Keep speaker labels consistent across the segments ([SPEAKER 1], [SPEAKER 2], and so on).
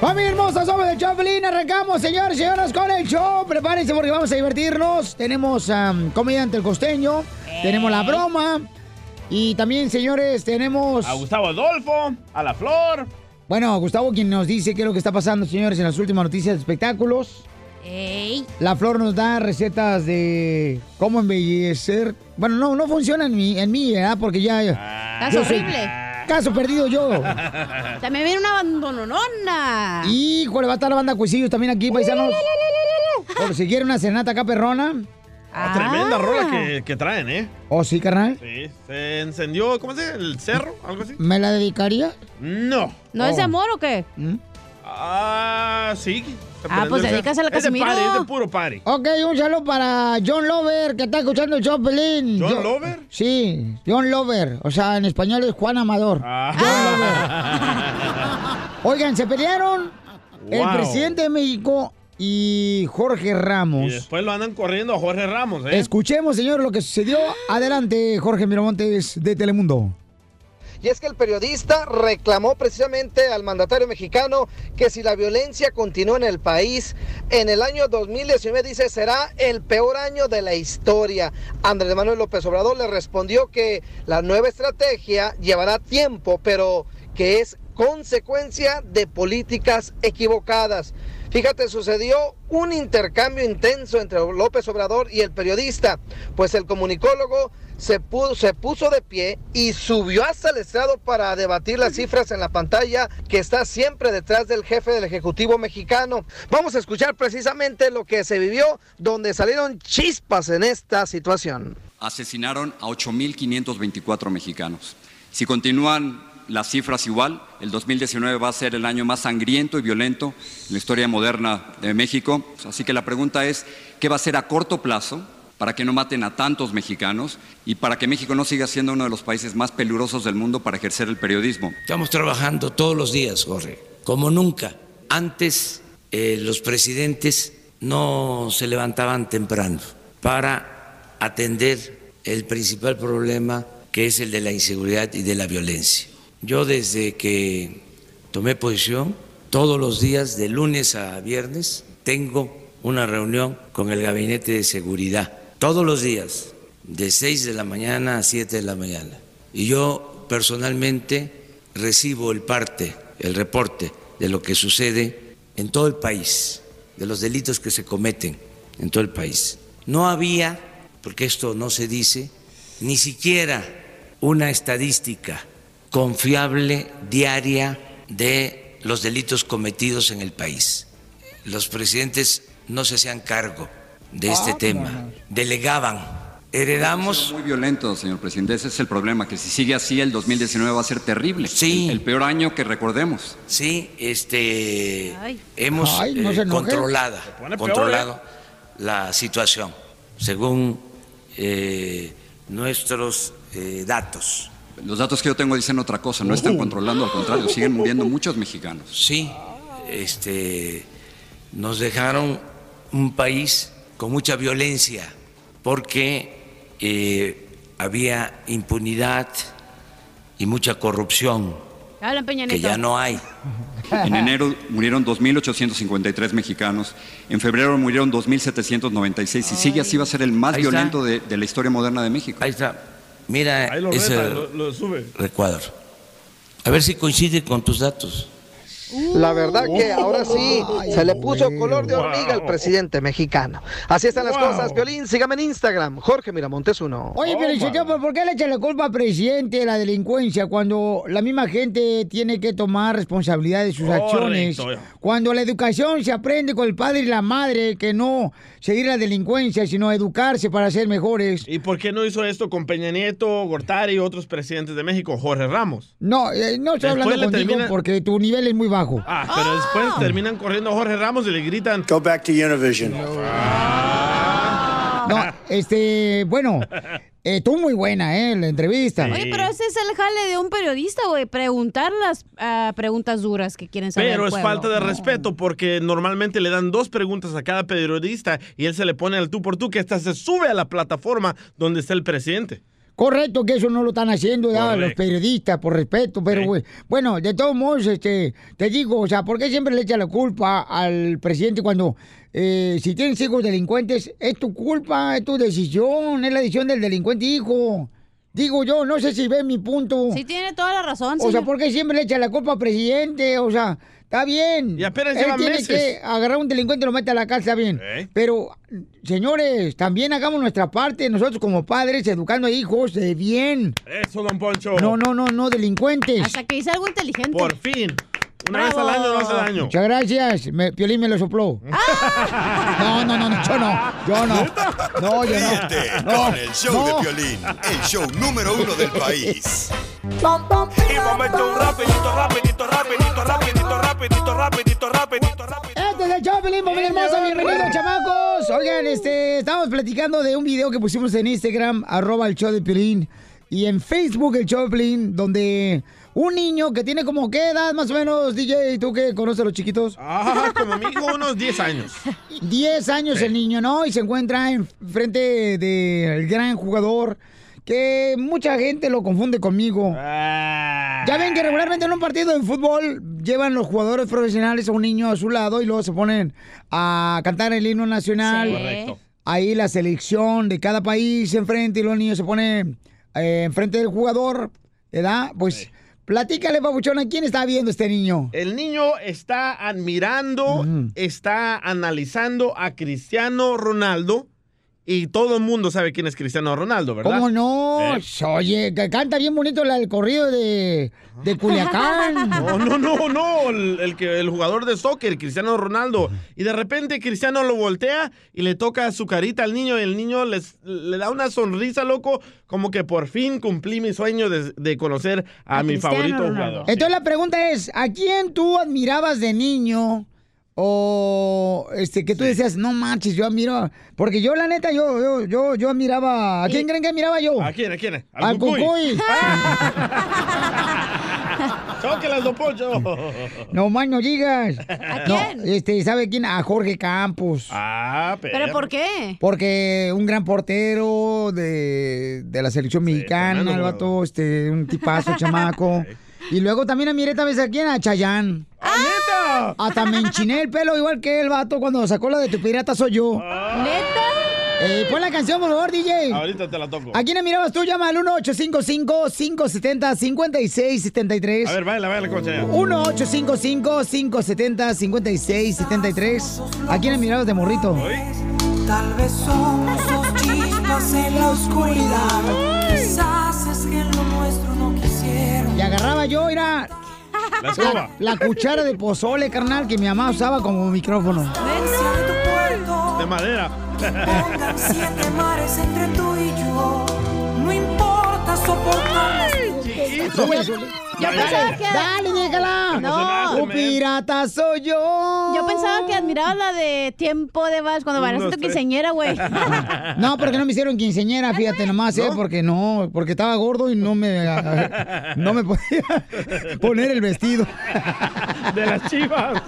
[SPEAKER 1] Familia hermosa, somos el Choplin. Arrancamos, señores y señoras, con el show. Prepárense porque vamos a divertirnos. Tenemos am, comediante el costeño. Tenemos la broma. Y también, señores, tenemos.
[SPEAKER 2] A Gustavo Adolfo, a la Flor.
[SPEAKER 1] Bueno, Gustavo, quien nos dice qué es lo que está pasando, señores, en las últimas noticias de espectáculos. La Flor nos da recetas de cómo embellecer. Bueno, no, no funciona en mí, en mí ¿verdad? Porque ya.
[SPEAKER 3] Caso
[SPEAKER 2] Ah.
[SPEAKER 1] yo soy-
[SPEAKER 3] horrible.
[SPEAKER 1] Caso perdido yo.
[SPEAKER 3] También viene una abandononona.
[SPEAKER 1] Híjole, va a estar la banda Cuisillos también aquí, paisanos. Por si quieren una cenata acá perrona.
[SPEAKER 2] Ah, Tremenda rola
[SPEAKER 3] Ah.
[SPEAKER 2] que, que traen, ¿eh?
[SPEAKER 1] Oh, sí, carnal.
[SPEAKER 2] Sí, se encendió, ¿cómo se dice? ¿El cerro? ¿Algo así?
[SPEAKER 1] ¿Me la dedicaría?
[SPEAKER 2] No.
[SPEAKER 3] ¿No es de
[SPEAKER 1] Oh.
[SPEAKER 3] amor o qué?
[SPEAKER 2] Ah, sí.
[SPEAKER 3] Ah, pues dedícasela a
[SPEAKER 2] Es de
[SPEAKER 3] Casimiro.
[SPEAKER 2] party, es de puro party.
[SPEAKER 1] Ok, un saludo para John Lover, que está escuchando el show, Pelín.
[SPEAKER 2] ¿John
[SPEAKER 1] Yo-
[SPEAKER 2] Lover?
[SPEAKER 1] Sí, John Lover. O sea, en español es Juan Amador.
[SPEAKER 2] Ah.
[SPEAKER 1] John Lover. Oigan, se pelearon el
[SPEAKER 2] Wow.
[SPEAKER 1] presidente de México y Jorge
[SPEAKER 2] Y
[SPEAKER 1] Ramos.
[SPEAKER 2] después lo andan corriendo a Jorge Ramos, ¿eh?
[SPEAKER 1] Escuchemos, señor, lo que sucedió. Adelante, Jorge Miramontes de Telemundo.
[SPEAKER 4] Y es que el periodista reclamó precisamente al mandatario mexicano que si la violencia continúa en el país, en el año 2019 dice será el peor año de la historia. Andrés Manuel López Obrador le respondió que la nueva estrategia llevará tiempo, pero que es consecuencia de políticas equivocadas. Fíjate, sucedió un intercambio intenso entre López Obrador y el periodista, pues el comunicólogo se puso, se puso de pie y subió hasta el estrado para debatir las cifras en la pantalla que está siempre detrás del jefe del Ejecutivo mexicano. Vamos a escuchar precisamente lo que se vivió, donde salieron chispas en esta situación.
[SPEAKER 5] asesinaron a 8.524 mexicanos. Si continúan las cifras igual, el 2019 va a ser el año más sangriento y violento en la historia moderna de México. Así que la pregunta es, ¿qué va a ser a corto plazo para que no maten a tantos mexicanos y para que México no siga siendo uno de los países más peligrosos del mundo para ejercer el periodismo?
[SPEAKER 6] Estamos trabajando todos los días, Jorge, como nunca. Antes eh, los presidentes no se levantaban temprano para atender el principal problema que es el de la inseguridad y de la violencia. Yo desde que tomé posición, todos los días, de lunes a viernes, tengo una reunión con el gabinete de seguridad. Todos los días, de 6 de la mañana a 7 de la mañana. Y yo personalmente recibo el parte, el reporte de lo que sucede en todo el país, de los delitos que se cometen en todo el país. No había, porque esto no se dice, ni siquiera una estadística confiable diaria de los delitos cometidos en el país. Los presidentes no se hacían cargo de este tema, delegaban,
[SPEAKER 5] Ha
[SPEAKER 6] heredamos
[SPEAKER 5] sido Muy violento, señor presidente. Ese es el problema, que si sigue así, el 2019 va a ser terrible. Sí. el peor año que recordemos.
[SPEAKER 6] Sí, este hemos
[SPEAKER 5] Ay, no
[SPEAKER 6] eh,
[SPEAKER 5] se enoje.
[SPEAKER 6] controlada,
[SPEAKER 5] Se pone peor, ¿eh?
[SPEAKER 6] controlado la situación, según eh, nuestros eh, datos. Uh.
[SPEAKER 5] Los datos que yo tengo dicen otra cosa, no están controlando, al contrario, siguen muriendo muchos mexicanos.
[SPEAKER 6] Sí, este, nos dejaron un país con mucha violencia porque eh, había impunidad y mucha corrupción
[SPEAKER 3] Hablan Peña
[SPEAKER 6] que
[SPEAKER 3] Nieto.
[SPEAKER 6] ya no hay.
[SPEAKER 5] En enero murieron 2.853 mexicanos, en febrero murieron 2.796 y sigue así va a ser el más
[SPEAKER 6] Ahí está.
[SPEAKER 5] violento de, de la historia moderna de México.
[SPEAKER 6] Ahí está. Mira,
[SPEAKER 2] Ahí lo
[SPEAKER 6] ese-
[SPEAKER 2] reta, lo, lo sube.
[SPEAKER 6] recuadro. A ver si coincide con tus datos.
[SPEAKER 4] La verdad que ahora sí se le puso color de hormiga al
[SPEAKER 6] Wow.
[SPEAKER 4] presidente mexicano. Así están las
[SPEAKER 1] Wow.
[SPEAKER 4] cosas, Violín. Sígame en Instagram, Jorge Miramontes uno.
[SPEAKER 1] Oye, pero
[SPEAKER 2] Oh,
[SPEAKER 1] Chotelo, ¿por qué le echa la culpa al presidente de la delincuencia cuando la misma gente tiene que tomar responsabilidad de sus acciones?
[SPEAKER 7] Correcto.
[SPEAKER 1] Cuando la educación se aprende con el padre y la madre, que no seguir la delincuencia, sino educarse para ser mejores.
[SPEAKER 2] ¿Y por qué no hizo esto con Peña Nieto, Gortari y otros presidentes de México? Jorge Ramos.
[SPEAKER 1] No, eh, no estoy
[SPEAKER 2] Después
[SPEAKER 1] hablando
[SPEAKER 2] le
[SPEAKER 1] contigo
[SPEAKER 2] termina-
[SPEAKER 1] porque tu nivel es muy bajo.
[SPEAKER 3] Ah.
[SPEAKER 2] Ah, pero después terminan corriendo a Jorge Ramos y le gritan...
[SPEAKER 8] Go back to Univision.
[SPEAKER 2] Ah.
[SPEAKER 1] Este, bueno, eh, tú muy buena, ¿eh? La entrevista.
[SPEAKER 9] Oye, pero ese es el jale de un periodista, güey, preguntar las ah, preguntas duras que quieren saber.
[SPEAKER 2] Pero
[SPEAKER 9] el
[SPEAKER 2] es
[SPEAKER 9] pueblo.
[SPEAKER 2] falta de respeto porque normalmente le dan dos preguntas a cada periodista y él se le pone al tú por tú que hasta se sube a la plataforma donde está el presidente.
[SPEAKER 1] Correcto que eso no lo están haciendo ya los
[SPEAKER 2] Correcto.
[SPEAKER 1] periodistas por respeto, pero
[SPEAKER 2] Sí.
[SPEAKER 1] güey, bueno, de todos modos, este, te digo, o sea, ¿por qué siempre le echa la culpa al presidente cuando eh, si tienes hijos delincuentes, es tu culpa, es tu decisión, es la decisión del delincuente hijo? Digo yo, no sé si ves mi punto.
[SPEAKER 9] Sí, tiene toda la razón.
[SPEAKER 1] O sea,
[SPEAKER 9] señor.
[SPEAKER 1] ¿por qué siempre le echa la culpa al presidente? O sea, está bien.
[SPEAKER 2] Y apenas
[SPEAKER 1] Él
[SPEAKER 2] llevan
[SPEAKER 1] tiene
[SPEAKER 2] meses.
[SPEAKER 1] que agarrar a un delincuente y lo mete a la cárcel, está bien.
[SPEAKER 2] ¿Eh?
[SPEAKER 1] Pero, señores, también hagamos nuestra parte, nosotros como padres, educando a hijos de bien.
[SPEAKER 2] Eso, don Poncho.
[SPEAKER 1] No, no, no, no, delincuentes.
[SPEAKER 9] Hasta que hice algo inteligente.
[SPEAKER 2] Por fin. Una vez
[SPEAKER 9] Bravo.
[SPEAKER 2] al año no hace daño.
[SPEAKER 1] Muchas gracias. Me, Piolín me lo sopló. No, no, no, no, yo no. Yo no. No, yo
[SPEAKER 7] Ríete
[SPEAKER 1] no. no
[SPEAKER 7] con el show
[SPEAKER 1] no.
[SPEAKER 7] de violín, el show número uno del país.
[SPEAKER 1] Este es el show, Pelín, familia hermosa, bienvenidos, chamacos. Oigan, este, estamos platicando de un video que pusimos en Instagram, arroba el show de Pelín, y en Facebook el show de Pelín, donde un niño que tiene como, ¿qué edad más o menos, DJ? ¿Tú que conoces a los chiquitos?
[SPEAKER 2] Ah, como amigo, unos 10 años.
[SPEAKER 1] 10 años el niño, ¿no? Y se encuentra en frente del gran jugador que mucha gente lo confunde conmigo. Ya ven que regularmente en un partido de fútbol llevan los jugadores profesionales a un niño a su lado y luego se ponen a cantar el himno nacional.
[SPEAKER 9] Sí.
[SPEAKER 2] Correcto.
[SPEAKER 1] Ahí la selección de cada país enfrente y los niños se ponen eh, enfrente del jugador, ¿verdad? Pues platícale, papuchona, ¿quién está viendo este niño?
[SPEAKER 2] El niño está admirando,
[SPEAKER 1] Mm.
[SPEAKER 2] está analizando a Cristiano Ronaldo y todo el mundo sabe quién es Cristiano Ronaldo, ¿verdad?
[SPEAKER 1] ¿Cómo no?
[SPEAKER 2] Eh.
[SPEAKER 1] Oye, que canta bien bonito la, el corrido de, de Culiacán.
[SPEAKER 2] No, no, no, no, el, el que, el jugador de soccer, Cristiano Ronaldo. Y de repente Cristiano lo voltea y le toca su carita al niño y el niño les- le da una sonrisa, loco, como que por fin cumplí mi sueño de, de conocer a,
[SPEAKER 9] A
[SPEAKER 2] mi
[SPEAKER 9] Cristiano
[SPEAKER 2] favorito
[SPEAKER 9] Ronaldo. Eh,
[SPEAKER 2] jugador.
[SPEAKER 1] Entonces la pregunta es, ¿a quién tú admirabas de niño? O este que tú decías, no manches, yo admiro. Porque yo, la neta, yo, yo, yo, yo admiraba. ¿A quién creen que admiraba
[SPEAKER 9] oh.
[SPEAKER 1] yo?
[SPEAKER 2] ¿A quién? ¿A quién? Al,
[SPEAKER 1] Al
[SPEAKER 2] Cucuy.
[SPEAKER 1] Cucuy.
[SPEAKER 9] Ah.
[SPEAKER 2] Chóquelas, don Poncho.
[SPEAKER 1] No más no digas.
[SPEAKER 9] ¿A
[SPEAKER 1] No,
[SPEAKER 9] quién?
[SPEAKER 1] este, ¿sabe quién? A Jorge Campos.
[SPEAKER 2] Ah, pero.
[SPEAKER 9] ¿Pero por qué?
[SPEAKER 1] Porque un gran portero de, de la selección mexicana,
[SPEAKER 2] tremendo
[SPEAKER 1] el
[SPEAKER 2] jugador.
[SPEAKER 1] vato, este, un tipazo, chamaco. Y luego también admiré también a quién, a Chayán.
[SPEAKER 2] ¡Ah, neta!
[SPEAKER 1] Hasta me enchiné el pelo igual que el vato cuando sacó la de tu pirata soy yo.
[SPEAKER 9] ¿Neta?
[SPEAKER 1] Eh, pon la canción, por favor, DJ.
[SPEAKER 2] Ah. Ahorita te la toco.
[SPEAKER 1] ¿A quién mirabas tú? Llama al 1-855-570-5673.
[SPEAKER 2] A ver, baila, baila, coche.
[SPEAKER 1] 1-855-570-5673. ¿A quién mirabas de morrito?
[SPEAKER 10] Tal vez somos dos chispas en la oscuridad. Quizás es que lo nuestro no quisieron.
[SPEAKER 1] Y agarraba yo, era
[SPEAKER 2] La escoba.
[SPEAKER 1] la, la cuchara de pozole, carnal, que mi mamá usaba como micrófono.
[SPEAKER 10] Hacia tu puerto.
[SPEAKER 2] De madera.
[SPEAKER 10] Pongan siete mares entre tú y yo. No importa soportar.
[SPEAKER 1] Sube,
[SPEAKER 2] Chiquito.
[SPEAKER 1] sube.
[SPEAKER 9] Yo
[SPEAKER 2] Dale.
[SPEAKER 9] pensaba que.
[SPEAKER 1] Dale, déjala.
[SPEAKER 9] No.
[SPEAKER 1] Un pirata soy yo.
[SPEAKER 9] Yo pensaba que admiraba la de tiempo de vals cuando bailaste
[SPEAKER 2] Unos
[SPEAKER 9] tu
[SPEAKER 2] tres.
[SPEAKER 9] quinceañera, güey.
[SPEAKER 1] No, porque no me hicieron quinceñera, fíjate nomás, ¿eh? Porque no, porque estaba gordo y no me, no me podía poner el vestido.
[SPEAKER 2] De las chivas.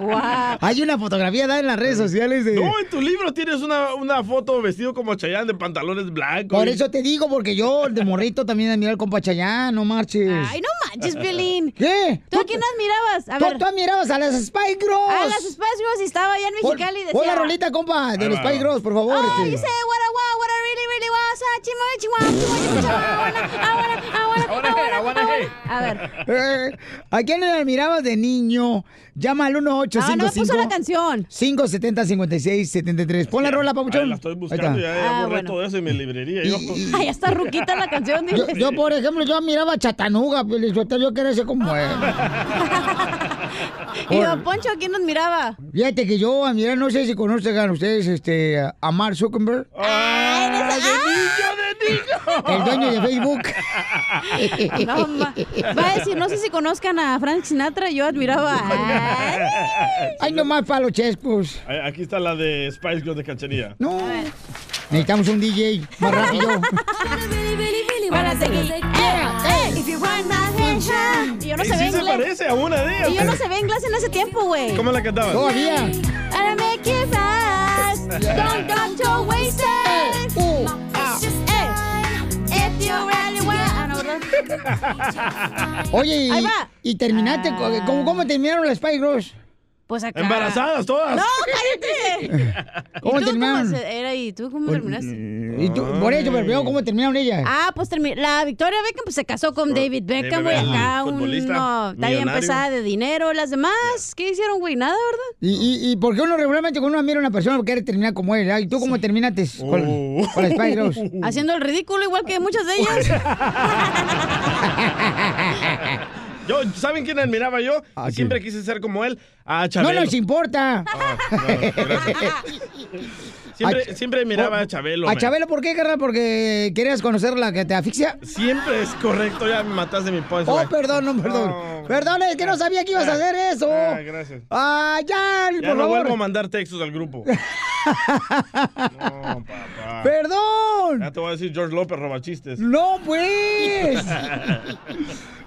[SPEAKER 9] Guau.
[SPEAKER 1] Hay una fotografía dada en las redes sociales de...
[SPEAKER 2] No, en tu libro tienes una, una foto vestido como Chayanne de pantalones blancos.
[SPEAKER 1] Por eso te digo, porque yo de morrito también admiré al compa Chayán, no marches.
[SPEAKER 9] Ay, no manches, Pelín.
[SPEAKER 1] ¿Qué?
[SPEAKER 9] ¿Tú a quién admirabas? A
[SPEAKER 1] tú-
[SPEAKER 9] ver.
[SPEAKER 1] tú admirabas a las Spy Girls.
[SPEAKER 9] A las Spice Girls y estaba allá en
[SPEAKER 1] Pon-
[SPEAKER 9] Mexicali y decía.
[SPEAKER 1] pon la rolita, compa, de
[SPEAKER 2] Ahí
[SPEAKER 1] los
[SPEAKER 2] va.
[SPEAKER 1] Spy Girls, por favor.
[SPEAKER 9] Oh,
[SPEAKER 1] este.
[SPEAKER 9] you say what I want, what I really, really want. Sachi, machi, guachi, guachi, guachi, I wanna, I wanna, I wanna, I wanna,
[SPEAKER 2] I wanna,
[SPEAKER 9] I
[SPEAKER 2] hey.
[SPEAKER 9] wanna. A ver.
[SPEAKER 1] Eh, ¿A quién le admirabas de niño? Llama al
[SPEAKER 9] Ah, no me
[SPEAKER 1] 1855.
[SPEAKER 9] puso la canción.
[SPEAKER 1] 570 56 73. Pon la rola,
[SPEAKER 2] Ay,
[SPEAKER 1] papuchón.
[SPEAKER 2] la estoy
[SPEAKER 1] Ahí
[SPEAKER 2] buscando,
[SPEAKER 1] está.
[SPEAKER 2] ya, ya
[SPEAKER 9] Ah,
[SPEAKER 2] borré
[SPEAKER 9] bueno.
[SPEAKER 2] todo eso en mi librería. yo.
[SPEAKER 9] Ay, ya está ruquita la canción.
[SPEAKER 1] Yo,
[SPEAKER 9] dice.
[SPEAKER 1] yo, por ejemplo, yo miraba a Chatanuga, pues, Piolín Sotelo, yo quería ser como eh". él.
[SPEAKER 9] Y Don Poncho, ¿a quién admiraba?
[SPEAKER 1] Fíjate que yo, a mirar, no sé si conocen ustedes este, a Mark Zuckerberg,
[SPEAKER 2] ¡Ah, de niño, de niño!
[SPEAKER 1] el dueño de Facebook.
[SPEAKER 9] No, ma- Va a decir, no sé si conozcan a Frank Sinatra, yo admiraba. Ay.
[SPEAKER 1] Ay, nomás para los chespos.
[SPEAKER 2] Ay, Aquí está la de Spice Girls de Canchería.
[SPEAKER 1] No. Necesitamos un DJ más rápido.
[SPEAKER 9] Párate aquí. Eh, eh. Y Yo no
[SPEAKER 2] Y
[SPEAKER 9] sabía
[SPEAKER 2] sí se
[SPEAKER 9] inglés.
[SPEAKER 2] parece a una de ellas.
[SPEAKER 9] Y yo no sabía inglés en ese tiempo, güey.
[SPEAKER 2] ¿Cómo la cantaban?
[SPEAKER 1] Todavía.
[SPEAKER 9] Gotta make it fast. Don't got your waist up.
[SPEAKER 1] Uh, ah.
[SPEAKER 9] It's just, eh, If you really want. Ah, no, ¿verdad?
[SPEAKER 1] Oye, y,
[SPEAKER 9] Ahí va. Ah.
[SPEAKER 1] y terminaste. co- ¿cómo, cómo terminaron las Spice Girls?
[SPEAKER 9] Pues acá.
[SPEAKER 2] Embarazadas todas.
[SPEAKER 9] ¡No, cállate!
[SPEAKER 1] ¿Cómo
[SPEAKER 9] ¿Y tú
[SPEAKER 1] terminaron?
[SPEAKER 9] cómo se- era y tú cómo terminaste?
[SPEAKER 2] eh.
[SPEAKER 1] Y tú, por ello, pero veo cómo terminaron ellas.
[SPEAKER 9] Ah, pues termi- la Victoria Beckham pues, se casó con David Beckham, güey.
[SPEAKER 2] Beckham,
[SPEAKER 9] Acá
[SPEAKER 2] futbolista,
[SPEAKER 9] uno está bien
[SPEAKER 2] millonario.
[SPEAKER 9] pesada de dinero. Las demás, ¿qué hicieron, güey? Nada, ¿verdad?
[SPEAKER 1] Y, y, y por qué uno regularmente cuando uno admira a una persona quiere terminar como él? ¿ah? ¿Y tú cómo terminaste con,
[SPEAKER 2] Oh.
[SPEAKER 1] con las Spice Girls?
[SPEAKER 9] Haciendo el ridículo igual que muchas de ellas.
[SPEAKER 2] Yo, ¿saben quién admiraba yo?
[SPEAKER 1] Ah,
[SPEAKER 2] Siempre quise ser como él. A
[SPEAKER 1] No
[SPEAKER 2] Chabelo. Ah,
[SPEAKER 1] nos importa.
[SPEAKER 2] Siempre,
[SPEAKER 1] A- Oh,
[SPEAKER 2] siempre miraba a Chabelo.
[SPEAKER 1] ¿A
[SPEAKER 2] man.
[SPEAKER 1] Chabelo por qué, carnal? ¿Porque querías conocer la que te asfixia?
[SPEAKER 2] Siempre es correcto. Ya me mataste mi eh. punch.
[SPEAKER 1] Oh,
[SPEAKER 2] güey.
[SPEAKER 1] perdón, no, perdón.
[SPEAKER 2] No.
[SPEAKER 1] Perdón, es que no sabía que ibas a hacer eso.
[SPEAKER 2] Ah, gracias.
[SPEAKER 1] Ah, ya,
[SPEAKER 2] Ya
[SPEAKER 1] por
[SPEAKER 2] no
[SPEAKER 1] favor.
[SPEAKER 2] vuelvo a mandar textos al grupo. no, papá. Ya
[SPEAKER 1] Perdón.
[SPEAKER 2] te voy a decir George López roba chistes.
[SPEAKER 1] No, pues.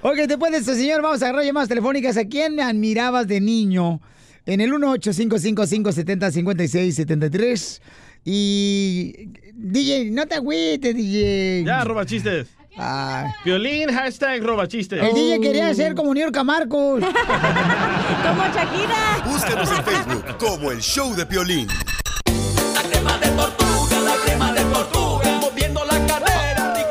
[SPEAKER 1] ok, después de esto, señor, vamos a agarrar llamadas telefónicas. ¿A quién admirabas de niño? En el 1-855-570-5673. Y. DJ, no te agüites, DJ.
[SPEAKER 2] Ya, roba chistes.
[SPEAKER 1] Ah,
[SPEAKER 2] Violín, hashtag roba chistes.
[SPEAKER 1] el DJ quería ser como New York a Marcos.
[SPEAKER 9] Como Shakira.
[SPEAKER 7] Búscanos en Facebook como el show de Piolín.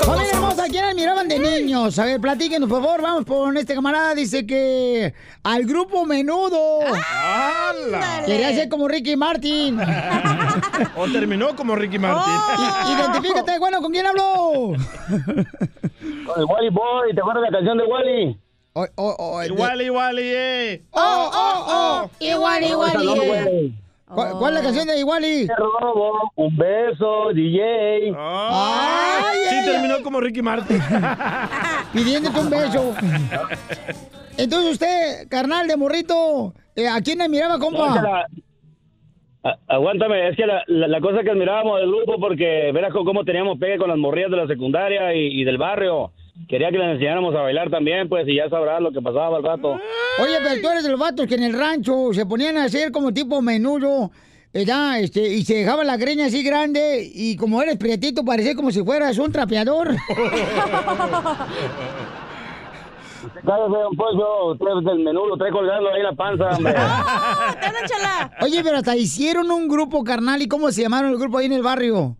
[SPEAKER 1] Familia hermosa, ¿a quién admiraban de niños? A ver, platíquenos, por favor. Vamos con este camarada. Dice que al grupo menudo.
[SPEAKER 2] ¡Hala!
[SPEAKER 1] Quería ser como Ricky Martin.
[SPEAKER 2] Oh. O terminó como Ricky Martin.
[SPEAKER 1] I- Identifícate, bueno, ¿con quién habló?
[SPEAKER 11] El Wally Boy, ¿te acuerdas la canción de Wally?
[SPEAKER 1] O- o- o- de-
[SPEAKER 2] Igual, igual, y eh.
[SPEAKER 1] Oh, oh, oh.
[SPEAKER 9] Igual, igual.
[SPEAKER 11] No,
[SPEAKER 9] igual.
[SPEAKER 11] güey.
[SPEAKER 1] ¿Cuál, cuál es la canción de Iguali?
[SPEAKER 11] Oh. Te robo un beso, DJ.
[SPEAKER 1] Ay,
[SPEAKER 2] Ah, sí,
[SPEAKER 1] ay,
[SPEAKER 2] terminó como Ricky Martin.
[SPEAKER 1] Pidiéndote un beso. Entonces usted, carnal de morrito, eh, ¿a quién admiraba,
[SPEAKER 11] No, es que
[SPEAKER 1] compa?
[SPEAKER 11] la- a- Aguántame, es que la, la- la cosa que admirábamos del grupo, porque verás co- cómo teníamos pegue con las morrillas de la secundaria y, y del barrio. Quería que les enseñáramos a bailar también, pues, y ya sabrás lo que pasaba al rato.
[SPEAKER 1] Oye, pero tú eres de los vatos que en el rancho se ponían a hacer como tipo menudo, eh, ya, este, y se dejaba la greña así grande, y como eres prietito, parecía como si fueras un trapeador.
[SPEAKER 11] ¿Sabes, don Pollo? Tres pues, del menú, lo tres colgando ahí en la panza, hombre.
[SPEAKER 9] Dale, chala.
[SPEAKER 1] Oye, pero hasta hicieron un grupo, carnal, ¿y cómo se llamaron el grupo ahí en el barrio?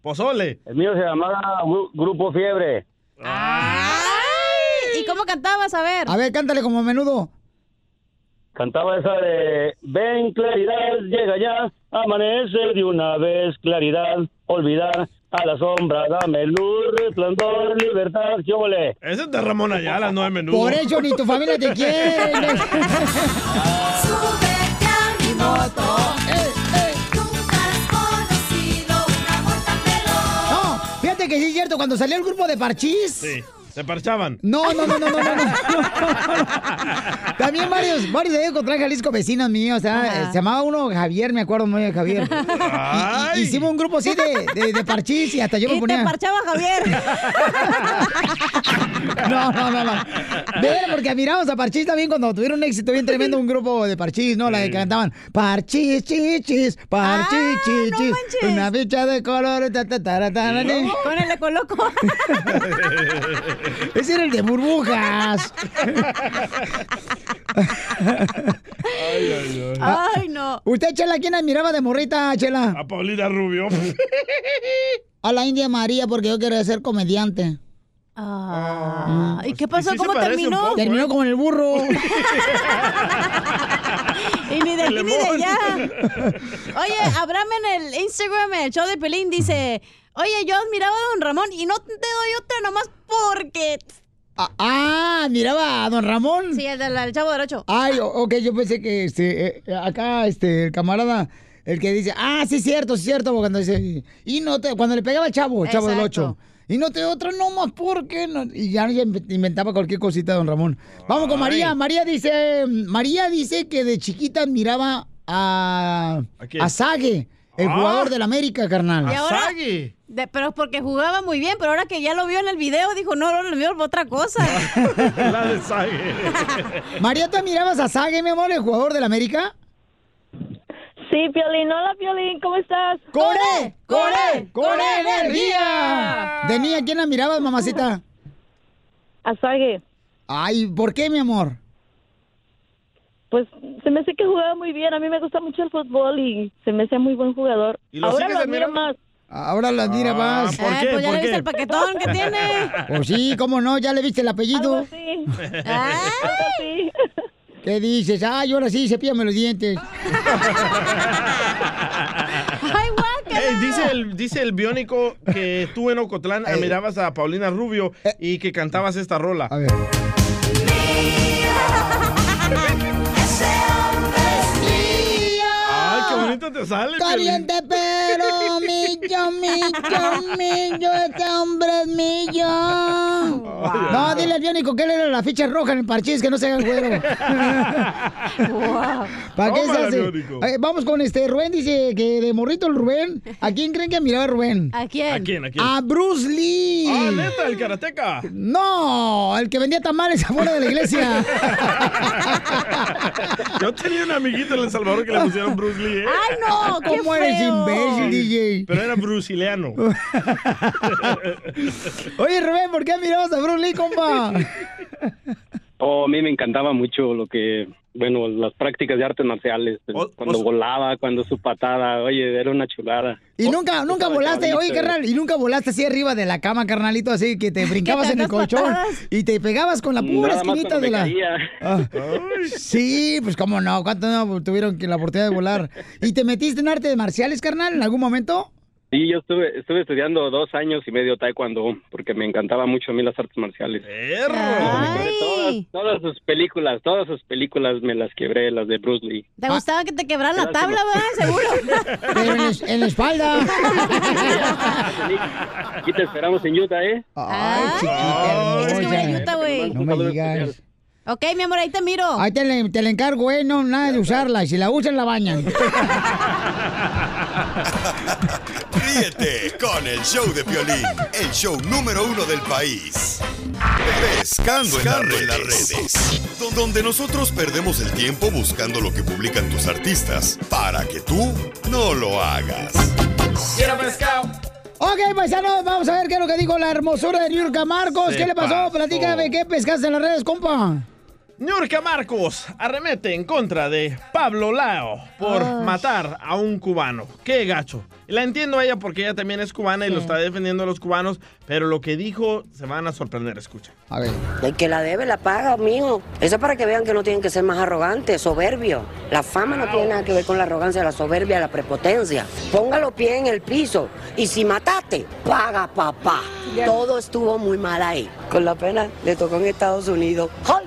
[SPEAKER 2] Pozole.
[SPEAKER 11] El mío se llamaba Gru- Grupo Fiebre.
[SPEAKER 9] Ay, ¿Y cómo cantabas? A ver.
[SPEAKER 1] A ver, cántale como menudo.
[SPEAKER 11] Cantaba esa de Ven claridad, llega ya, amanece de una vez, claridad, olvidar, a la sombra, dame luz, resplandor, libertad, yo volé.
[SPEAKER 2] Ese es de Ramón Ayala, no de menudo.
[SPEAKER 1] Por eso ni tu familia te quiere.
[SPEAKER 10] Súbete a mi moto. Nunca has conocido un amor tan veloz.
[SPEAKER 1] No, fíjate que sí es cierto, cuando salió el grupo de Parchís.
[SPEAKER 2] Sí, se parchaban.
[SPEAKER 1] No, no, no, no, no, no, no. También varios, varios de ellos encontré en Jalisco vecinos míos. o sea,
[SPEAKER 9] Ajá.
[SPEAKER 1] se llamaba uno Javier, me acuerdo muy bien de Javier. Y- y-
[SPEAKER 2] Ay.
[SPEAKER 1] hicimos un grupo así de, de, de parchís y hasta yo me
[SPEAKER 9] Y te
[SPEAKER 1] ponía.
[SPEAKER 9] parchaba Javier.
[SPEAKER 1] No, no, no, no. Ver, porque admiramos a Parchís también cuando tuvieron un éxito bien tremendo, un grupo de Parchís, ¿no? La que cantaban Parchís, chichis, Parchís,
[SPEAKER 9] Ah, no
[SPEAKER 1] chichis.
[SPEAKER 9] manches.
[SPEAKER 1] una bicha de color, ta, ta, ta, ta, ta, ta.
[SPEAKER 9] Con el coloco.
[SPEAKER 1] Ese era el de burbujas.
[SPEAKER 9] Ay, no.
[SPEAKER 1] ¿Usted, Chela, quién admiraba de morrita, Chela?
[SPEAKER 2] A Paulina Rubio.
[SPEAKER 1] A la India María, porque yo quiero ser comediante.
[SPEAKER 9] Ah, ¿Y qué
[SPEAKER 2] Y
[SPEAKER 9] pasó?
[SPEAKER 2] sí se
[SPEAKER 9] ¿Cómo
[SPEAKER 2] parece un
[SPEAKER 9] terminó?
[SPEAKER 2] poco. ¿eh?
[SPEAKER 1] Terminó como en el burro.
[SPEAKER 9] Y ni de aquí ni de
[SPEAKER 2] Lemón.
[SPEAKER 9] allá. Oye, Abraham en el Instagram, en el show de Pelín, dice: Oye, yo admiraba a don Ramón y no te doy otra nomás porque.
[SPEAKER 1] Ah, ah, admiraba a don Ramón.
[SPEAKER 9] Sí, el del el chavo del Ocho.
[SPEAKER 1] Ay, o- ok, yo pensé que este, eh, acá este, el camarada, el que dice, ah, sí, cierto, sí, cierto, cuando dice, y no te, cuando le pegaba al chavo, el chavo del
[SPEAKER 9] Exacto.
[SPEAKER 1] 8. Y no te otra nomás porque no, y ya ya inve- inventaba cualquier cosita don Ramón. Vamos con María, María dice, María dice que de chiquita admiraba a
[SPEAKER 2] ¿A quién? Ah.
[SPEAKER 1] a Sage, El jugador del América, carnal.
[SPEAKER 3] Y ahora- de- pero es porque jugaba muy bien, pero ahora que ya lo vio en el video, dijo, no, no, lo vio otra cosa.
[SPEAKER 2] La de Sague.
[SPEAKER 1] María, ¿tú mirabas a Sague, mi amor, el jugador del América?
[SPEAKER 12] Sí, Piolín. Hola, Piolín. ¿Cómo estás?
[SPEAKER 1] ¡Corre!
[SPEAKER 12] ¡Corre!
[SPEAKER 1] ¡Corre energía! De niña, ¿quién la mirabas, mamacita?
[SPEAKER 12] A Sague.
[SPEAKER 1] Ay, ¿por qué, mi amor?
[SPEAKER 12] Pues se me hace que jugaba muy bien. A mí me gusta mucho el fútbol y se me hace muy buen jugador.
[SPEAKER 1] ¿Y lo
[SPEAKER 12] Ahora
[SPEAKER 1] sigues
[SPEAKER 12] lo admiro más.
[SPEAKER 1] Ah, Ahora la mira más.
[SPEAKER 12] ¿por Eh, qué? pues ya ¿Por le viste qué? el paquetón que tiene.
[SPEAKER 1] Pues sí, cómo no, ya le viste el apellido. Ah. ¿Qué dices? Ay, ahora sí, cepíame los dientes.
[SPEAKER 2] Ey, dice, el, dice el biónico que tú en Ocotlán mirabas a Paulina Rubio y que cantabas esta rola. A
[SPEAKER 1] ver.
[SPEAKER 2] Ay, qué bonito te sale. Piolín.
[SPEAKER 1] Caliente pero millo, millo, millo, este hombre es millo. No, dile al biónico que él era la ficha roja en el parchís, que no se haga el juego. ¿Para qué se
[SPEAKER 3] Tómala,
[SPEAKER 1] hace?
[SPEAKER 3] biónico.
[SPEAKER 1] Eh, vamos con este, Rubén dice que de morrito el Rubén, ¿a quién creen que miraba Rubén?
[SPEAKER 3] ¿A quién?
[SPEAKER 2] ¿A quién? ¿A quién?
[SPEAKER 1] Bruce Lee.
[SPEAKER 2] Ah, neta, el karateca.
[SPEAKER 1] No, el que vendía tamales afuera de la iglesia.
[SPEAKER 2] Yo tenía un amiguito en El Salvador que le pusieron Bruce Lee. ¿eh?
[SPEAKER 3] Ay, no, qué ¿Cómo eres feo. imbécil,
[SPEAKER 1] DJ?
[SPEAKER 2] Pero era brucileano.
[SPEAKER 1] Oye, Rubén, ¿por qué mirabas a Bruce Lee, compa?
[SPEAKER 13] Oh, a mí me encantaba mucho lo que, bueno, las prácticas de artes marciales. cuando volaba, cuando su patada, oye, era una chulada.
[SPEAKER 1] Y
[SPEAKER 13] pues,
[SPEAKER 1] nunca, nunca volaste, oye, carnal, y nunca volaste así arriba de la cama, carnalito, así que te brincabas en el colchón
[SPEAKER 13] patadas? Mm,
[SPEAKER 1] y te pegabas con la pura
[SPEAKER 13] Nada más
[SPEAKER 1] esquinita
[SPEAKER 13] cuando
[SPEAKER 1] de
[SPEAKER 13] me
[SPEAKER 1] la.
[SPEAKER 13] caía.
[SPEAKER 1] Ah. Sí, pues cómo no, cuánto no tuvieron que la oportunidad de volar. ¿Y te metiste en artes marciales, carnal, en algún momento?
[SPEAKER 13] Sí, yo estuve, estuve estudiando dos años y medio taekwondo porque me encantaba mucho a mí las artes marciales. Todas, todas sus películas, todas sus películas me las quebré, las de Bruce Lee.
[SPEAKER 3] ¿Te gustaba que te quebraran la
[SPEAKER 13] Lástima.
[SPEAKER 3] tabla, verdad? Seguro.
[SPEAKER 1] Pero en, es- en la espalda.
[SPEAKER 13] Aquí te esperamos en Utah, ¿eh?
[SPEAKER 1] Ay,
[SPEAKER 3] Ah, Es que voy a Utah, güey.
[SPEAKER 1] No me digas.
[SPEAKER 3] Ok, mi amor, ahí te miro.
[SPEAKER 1] Ahí te, le- te la encargo, eh, no, nada de usarla. y Si la usan, la bañan.
[SPEAKER 7] Ríete con el show de Piolín, el show número uno del país. Pescando en las redes. Donde nosotros perdemos el tiempo buscando lo que publican tus artistas para que tú no lo hagas.
[SPEAKER 2] Quiero pescado.
[SPEAKER 1] Ok, paisanos, vamos a ver qué es lo que dijo la hermosura de Yurka Marcos.
[SPEAKER 2] Se
[SPEAKER 1] ¿Qué le pasó?
[SPEAKER 2] pasó.
[SPEAKER 1] Platícame, ¿qué pescaste en las redes, compa?
[SPEAKER 2] Niurka Marcos arremete en contra de Pablo Lao por
[SPEAKER 1] Ay.
[SPEAKER 2] matar a un cubano. Qué gacho. La entiendo a ella porque ella también es cubana y lo está defendiendo a los cubanos, pero lo que dijo se van a sorprender, escucha.
[SPEAKER 1] A ver.
[SPEAKER 14] El que la debe la paga, mijo. Eso es para que vean que no tienen que ser más arrogantes, soberbios. La fama no tiene nada que ver con la arrogancia, la soberbia, la prepotencia. Ponga los pies en el piso y si mataste, paga papá. Todo estuvo muy mal ahí. Con la pena le tocó en Estados Unidos. ¡Ay!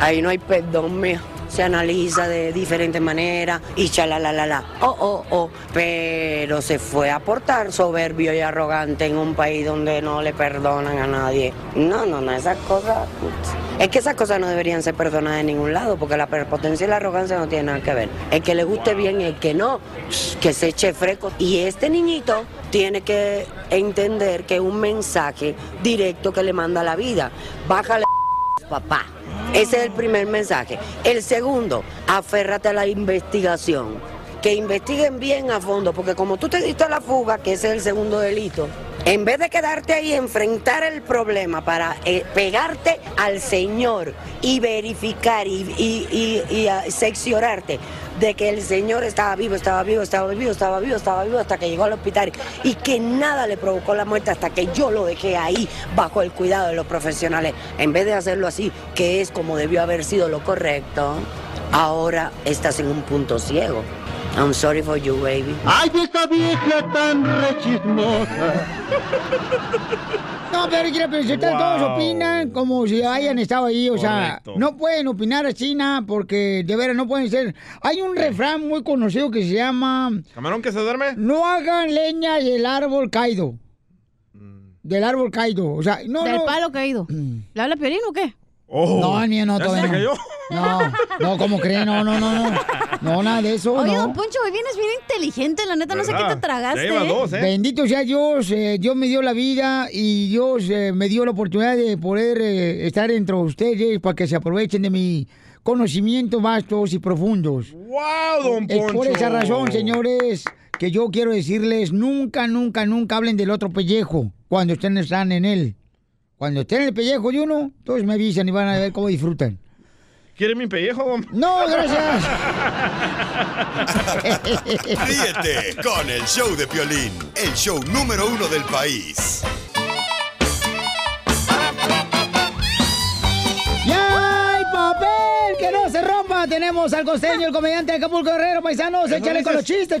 [SPEAKER 14] Ahí no hay perdón, mijo. Se analiza de diferentes maneras y chalalalala. Oh, oh, oh. Pero se fue a portar soberbio y arrogante en un país donde no le perdonan a nadie. No, no, no, esas cosas. Es que esas cosas no deberían ser perdonadas en ningún lado, porque la prepotencia y la arrogancia no tienen nada que ver. El que le guste bien y el que no, psh, que se eche fresco. Y este niñito tiene que entender que es un mensaje directo que le manda la vida. Bájale papá. Ese es el primer mensaje. El segundo, aférrate a la investigación. Que investiguen bien a fondo, porque como tú te diste a la fuga, que ese es el segundo delito, en vez de quedarte ahí, enfrentar el problema para eh, pegarte al Señor y verificar y, y- y- y, ah, seccionarte de que el Señor estaba vivo, estaba vivo, estaba vivo, estaba vivo, estaba vivo, hasta que llegó al hospital y que nada le provocó la muerte hasta que yo lo dejé ahí bajo el cuidado de los profesionales. En vez de hacerlo así, que es como debió haber sido lo correcto, ahora estás en un punto ciego. I'm sorry for you, baby.
[SPEAKER 15] ¡Ay, esta vieja tan rechismosa!
[SPEAKER 1] No, pero mira, pero si ustedes
[SPEAKER 15] Wow.
[SPEAKER 1] todos opinan como si hayan estado ahí, o sea,
[SPEAKER 15] Correcto.
[SPEAKER 1] no pueden opinar a China porque de veras no pueden ser. Hay un refrán muy conocido que se llama
[SPEAKER 2] ¿Camarón que se duerme?
[SPEAKER 1] No hagan leña del árbol caído.
[SPEAKER 2] Mm.
[SPEAKER 1] Del árbol caído, o sea, no
[SPEAKER 3] Del
[SPEAKER 1] no. Mm.
[SPEAKER 3] palo caído. ¿Le habla Piolín o qué?
[SPEAKER 2] Oh.
[SPEAKER 1] No, ni no,
[SPEAKER 3] ¿Ya
[SPEAKER 1] todavía
[SPEAKER 3] se te
[SPEAKER 1] no. No, no, ¿cómo creen? No, no, no, no. No, nada de eso,
[SPEAKER 9] Oye,
[SPEAKER 1] no.
[SPEAKER 9] don Poncho, hoy vienes bien inteligente, la neta, no sé qué te tragaste. ¿eh?
[SPEAKER 1] Bendito sea Dios, eh, Dios me dio la vida y Dios eh, me dio la oportunidad de poder eh, estar entre ustedes para que se aprovechen de mi conocimientos vastos y profundos.
[SPEAKER 2] ¡Wow, don Poncho!
[SPEAKER 1] Es por esa razón, señores, que yo quiero decirles, nunca, nunca, nunca hablen del otro pellejo cuando ustedes están en él. Cuando estén en el pellejo de uno, todos me avisan y van a ver cómo disfrutan.
[SPEAKER 2] ¿Quiere mi pellejo, don
[SPEAKER 1] No, gracias.
[SPEAKER 7] Ríete con el show de Piolín, el show número uno del país.
[SPEAKER 1] ¡Ya hay papel! ¡Que no se rompa! Tenemos al costeño, el comediante de Acapulco Guerrero, paisanos.
[SPEAKER 2] ¿Eso
[SPEAKER 1] Échale con los
[SPEAKER 2] dices?
[SPEAKER 1] chistes,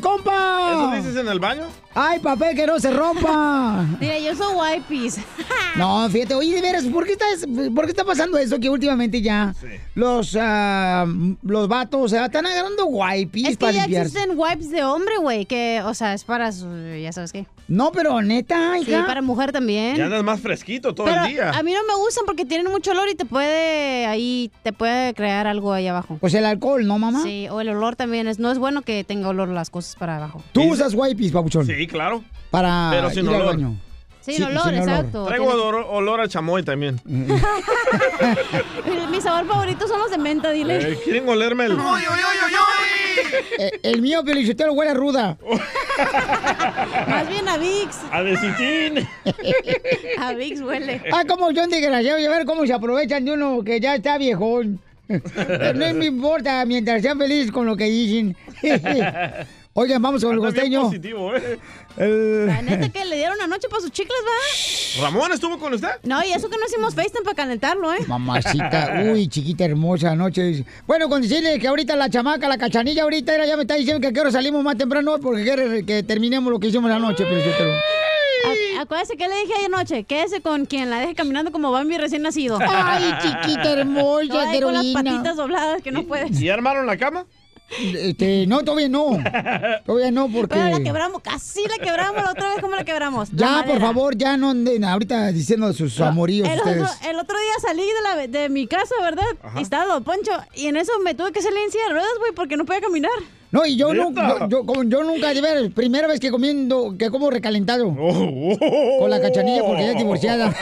[SPEAKER 2] ¿Eso
[SPEAKER 1] compa.
[SPEAKER 2] dices en el baño?
[SPEAKER 1] ¡Ay, papel, que no se rompa!
[SPEAKER 9] Mira, yo soy wipes.
[SPEAKER 1] No, fíjate, oye, de veras, ¿por qué, estás- por qué está pasando eso que últimamente ya los, ah, los vatos se están agarrando guaypis
[SPEAKER 9] Es que
[SPEAKER 1] para
[SPEAKER 9] ya
[SPEAKER 1] limpiarse?
[SPEAKER 9] existen wipes de hombre, güey, que, o sea, es para, su- ya sabes qué.
[SPEAKER 1] No, pero neta,
[SPEAKER 9] Sí,
[SPEAKER 1] hija.
[SPEAKER 9] para mujer también.
[SPEAKER 2] Ya andas más fresquito todo
[SPEAKER 9] ¿Eh? Pero
[SPEAKER 2] el día.
[SPEAKER 9] a mí no me gustan porque tienen mucho olor y te puede, ahí, te puede crear algo ahí abajo.
[SPEAKER 1] Pues el alcohol, ¿no, mamá?
[SPEAKER 9] Sí, o el olor también, es, no es bueno que tenga olor las cosas para abajo.
[SPEAKER 1] Tú usas guaypis, papuchón.
[SPEAKER 2] Sí, claro.
[SPEAKER 1] Para
[SPEAKER 2] Pero sin
[SPEAKER 1] Ah, ir al
[SPEAKER 2] olor.
[SPEAKER 1] baño.
[SPEAKER 9] Sin olor, exacto.
[SPEAKER 2] Traigo
[SPEAKER 9] Tiene-
[SPEAKER 2] olor, olor a chamoy también.
[SPEAKER 9] Mi sabor favorito son los de menta, dile.
[SPEAKER 2] Eh, ¿Quieren olerme el...?
[SPEAKER 1] Eh, el mío, Pelichotero, huele a ruda.
[SPEAKER 9] Más bien a Vicks.
[SPEAKER 2] A decitín.
[SPEAKER 9] A Vicks huele.
[SPEAKER 1] Ah, como son desgraciados, y a ver cómo se aprovechan de uno que ya está viejón. No me importa, mientras sean felices con lo que dicen. Oigan, vamos con el
[SPEAKER 2] Anda bien
[SPEAKER 1] costeño.
[SPEAKER 2] positivo, ¿eh?
[SPEAKER 1] El-
[SPEAKER 9] La neta que le dieron anoche para sus chicles, ¿va?
[SPEAKER 2] ¿Ramón estuvo con usted?
[SPEAKER 9] No, y eso que no hicimos FaceTime para calentarlo, ¿eh?
[SPEAKER 1] Mamacita, uy, chiquita hermosa, anoche. dice- Bueno, con decirle que ahorita la chamaca, la cachanilla, ahorita era, ya me está diciendo que a qué hora salimos más temprano porque quiere que terminemos lo que hicimos anoche, Pelichotero.
[SPEAKER 9] A- Acuérdese que le dije ayer noche, quédese con quien la deje caminando como Bambi recién nacido.
[SPEAKER 1] Ay, chiquita hermosa,
[SPEAKER 9] Todavía ahí con las
[SPEAKER 1] heroína.
[SPEAKER 9] patitas dobladas que no puedes.
[SPEAKER 2] ¿Y armaron la cama?
[SPEAKER 1] Este, no, todavía no. Todavía no, porque.
[SPEAKER 9] Pero la quebramos, casi la quebramos, la otra vez como la quebramos. La
[SPEAKER 1] Ya, por
[SPEAKER 9] madera.
[SPEAKER 1] favor, ya no anden ahorita diciendo sus amoríos
[SPEAKER 9] El otro,
[SPEAKER 1] ustedes.
[SPEAKER 9] el otro día salí de, la, de mi casa, ¿verdad? Y estaba Don Poncho. Y en eso me tuve que salir en silla de ruedas, güey, porque no podía caminar.
[SPEAKER 1] No, y yo,
[SPEAKER 9] ¿Neta?
[SPEAKER 1] nunca, yo, yo- como yo nunca, de ver, primera vez que comiendo, que como recalentado.
[SPEAKER 16] Oh.
[SPEAKER 1] Con la cachanilla porque ella es divorciada.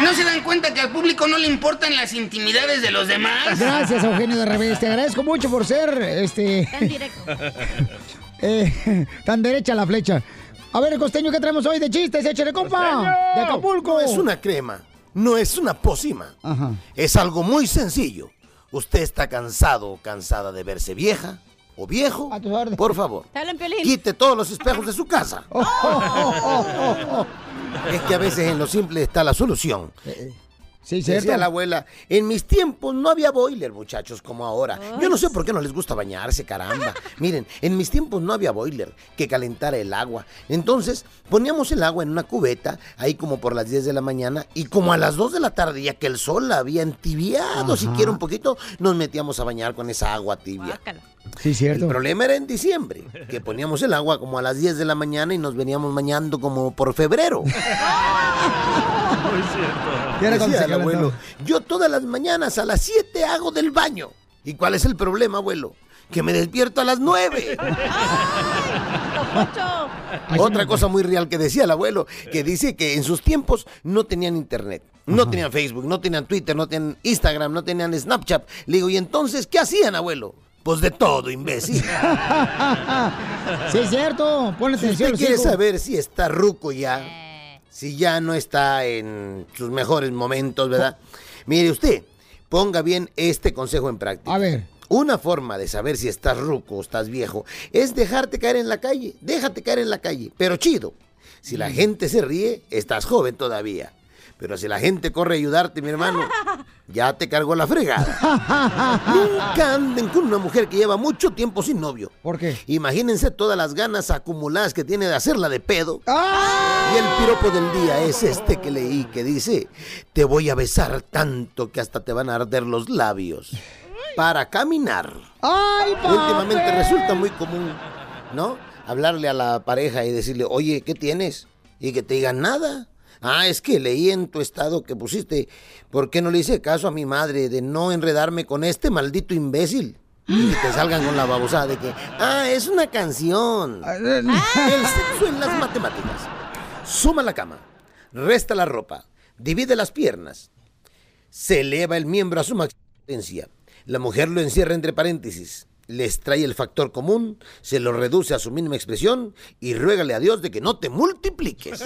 [SPEAKER 16] ¿No se dan cuenta que al público no le importan las intimidades de los demás?
[SPEAKER 1] Gracias, Eugenio de Revés. Te agradezco mucho por ser, este... Tan
[SPEAKER 9] directo.
[SPEAKER 1] tan derecha la flecha. A ver, costeño, ¿qué traemos hoy de chistes? Échale, compa. De Acapulco.
[SPEAKER 17] No es una crema, no es una pócima. Es algo muy sencillo. Usted está cansado o cansada de verse vieja o viejo. Por favor,
[SPEAKER 9] Te hablan, Piolín.
[SPEAKER 17] quite todos los espejos de su casa.
[SPEAKER 1] Oh,
[SPEAKER 17] Es que a veces en lo simple está la solución.
[SPEAKER 1] Eh, Sí,
[SPEAKER 17] Decía
[SPEAKER 1] cierto.
[SPEAKER 17] la abuela, en mis tiempos no había boiler, muchachos, como ahora. Yo no sé por qué no les gusta bañarse, caramba. Miren, en mis tiempos no había boiler que calentara el agua. Entonces poníamos el agua en una cubeta, ahí como por las 10 de la mañana, y como a las 2 de la tarde, ya que el sol la había entibiado, siquiera un poquito, nos metíamos a bañar con esa agua tibia.
[SPEAKER 1] Sí, cierto.
[SPEAKER 17] El problema era en diciembre, que poníamos el agua como a las 10 de la mañana y nos veníamos bañando como por febrero.
[SPEAKER 2] Muy cierto.
[SPEAKER 17] Y ahora cuando Decía se el calentaba. abuelo, yo todas las mañanas a las 7 hago del baño. ¿Y cuál es el problema, abuelo? Que me despierto a las 9. Otra cosa muy real que decía el abuelo, que dice que en sus tiempos no tenían internet, no tenían Facebook, no tenían Twitter, no tenían Instagram, no tenían Snapchat. Le digo, ¿y entonces qué hacían, abuelo? Pues de todo, imbécil.
[SPEAKER 1] Sí, es cierto. Ponle
[SPEAKER 17] Si usted
[SPEAKER 1] atención. los
[SPEAKER 17] quiere
[SPEAKER 1] hijos.
[SPEAKER 17] saber si está ruco ya, si ya no está en sus mejores momentos, ¿verdad? Mire usted, ponga bien este consejo en práctica.
[SPEAKER 1] A ver.
[SPEAKER 17] Una forma de saber si estás ruco o estás viejo es dejarte caer en la calle. Déjate caer en la calle, pero chido. Si
[SPEAKER 1] Mm.
[SPEAKER 17] la gente se ríe, estás joven todavía. Pero si la gente corre a ayudarte, mi hermano, ya te cargó la fregada. Nunca anden con una mujer que lleva mucho tiempo sin novio.
[SPEAKER 1] ¿Por qué?
[SPEAKER 17] Imagínense todas las ganas acumuladas que tiene de hacerla de pedo. Y el piropo del día es este que leí que dice, te voy a besar tanto que hasta te van a arder los labios para caminar.
[SPEAKER 1] ¡Ay,
[SPEAKER 17] Últimamente
[SPEAKER 10] pues.
[SPEAKER 17] resulta muy común, ¿no? Hablarle a la pareja y decirle, oye, ¿qué tienes? Y que te digan nada. Ah, es que leí en tu estado que pusiste, ¿por qué no le hice caso a mi madre de no enredarme con este maldito imbécil? Y que salgan con la babosada de que, ah, es una canción. El sexo en las matemáticas. Suma la cama, resta la ropa, divide las piernas, se eleva el miembro a su máxima potencia. La mujer lo encierra entre paréntesis, les trae el factor común, se lo reduce a su mínima expresión y ruégale a Dios de que no te multipliques.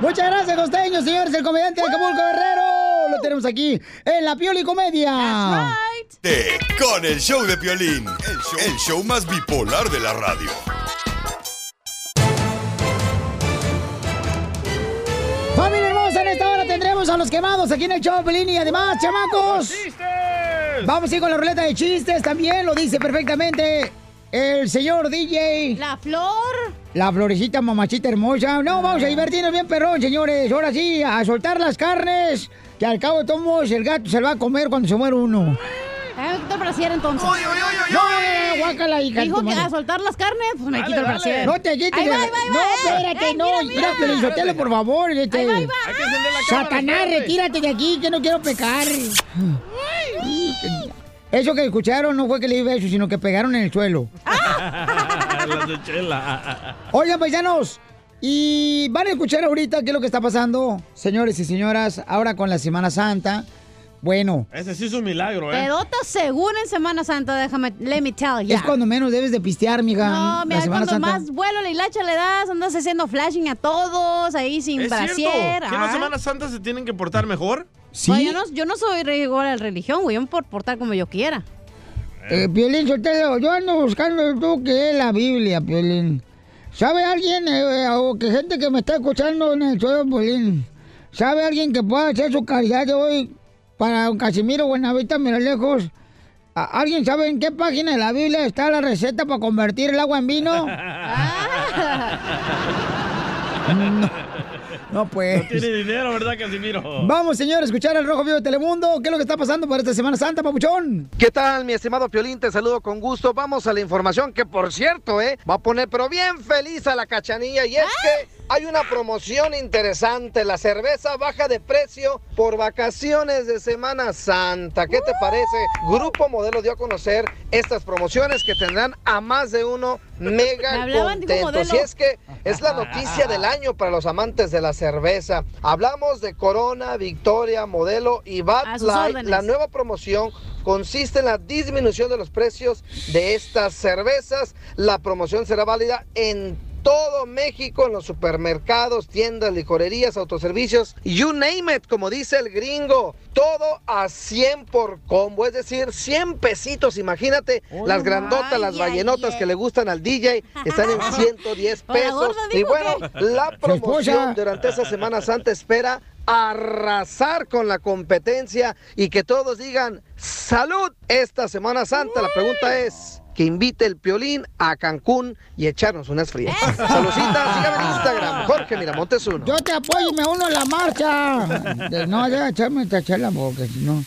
[SPEAKER 1] Muchas gracias, costeño, señores. El comediante de Acapulco Guerrero. Lo tenemos aquí en la Pioli Comedia.
[SPEAKER 7] Te- con el show de Piolín, el show, el show más bipolar de la radio.
[SPEAKER 1] Familia hermosa, en esta hora tendremos a los quemados aquí en el show, Pelín, y además, chamacos. Vamos a ir con la ruleta de chistes también, lo dice perfectamente el señor DJ. La flor. Ah. La florecita mamachita hermosa. No, vamos a divertirnos bien, perrón, señores. Ahora sí, a soltar las carnes, que al cabo de todos el gato se lo va a comer cuando se muere uno. Eh,
[SPEAKER 9] Ah, quito el brasier entonces.
[SPEAKER 1] No, no, no, guácala, hija de
[SPEAKER 9] Dijo
[SPEAKER 1] tu
[SPEAKER 9] que
[SPEAKER 1] madre.
[SPEAKER 9] a soltar las carnes, pues me
[SPEAKER 1] Dale,
[SPEAKER 9] quito el
[SPEAKER 1] dale.
[SPEAKER 9] brasier.
[SPEAKER 1] No te quites.
[SPEAKER 9] Ahí va,
[SPEAKER 1] la-
[SPEAKER 9] ahí va, ahí
[SPEAKER 1] no,
[SPEAKER 9] va, eh.
[SPEAKER 1] espérate, no. Mira, Piolín Sotelo, por favor. Este... Satanás, retírate de aquí, que no quiero pecar. Eso que escucharon no fue que le di besos, sino que pegaron en el suelo.
[SPEAKER 2] Las de Chela.
[SPEAKER 1] Oigan, paisanos, y van a escuchar ahorita qué es lo que está pasando, señores y señoras, ahora con la Semana Santa. Bueno,
[SPEAKER 2] Ese sí es un milagro, ¿eh?
[SPEAKER 9] Pedota según en Semana Santa, déjame, let me tell ya.
[SPEAKER 1] es cuando menos debes de pistear, mija.
[SPEAKER 9] No,
[SPEAKER 1] la
[SPEAKER 9] mira,
[SPEAKER 1] Semana
[SPEAKER 9] cuando
[SPEAKER 1] Santa.
[SPEAKER 9] más vuelo la hilacha le das, andas haciendo flashing a todos, ahí sin
[SPEAKER 2] Es cierto.
[SPEAKER 9] brasier.
[SPEAKER 2] ¿Que en la
[SPEAKER 9] ah.
[SPEAKER 2] Semana Santa se tienen que portar mejor?
[SPEAKER 9] Pues yo, no, yo no soy igual a la religión, güey, yo me puedo portar como yo quiera.
[SPEAKER 1] Eh, Piolín Sotelo, yo ando buscando tú que es la Biblia, Piolín. ¿Sabe alguien, eh, o que gente que me está escuchando en el suelo, Piolín, ¿sabe alguien que pueda hacer su caridad de hoy para don Casimiro Buenavista Miralejos? ¿A- ¿Alguien sabe en qué página de la Biblia está la receta para convertir el agua en vino? No, no pues.
[SPEAKER 2] No tiene dinero, ¿verdad, Casimiro?
[SPEAKER 1] Vamos, señor, a escuchar el Rojo Vivo de Telemundo. ¿Qué es lo que está pasando para esta Semana Santa, papuchón?
[SPEAKER 4] ¿Qué tal, mi estimado Piolín? Te saludo con gusto. Vamos a la información que, por cierto, eh, va a poner pero bien feliz a la cachanilla. Y es que
[SPEAKER 1] Ah.
[SPEAKER 4] hay una promoción interesante. La cerveza baja de precio por vacaciones de Semana Santa. ¿Qué te parece?
[SPEAKER 1] Uh.
[SPEAKER 4] Grupo Modelo dio a conocer estas promociones que tendrán a más de uno
[SPEAKER 9] Me
[SPEAKER 4] mega
[SPEAKER 9] hablaban, dijo
[SPEAKER 4] contentos. Y
[SPEAKER 9] modelo.
[SPEAKER 4] es que es la noticia
[SPEAKER 1] Ah.
[SPEAKER 4] del año para los amantes de la cerveza. Hablamos de Corona, Victoria, Modelo y Bud
[SPEAKER 9] A sus
[SPEAKER 4] Light,
[SPEAKER 9] órdenes.
[SPEAKER 4] la nueva promoción consiste en la disminución de los precios de estas cervezas. La promoción será válida en todo México, en los supermercados, tiendas, licorerías, autoservicios, you name it, como dice el gringo, todo a 100 por combo, es decir, 100 pesitos, imagínate,
[SPEAKER 9] Oh,
[SPEAKER 4] las grandotas, las ballenotas que le gustan al DJ, están en 110
[SPEAKER 9] Hola,
[SPEAKER 4] pesos.
[SPEAKER 9] gorda,
[SPEAKER 4] Y
[SPEAKER 9] digo,
[SPEAKER 4] bueno,
[SPEAKER 9] ¿qué?
[SPEAKER 4] la
[SPEAKER 1] Su esposa.
[SPEAKER 4] promoción durante esa Semana Santa espera arrasar con la competencia y que todos digan salud esta Semana Santa. La pregunta es que invite el piolín a Cancún y echarnos unas frías. Salucita, sígame en Instagram, Jorge Miramontes uno.
[SPEAKER 1] Yo te apoyo y me uno a la marcha. De- No, ya echarme esta chela porque si no.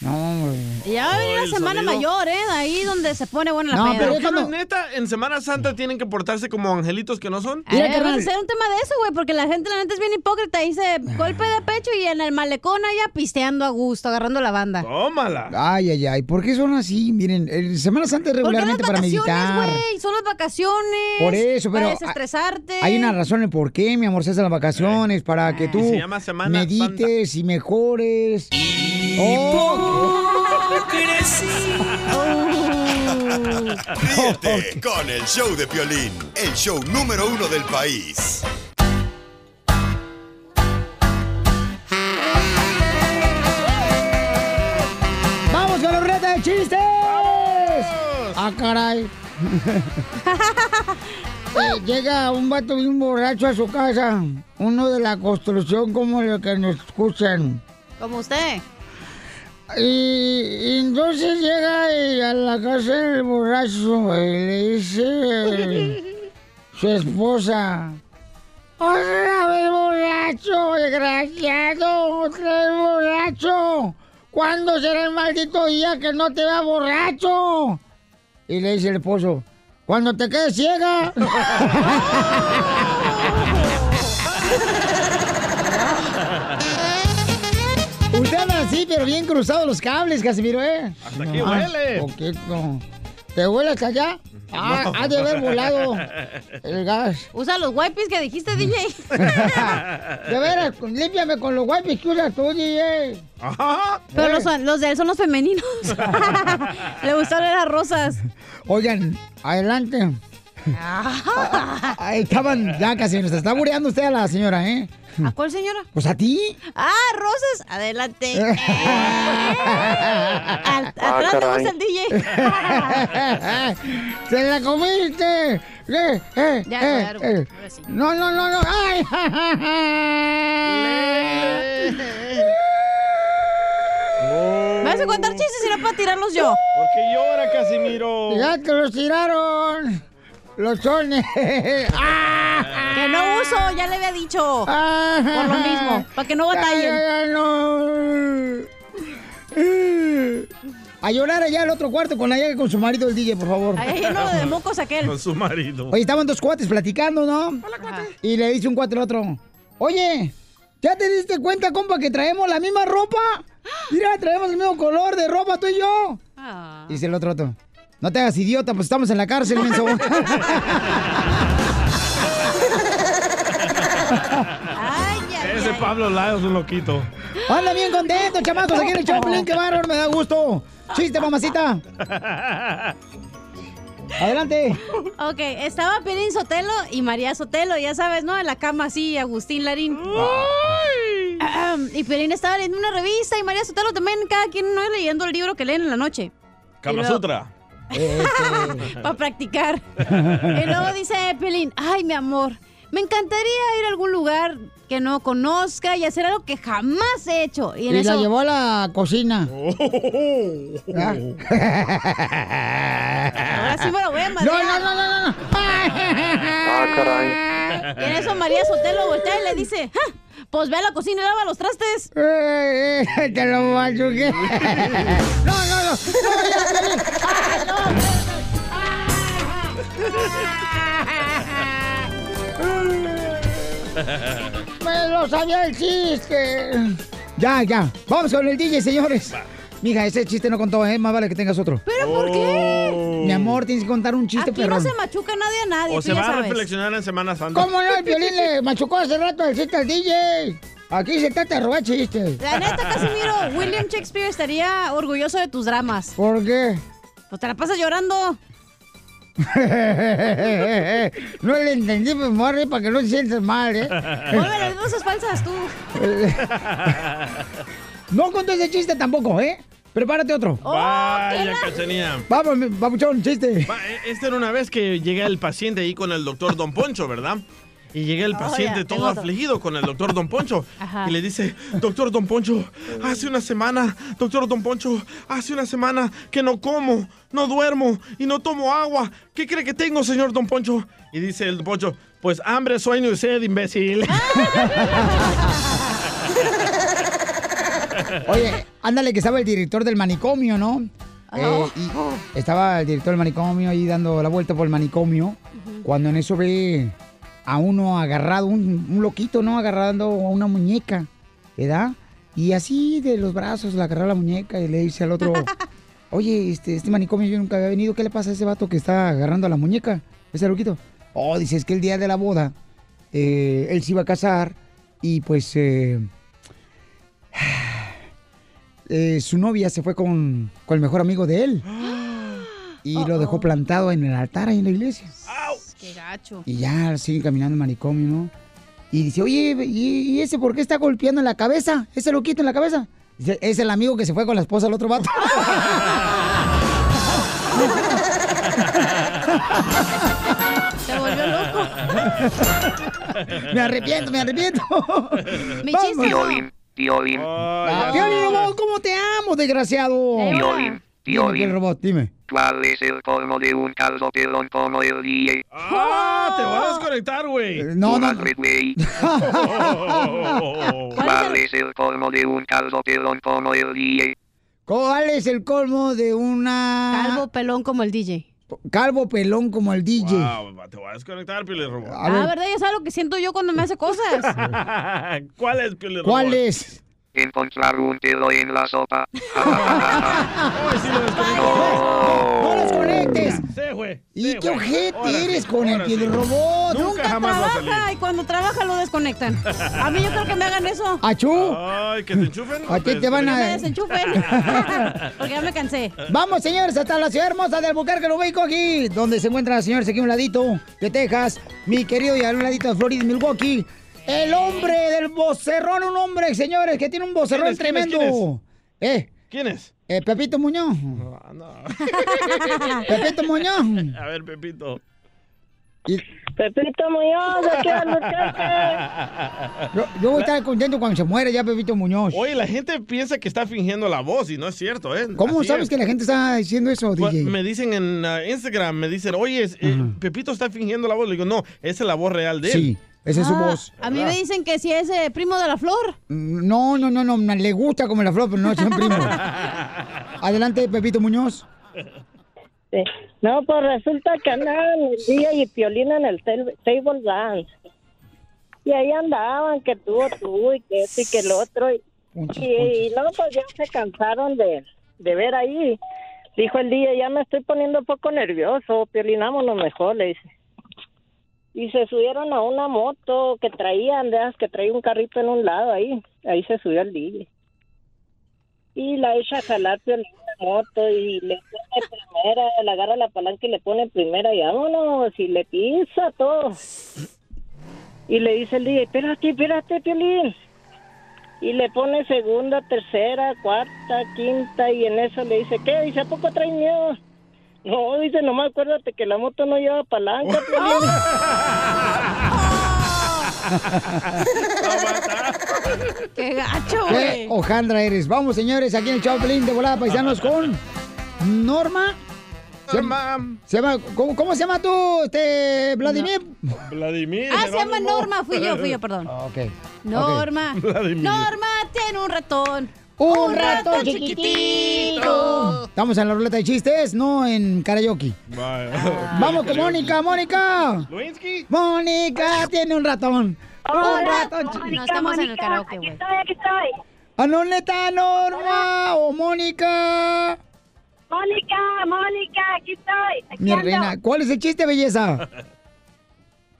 [SPEAKER 1] No, hombre.
[SPEAKER 9] Ya va a venir
[SPEAKER 2] Oh,
[SPEAKER 9] la
[SPEAKER 2] el
[SPEAKER 9] Semana
[SPEAKER 2] sonido.
[SPEAKER 9] Mayor, ¿eh? Ahí donde se pone buena la peda.
[SPEAKER 2] pero que no es neta, en Semana Santa tienen que portarse como angelitos que no son.
[SPEAKER 9] Mira, vamos a hacer un tema de eso, güey, porque la gente, la neta, es bien hipócrita. Dice
[SPEAKER 1] Ah.
[SPEAKER 9] golpe de pecho y en el malecón allá pisteando a gusto, agarrando la banda.
[SPEAKER 2] Tómala.
[SPEAKER 1] Ay, ay, ay. ¿Por qué son así? Miren, el Semana Santa es
[SPEAKER 9] Porque las
[SPEAKER 1] regularmente para
[SPEAKER 9] vacaciones,
[SPEAKER 1] meditar.
[SPEAKER 9] güey, son las vacaciones.
[SPEAKER 1] Por eso, pero
[SPEAKER 9] Para
[SPEAKER 1] hay-
[SPEAKER 9] desestresarte.
[SPEAKER 1] Hay una razón en por qué, mi amor, se hacen las vacaciones, para que tú
[SPEAKER 2] se llama Semana
[SPEAKER 1] medites y mejores. Oh.
[SPEAKER 7] Ríete con el show de Piolín, el show número uno del país.
[SPEAKER 1] ¡Vamos con la ruleta de chistes! ¡Ah, caray! Eh, llega un vato bien borracho a su casa, uno de la construcción como el que nos escuchan.
[SPEAKER 9] Como usted.
[SPEAKER 1] Y, y entonces llega eh, a la casa del borracho y le dice eh, su esposa. Otra vez borracho, desgraciado, otra vez borracho. ¿Cuándo será el maldito día que no te vea borracho? Y le dice el esposo, cuando te quedes ciega. ¿Ustedes Anda, sí, pero bien cruzados los cables, Casimiro, ¿eh?
[SPEAKER 2] Hasta aquí huele.
[SPEAKER 1] Ah, Poquito. ¿Te huele hasta allá? Ah,
[SPEAKER 3] No.
[SPEAKER 1] ha de haber volado el gas. Mm.
[SPEAKER 9] Usa los wipes que dijiste, DJ.
[SPEAKER 1] De veras, límpiame con los wipes que usas tú, DJ.
[SPEAKER 9] Pero los, los de él son los femeninos. Le gustaron las rosas.
[SPEAKER 1] Oigan, adelante. Ah, ah, Estaban ya casi, nos está bureando usted a la señora, ¿eh?
[SPEAKER 9] ¿A cuál señora?
[SPEAKER 1] Pues a ti.
[SPEAKER 9] Ah, rosas. Adelante. Al- atrás te
[SPEAKER 1] caray.
[SPEAKER 9] gusta el DJ.
[SPEAKER 1] ¡Se la comiste! Eh, eh,
[SPEAKER 3] Ya,
[SPEAKER 1] eh,
[SPEAKER 3] ya,
[SPEAKER 1] eh.
[SPEAKER 3] ahora sí.
[SPEAKER 1] No, no, no, no. ¡Ay! ja, ja, ja.
[SPEAKER 9] ¿Me vas a contar chistes y no para tirarlos yo?
[SPEAKER 2] Porque llora, Casimiro.
[SPEAKER 1] ¡Ya te los tiraron! ¡Los sones!
[SPEAKER 9] Que no uso, ya le había dicho. Por lo mismo, para que no batallen.
[SPEAKER 1] A llorar allá al otro cuarto con la llave con su marido el DJ, por favor.
[SPEAKER 9] Ahí hay uno de mocos aquel.
[SPEAKER 2] Con su marido.
[SPEAKER 1] Oye, estaban dos cuates platicando, ¿no? Y le dice un cuate al otro, oye, ¿ya te diste cuenta, compa, que traemos la misma ropa? Mira, traemos el mismo color de ropa tú y yo.
[SPEAKER 9] Ah.
[SPEAKER 1] Y dice el otro otro, no te hagas idiota, pues estamos en la cárcel, menso.
[SPEAKER 2] Ese Pablo Lado es un loquito.
[SPEAKER 1] Anda bien contento, chamacos, aquí en el Choplin, qué bárbaro, me da gusto. Chiste, mamacita. Adelante.
[SPEAKER 9] Ok, estaba Piolín Sotelo y María Sotelo, ya sabes, ¿no? En la cama así, Agustín Larín. Ahem, Y Piolín estaba leyendo una revista y María Sotelo también, cada quien no leyendo el libro que leen en la noche.
[SPEAKER 2] Kama
[SPEAKER 9] Y luego-
[SPEAKER 2] Sutra.
[SPEAKER 9] para practicar. y luego dice Pelín, ay, mi amor, me encantaría ir a algún lugar que no conozca y hacer algo que jamás he hecho. Y
[SPEAKER 1] Y,
[SPEAKER 9] en eso... Oh.
[SPEAKER 1] la llevó a la cocina. ¿Ah?
[SPEAKER 9] Ahora sí me lo voy a madrear.
[SPEAKER 3] No,
[SPEAKER 1] no, no, no, no.
[SPEAKER 3] Ah,
[SPEAKER 9] Y en eso María Sotelo voltea y le dice, "Ja, pues ve a la cocina y lava los trastes.
[SPEAKER 1] Eh, Te lo machuqué. No, no, no. Me lo sabía el chiste. Ya, ya. Vamos con el DJ, señores. Mija, ese chiste no contó, ¿eh? Más vale que tengas otro.
[SPEAKER 9] ¿Pero por qué?
[SPEAKER 1] Mi amor, tienes que contar un chiste,
[SPEAKER 9] Aquí
[SPEAKER 1] Oh, perrón.
[SPEAKER 9] no se machuca nadie a nadie,
[SPEAKER 2] O
[SPEAKER 9] tú
[SPEAKER 2] se
[SPEAKER 9] ya
[SPEAKER 2] va a
[SPEAKER 9] sabes.
[SPEAKER 2] reflexionar en Semana Santa.
[SPEAKER 1] ¿Cómo no? El violín le machucó hace rato el chiste al DJ. Aquí se trata de robar chistes.
[SPEAKER 9] La neta, Casimiro, William Shakespeare estaría orgulloso de tus dramas.
[SPEAKER 1] ¿Por qué?
[SPEAKER 9] Pues te la pasas llorando.
[SPEAKER 1] Eh, no le entendí, pues morre, para que no se sientas mal, ¿eh?
[SPEAKER 9] Ponme las cosas falsas tú.
[SPEAKER 1] no contó ese chiste tampoco, ¿eh? Prepárate otro.
[SPEAKER 9] Oh.
[SPEAKER 2] Vaya, Cachanía.
[SPEAKER 1] Vamos, mi- babuchón, chiste.
[SPEAKER 2] Va, e- Esta era una vez que llega el paciente ahí con el doctor Don Poncho, ¿verdad? Y llega el
[SPEAKER 15] Oh,
[SPEAKER 2] paciente
[SPEAKER 15] ya,
[SPEAKER 2] todo
[SPEAKER 15] tengo otro.
[SPEAKER 2] afligido con el doctor Don Poncho.
[SPEAKER 15] Ajá.
[SPEAKER 2] Y le dice, doctor Don Poncho, hace una semana, doctor Don Poncho, hace una semana que no como, no duermo y no tomo agua. ¿Qué cree que tengo, señor Don Poncho? Y dice el Don Poncho, pues hambre, sueño y sed, imbécil.
[SPEAKER 1] Oye, ándale, que estaba el director del manicomio, ¿no?
[SPEAKER 9] Ah,
[SPEAKER 1] Eh, y estaba el director del manicomio ahí dando la vuelta por el manicomio. Cuando en eso ve a uno agarrado, un, un loquito, ¿no? Agarrando a una muñeca, ¿verdad? Y así de los brazos le agarró la muñeca y le dice al otro, oye, este, este manicomio yo nunca había venido, ¿qué le pasa a ese vato que está agarrando a la muñeca? Ese loquito. Oh, dice, es que el día de la boda, eh, él se iba a casar y pues... eh, eh, su novia se fue con, con el mejor amigo de él. Y lo dejó plantado en el altar ahí en la iglesia.
[SPEAKER 9] Qué gacho.
[SPEAKER 1] Y ya sigue caminando el manicomio, ¿no? Y dice, oye, ¿y, y ese por qué está golpeando en la cabeza? ¿Ese loquito en la cabeza? Dice, es el amigo que se fue con la esposa del otro vato.
[SPEAKER 9] Se volvió loco.
[SPEAKER 1] me arrepiento, me arrepiento.
[SPEAKER 9] Mi
[SPEAKER 1] Vamos.
[SPEAKER 9] chiste, ¿no?
[SPEAKER 10] Piolín.
[SPEAKER 1] Ah, Piolín Robot, ¿cómo te amo, desgraciado?
[SPEAKER 10] Piolín.
[SPEAKER 1] Dime que el
[SPEAKER 10] Piolín.
[SPEAKER 1] robot, dime.
[SPEAKER 10] ¿Cuál es el colmo de un caldo pelón como el DJ?
[SPEAKER 2] ¡Ah! Te vas a desconectar, güey.
[SPEAKER 1] Eh, No, no.
[SPEAKER 10] Madre, güey. ¿Cuál es el colmo de un caldo pelón como el DJ?
[SPEAKER 1] ¿Cuál es el colmo de una...
[SPEAKER 9] Calvo pelón como el DJ.
[SPEAKER 1] Calvo pelón como el DJ.
[SPEAKER 2] Wow, Ah, te vas a desconectar, Piolín Robot.
[SPEAKER 9] Ah, ¿verdad? Ya sabes lo que siento yo cuando me hace cosas.
[SPEAKER 2] ¿Cuál es, Piolín
[SPEAKER 1] ¿Cuál
[SPEAKER 2] Robot?
[SPEAKER 1] es?
[SPEAKER 18] Encontrar un tiro en la sopa.
[SPEAKER 1] ¡No los conectes!
[SPEAKER 2] Sí, güey.
[SPEAKER 1] este? ¿Y qué ojete eres con el que robot?
[SPEAKER 9] Nunca, trabaja y cuando trabaja lo desconectan. A mí yo creo que me hagan eso.
[SPEAKER 1] ¡Achú!
[SPEAKER 2] Ay, que te enchufen.
[SPEAKER 1] ¿A ti te van
[SPEAKER 9] Que me
[SPEAKER 1] a...?
[SPEAKER 9] desenchufen. Porque ya me cansé.
[SPEAKER 1] Vamos, señores, hasta la ciudad hermosa de Albuquerque, Nuevo México, aquí, donde se encuentra, señores, aquí a un ladito de Texas, mi querido, y a un ladito de Florida, Milwaukee, el hombre del vocerrón, un hombre, señores, que tiene un vocerrón
[SPEAKER 2] ¿Quién es, quién es,
[SPEAKER 1] tremendo. ¿Eh?
[SPEAKER 2] ¿Quién es?
[SPEAKER 1] Eh, Pepito Muñoz. Pepito Muñoz.
[SPEAKER 2] A ver, Pepito.
[SPEAKER 1] Pepito Muñoz,
[SPEAKER 2] aquí en
[SPEAKER 1] Yo,
[SPEAKER 2] Albuquerque.
[SPEAKER 1] yo voy a estar contento cuando se muera ya Pepito Muñoz.
[SPEAKER 2] Oye, la gente piensa que está fingiendo la voz y no es cierto, ¿eh?
[SPEAKER 1] ¿Cómo
[SPEAKER 2] Así
[SPEAKER 1] sabes
[SPEAKER 2] es.
[SPEAKER 1] que la gente está diciendo eso,
[SPEAKER 2] Pues,
[SPEAKER 1] DJ?
[SPEAKER 2] Me dicen en ah, Instagram, me dicen, oye, es- eh, Pepito está fingiendo la voz. Le digo, no, esa es la voz real de él.
[SPEAKER 1] Sí, esa es su
[SPEAKER 9] Ah,
[SPEAKER 1] voz.
[SPEAKER 9] A mí me dicen que si es eh, primo de la flor.
[SPEAKER 1] No, no, no, no, le gusta como la flor, pero no es un primo. Adelante, Pepito Muñoz.
[SPEAKER 19] Sí. No, pues resulta que andaban el día y Piolín en el tel- table dance. Y ahí andaban, que tú, tú, y que este, y que el otro. Y, y- y no, pues ya se cansaron de, de ver ahí. Dijo el día, ya me estoy poniendo un poco nervioso, Piolín, vámonos mejor, le dice. Y se subieron a una moto que traían, de esas que traía un carrito en un lado ahí. Ahí se subió el DJ. Y la echa a jalar Piolín la moto y le pone primera, le agarra la palanca y le pone primera y vámonos, y le pisa todo. Y le dice el DJ, espérate, espérate, Piolín. Y le pone segunda, tercera, cuarta, quinta, y en eso le dice, ¿qué? Dice, ¿a poco trae miedo? No, dice, nomás acuérdate que la moto no lleva palanca, Piolín.
[SPEAKER 9] ¡Qué gacho,
[SPEAKER 1] Qué
[SPEAKER 9] güey!
[SPEAKER 1] ojandra eres. Vamos, señores, aquí en el Chaplin de volada paisanos con Norma. Se- se llama- ¿cómo, cómo se llama tú, este, Vladimir?
[SPEAKER 2] Vladimir.
[SPEAKER 9] Ah, se llama Norma, fui yo, fui yo, perdón.
[SPEAKER 1] Ah, ok.
[SPEAKER 9] Norma.
[SPEAKER 1] Ok.
[SPEAKER 9] Norma tiene un ratón.
[SPEAKER 1] Un, ratón Estamos en la ruleta de chistes, no en karaoke. Vamos con Mónica, Mónica. Mónica tiene un ratón. un ratón chiquitito.
[SPEAKER 9] No estamos en el karaoke, güey.
[SPEAKER 1] ¿A dónde está Ah, Norma o Mónica?
[SPEAKER 20] Mónica, Mónica, aquí estoy. Aquí
[SPEAKER 1] Mi
[SPEAKER 20] ando.
[SPEAKER 1] reina, ¿cuál es el chiste, belleza?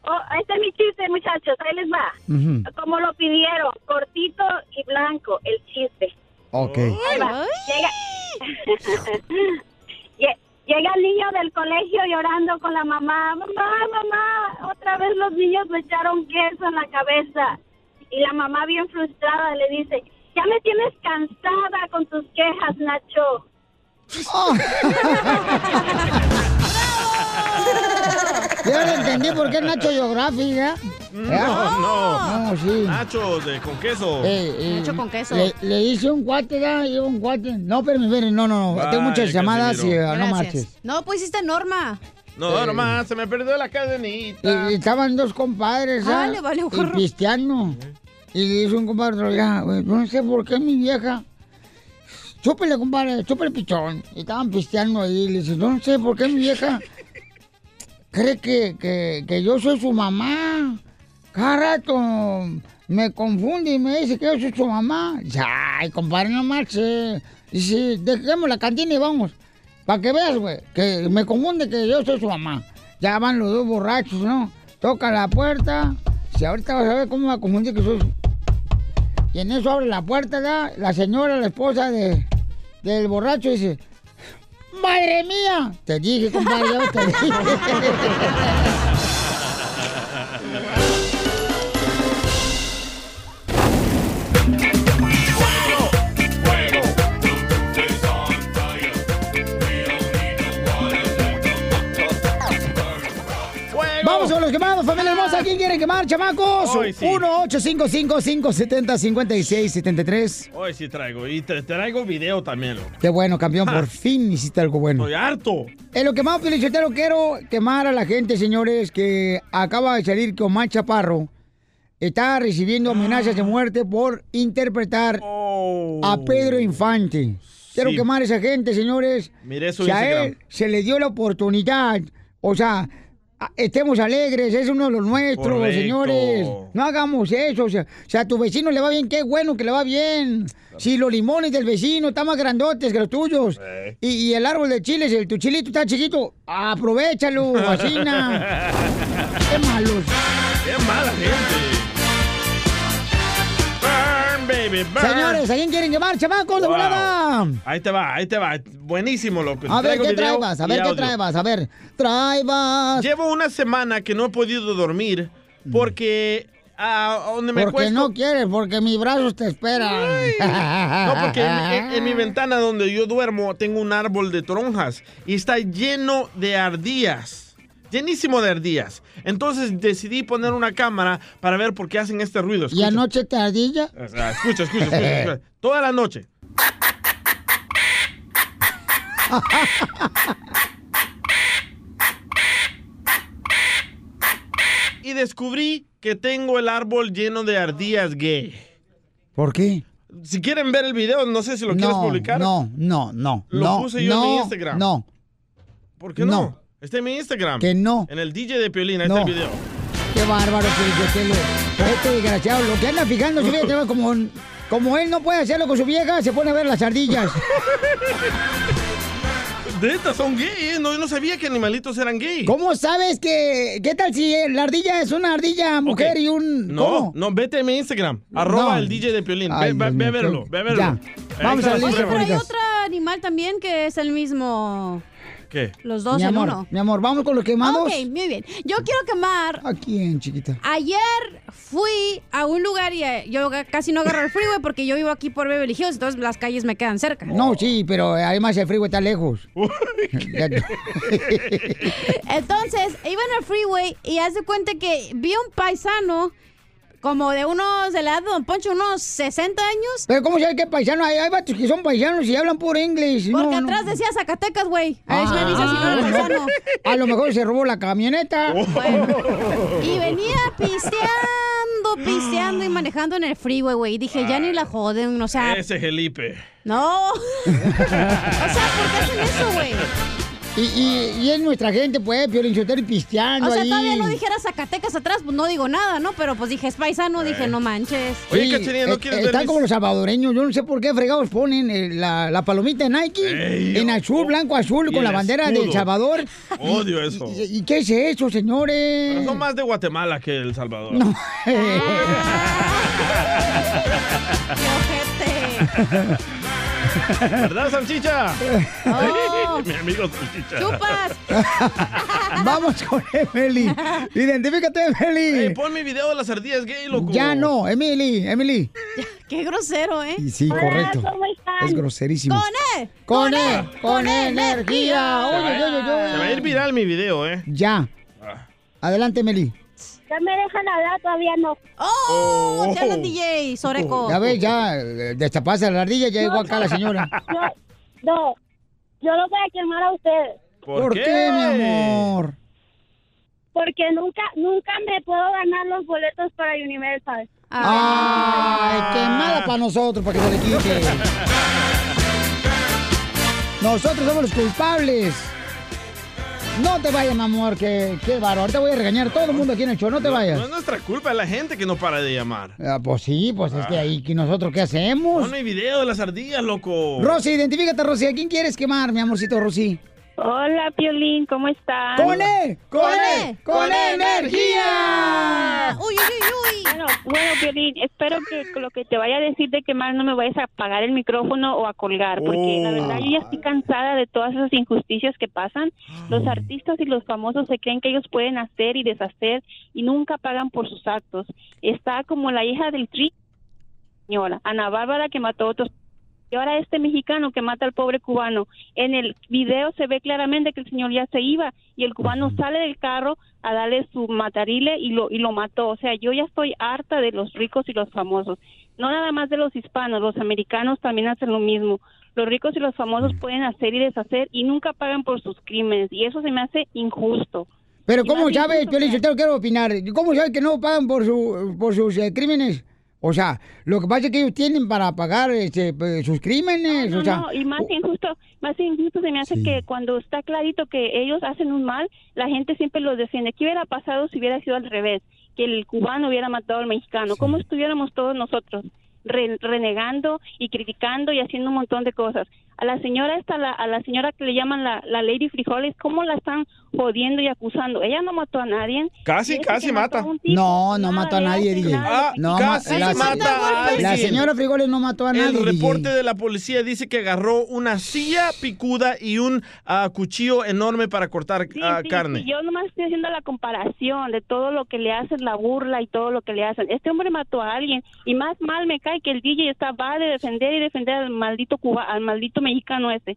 [SPEAKER 20] Oh, este es mi chiste, muchachos. Ahí les va.
[SPEAKER 1] Ujú.
[SPEAKER 20] Como lo pidieron, cortito y blanco, el chiste.
[SPEAKER 1] Ok.
[SPEAKER 20] Ahí va. Llega... Lle- Llega el niño del colegio llorando con la mamá. Mamá, mamá, otra vez los niños me echaron queso en la cabeza. Y la mamá bien frustrada le dice, ya me tienes cansada con tus quejas, Nacho.
[SPEAKER 1] Yo ahora entendí por qué Nacho ¿eh? Geográfica.
[SPEAKER 2] Mm, No, no.
[SPEAKER 1] No, sí.
[SPEAKER 2] Nachos de- con queso.
[SPEAKER 1] Eh, eh, Le, le hice un cuate, ya, yo un cuate. No, pero miren, no, no, no. Tengo
[SPEAKER 2] Vaya,
[SPEAKER 1] muchas llamadas y
[SPEAKER 2] Casimiro.
[SPEAKER 1] ah, no marches.
[SPEAKER 9] No, pues hiciste Norma.
[SPEAKER 2] No,
[SPEAKER 1] Eh.
[SPEAKER 2] nomás, se me perdió la
[SPEAKER 1] Y,
[SPEAKER 2] cadenita.
[SPEAKER 1] y estaban dos compadres, ¿ah?
[SPEAKER 9] Ah, le vale
[SPEAKER 1] y
[SPEAKER 9] gorro.
[SPEAKER 1] cristiano. Y dice un compadre, oiga, güey, yo no sé por qué mi vieja. Chúpele, compadre, chúpele pichón. Y estaban pisteando ahí. Y le dice, yo no sé por qué mi vieja cree que, que, que yo soy su mamá. Cada rato me confunde y me dice que yo soy su mamá. Dice, ay, compadre, no marche. Dice, dejemos la cantina y vamos. Para que veas, güey, que me confunde que yo soy su mamá. Ya van los dos borrachos, ¿no? Toca la puerta. Si ahorita vas a ver cómo me confunde que soy su... Y en eso abre la puerta, ¿da? La señora, la esposa de, del borracho, dice... ¡Madre mía! Te dije, compadre, ya te dije. Vamos con los quemados, familia hermosa. ¿Quién quiere quemar, chamacos?
[SPEAKER 2] Hoy sí.
[SPEAKER 1] 1-855-570-5673.
[SPEAKER 2] Hoy sí traigo. Y te traigo video también. loco.
[SPEAKER 1] Qué bueno, campeón. Por fin hiciste algo bueno.
[SPEAKER 2] Estoy harto.
[SPEAKER 1] En lo quemado, Felicitero, quiero quemar a la gente, señores, que acaba de salir que Omar Chaparro está recibiendo amenazas de muerte por interpretar a Pedro Infante. Quiero
[SPEAKER 2] Oh. Sí.
[SPEAKER 1] quemar a esa gente, señores.
[SPEAKER 2] Miré su
[SPEAKER 1] que a
[SPEAKER 2] Instagram.
[SPEAKER 1] él se le dio la oportunidad, o sea, estemos alegres, es uno de los nuestros,
[SPEAKER 17] Correcto.
[SPEAKER 1] señores. No hagamos eso. O sea, o sea, a tu vecino le va bien, qué bueno que le va bien. Si los limones del vecino están más grandotes que los tuyos.
[SPEAKER 2] Eh.
[SPEAKER 1] Y, y el árbol de chiles, el, tu chilito está chiquito, aprovechalo, vacina. qué malos.
[SPEAKER 2] ¡Qué mala gente! Burn, baby, burn.
[SPEAKER 1] Señores, ¿a quién quieren llevar, chamacos? de
[SPEAKER 2] Wow.
[SPEAKER 1] volada?
[SPEAKER 2] Ahí te va, ahí te va. Buenísimo, loco.
[SPEAKER 1] A ver,
[SPEAKER 2] Pues Traigo
[SPEAKER 1] ¿qué
[SPEAKER 2] video
[SPEAKER 1] traibas? A
[SPEAKER 2] y
[SPEAKER 1] ver, ¿qué
[SPEAKER 2] audio.
[SPEAKER 1] traibas? A ver, traibas.
[SPEAKER 2] Llevo una semana que no he podido dormir porque a donde me
[SPEAKER 1] Mm. Porque
[SPEAKER 2] acuesto-
[SPEAKER 1] no quieres, porque mis brazos te esperan.
[SPEAKER 2] No, porque en, en- en mi ventana donde yo duermo tengo un árbol de toronjas y está lleno de ardillas. Llenísimo de ardillas. Entonces decidí poner una cámara para ver por qué hacen este ruido.
[SPEAKER 1] ¿Y
[SPEAKER 2] Escucha,
[SPEAKER 1] anoche te ardilla?
[SPEAKER 2] O sea, escucha, escucha, escucha,
[SPEAKER 1] Eh.
[SPEAKER 2] escucha. Toda la noche. Y descubrí que tengo el árbol lleno de ardillas gay.
[SPEAKER 1] ¿Por qué?
[SPEAKER 2] Si quieren ver el video, no sé si lo quieres
[SPEAKER 1] no,
[SPEAKER 2] publicar.
[SPEAKER 1] No, no, no.
[SPEAKER 2] Lo
[SPEAKER 1] no,
[SPEAKER 2] puse yo en
[SPEAKER 1] no,
[SPEAKER 2] mi Instagram.
[SPEAKER 1] No.
[SPEAKER 2] ¿Por qué no? Está en mi Instagram.
[SPEAKER 1] Que no.
[SPEAKER 2] En el DJ de Piolín, ahí está el video.
[SPEAKER 1] Qué bárbaro, Pelichotelo. Este desgraciado, lo que anda fijando su vieja, te va como, como él no puede hacerlo con su vieja, se pone a ver las ardillas.
[SPEAKER 2] De estas son gay, ¿eh? no, yo no sabía que animalitos eran gay.
[SPEAKER 1] ¿Cómo sabes que, qué tal si eh, la ardilla es una ardilla mujer y un...
[SPEAKER 2] No,
[SPEAKER 1] ¿cómo?
[SPEAKER 2] no, vete a mi Instagram. Arroba
[SPEAKER 1] No.
[SPEAKER 2] el DJ de Piolín.
[SPEAKER 1] Ay,
[SPEAKER 2] Ve, ve-
[SPEAKER 1] Dios
[SPEAKER 2] ve a
[SPEAKER 1] mío,
[SPEAKER 2] verlo,
[SPEAKER 1] qué-
[SPEAKER 2] ve a verlo.
[SPEAKER 1] Ya.
[SPEAKER 2] Ahí
[SPEAKER 1] Vamos
[SPEAKER 2] está
[SPEAKER 1] a
[SPEAKER 2] la
[SPEAKER 1] leer
[SPEAKER 2] prueba.
[SPEAKER 9] Pero hay otro animal también que es el mismo.
[SPEAKER 2] ¿Qué?
[SPEAKER 9] Los dos
[SPEAKER 1] mi
[SPEAKER 9] en
[SPEAKER 1] amor,
[SPEAKER 9] uno.
[SPEAKER 1] Mi amor, ¿vamos con los quemados?
[SPEAKER 9] Ok, muy bien. Yo quiero quemar.
[SPEAKER 1] ¿A quién, chiquita?
[SPEAKER 9] Ayer fui a un lugar y eh, yo ga- casi no agarro el freeway porque yo vivo aquí por Beverly Hills, entonces las calles me quedan cerca.
[SPEAKER 1] No, sí, pero además el frío está lejos.
[SPEAKER 9] Entonces, iba en el freeway y hace cuenta que vi a un paisano como de unos de la edad de Don Poncho, unos 60 años.
[SPEAKER 1] pero ¿cómo sabes que es paisano? Hay, hay vatos que son paisanos y hablan por inglés.
[SPEAKER 9] Porque
[SPEAKER 1] no, no.
[SPEAKER 9] atrás decía Zacatecas, güey. A eso me dice si no
[SPEAKER 1] Ah,
[SPEAKER 9] era
[SPEAKER 1] no.
[SPEAKER 9] paisano.
[SPEAKER 1] A lo mejor se robó la camioneta.
[SPEAKER 9] Y venía pisteando, pisteando y manejando en el freeway, güey. Y dije, ya ni la joden, o sea,
[SPEAKER 2] Ese Felipe.
[SPEAKER 9] no. o sea, ¿por qué hacen eso, güey?
[SPEAKER 1] Y, y- y es nuestra gente, pues, violinchotero y pisteando
[SPEAKER 9] O sea,
[SPEAKER 1] ahí.
[SPEAKER 9] todavía no dijera Zacatecas atrás, pues no digo nada, ¿no? Pero pues dije, es paisano, dije, no manches.
[SPEAKER 1] Sí, eh, eh, Están como los salvadoreños. Yo no sé por qué fregados ponen eh, la, la palomita de Nike en azul, blanco, azul,
[SPEAKER 2] oh, y
[SPEAKER 1] con la
[SPEAKER 2] el
[SPEAKER 1] bandera de
[SPEAKER 2] escudo.
[SPEAKER 1] El Salvador.
[SPEAKER 2] Odio eso.
[SPEAKER 1] ¿Y, y qué es eso, señores?
[SPEAKER 2] Son más de Guatemala que El Salvador.
[SPEAKER 1] Mm. No.
[SPEAKER 2] ¿Verdad, Salchicha?
[SPEAKER 9] Oh.
[SPEAKER 2] Mi amigo Salchicha.
[SPEAKER 1] Vamos con Emily. Identifícate, Emily.
[SPEAKER 2] Pon mi video de las ardillas gay, pues, loco.
[SPEAKER 1] ya no, Emily, Emily.
[SPEAKER 9] Qué grosero, ¿eh?
[SPEAKER 1] Y sí, correcto. Es groserísimo.
[SPEAKER 9] ¡Con él!
[SPEAKER 1] Con él, con e energía.
[SPEAKER 2] e, Se
[SPEAKER 1] Oye,
[SPEAKER 2] va-
[SPEAKER 1] oye, oye.
[SPEAKER 2] Se va a ir viral mi video, ¿eh?
[SPEAKER 1] Ya. Adelante, Meli.
[SPEAKER 21] Ya me dejan hablar, todavía no.
[SPEAKER 9] ¡Oh! Te hablan, DJ, Soreco.
[SPEAKER 1] Ya ves, ya eh, destapaste la ardilla, ya llegó acá la señora.
[SPEAKER 21] No, yo lo voy a quemar a ustedes.
[SPEAKER 1] ¿Por, qué? mi amor?
[SPEAKER 21] Porque nunca, nunca me puedo ganar los boletos para Universal.
[SPEAKER 1] Ah, Ay, quemada para nosotros, para que se le quite. Nosotros somos los culpables. No te vayas, mi amor, que qué bárbaro. Ahorita voy a regañar a todo el mundo aquí en el show, no te vayas.
[SPEAKER 2] No es nuestra culpa, es la gente que no para de llamar.
[SPEAKER 1] Ah, pues sí, pues es que ahí, ¿que ¿nosotros qué hacemos?
[SPEAKER 2] Pon mi video de las ardillas, loco.
[SPEAKER 1] Rosy, identifícate, Rosy. ¿A quién quieres quemar, mi amorcito Rosy?
[SPEAKER 21] Hola, Piolín, ¿cómo estás?
[SPEAKER 1] ¡Con él! ¡Con
[SPEAKER 11] e,
[SPEAKER 1] él! ¡Con energía!
[SPEAKER 9] e, ¡Uy, uy, uy!
[SPEAKER 21] Bueno, bueno, Piolín, espero que con lo que te vaya a decir de quemar no me vayas a apagar el micrófono o a colgar, porque la verdad yo ya estoy cansada de todas esas injusticias que pasan. Los artistas y los famosos se creen que ellos pueden hacer y deshacer y nunca pagan por sus actos. Está como la hija del tri española, Ana Bárbara que mató a otros. Y ahora este mexicano que mata al pobre cubano. En el video se ve claramente que el señor ya se iba y el cubano sale del carro a darle su matarile y lo, y lo mató. O sea, yo ya estoy harta de los ricos y los famosos. No nada más de los hispanos, los americanos también hacen lo mismo. Los ricos y los famosos pueden hacer y deshacer y nunca pagan por sus crímenes. Y eso se me hace injusto.
[SPEAKER 1] Pero
[SPEAKER 21] Y
[SPEAKER 1] ¿cómo
[SPEAKER 21] más
[SPEAKER 1] sabes,
[SPEAKER 21] injusto
[SPEAKER 1] Piolín, yo quiero opinar? ¿Cómo sabes que no pagan por, su, por sus eh, crímenes? O sea, lo que pasa es que ellos tienen para pagar este, pues, sus crímenes.
[SPEAKER 21] No,
[SPEAKER 1] o sea,
[SPEAKER 21] no, y más injusto, más injusto se me hace que cuando está clarito que ellos hacen un mal, la gente siempre los defiende. ¿Qué hubiera pasado si hubiera sido al revés? Que el cubano hubiera matado al mexicano. ¿Cómo estuviéramos todos nosotros? Re- renegando y criticando y haciendo un montón de cosas. A la señora esta, la- a la señora que le llaman la, la Lady Frijoles, ¿cómo la están jodiendo y acusando? Ella no mató a nadie.
[SPEAKER 2] Casi,
[SPEAKER 21] Y ese
[SPEAKER 2] casi
[SPEAKER 21] que mató a
[SPEAKER 2] mata.
[SPEAKER 21] un tipo,
[SPEAKER 1] No, no mató a
[SPEAKER 21] le
[SPEAKER 1] nadie,
[SPEAKER 21] hace
[SPEAKER 1] DJ.
[SPEAKER 21] nada.
[SPEAKER 1] no,
[SPEAKER 2] Ah, casi
[SPEAKER 1] ma- la,
[SPEAKER 2] mata a alguien.
[SPEAKER 1] la señora Frijoles no mató a nadie.
[SPEAKER 2] El
[SPEAKER 1] DJ.
[SPEAKER 2] reporte de la policía dice que agarró una silla picuda y un ah, cuchillo enorme para cortar ah,
[SPEAKER 21] Sí,
[SPEAKER 2] carne.
[SPEAKER 21] sí, yo nomás estoy haciendo la comparación de todo lo que le hacen, la burla y todo lo que le hacen. Este hombre mató a alguien y más mal me cae que el DJ está va de defender y defender al maldito cuba, al maldito mexicano este.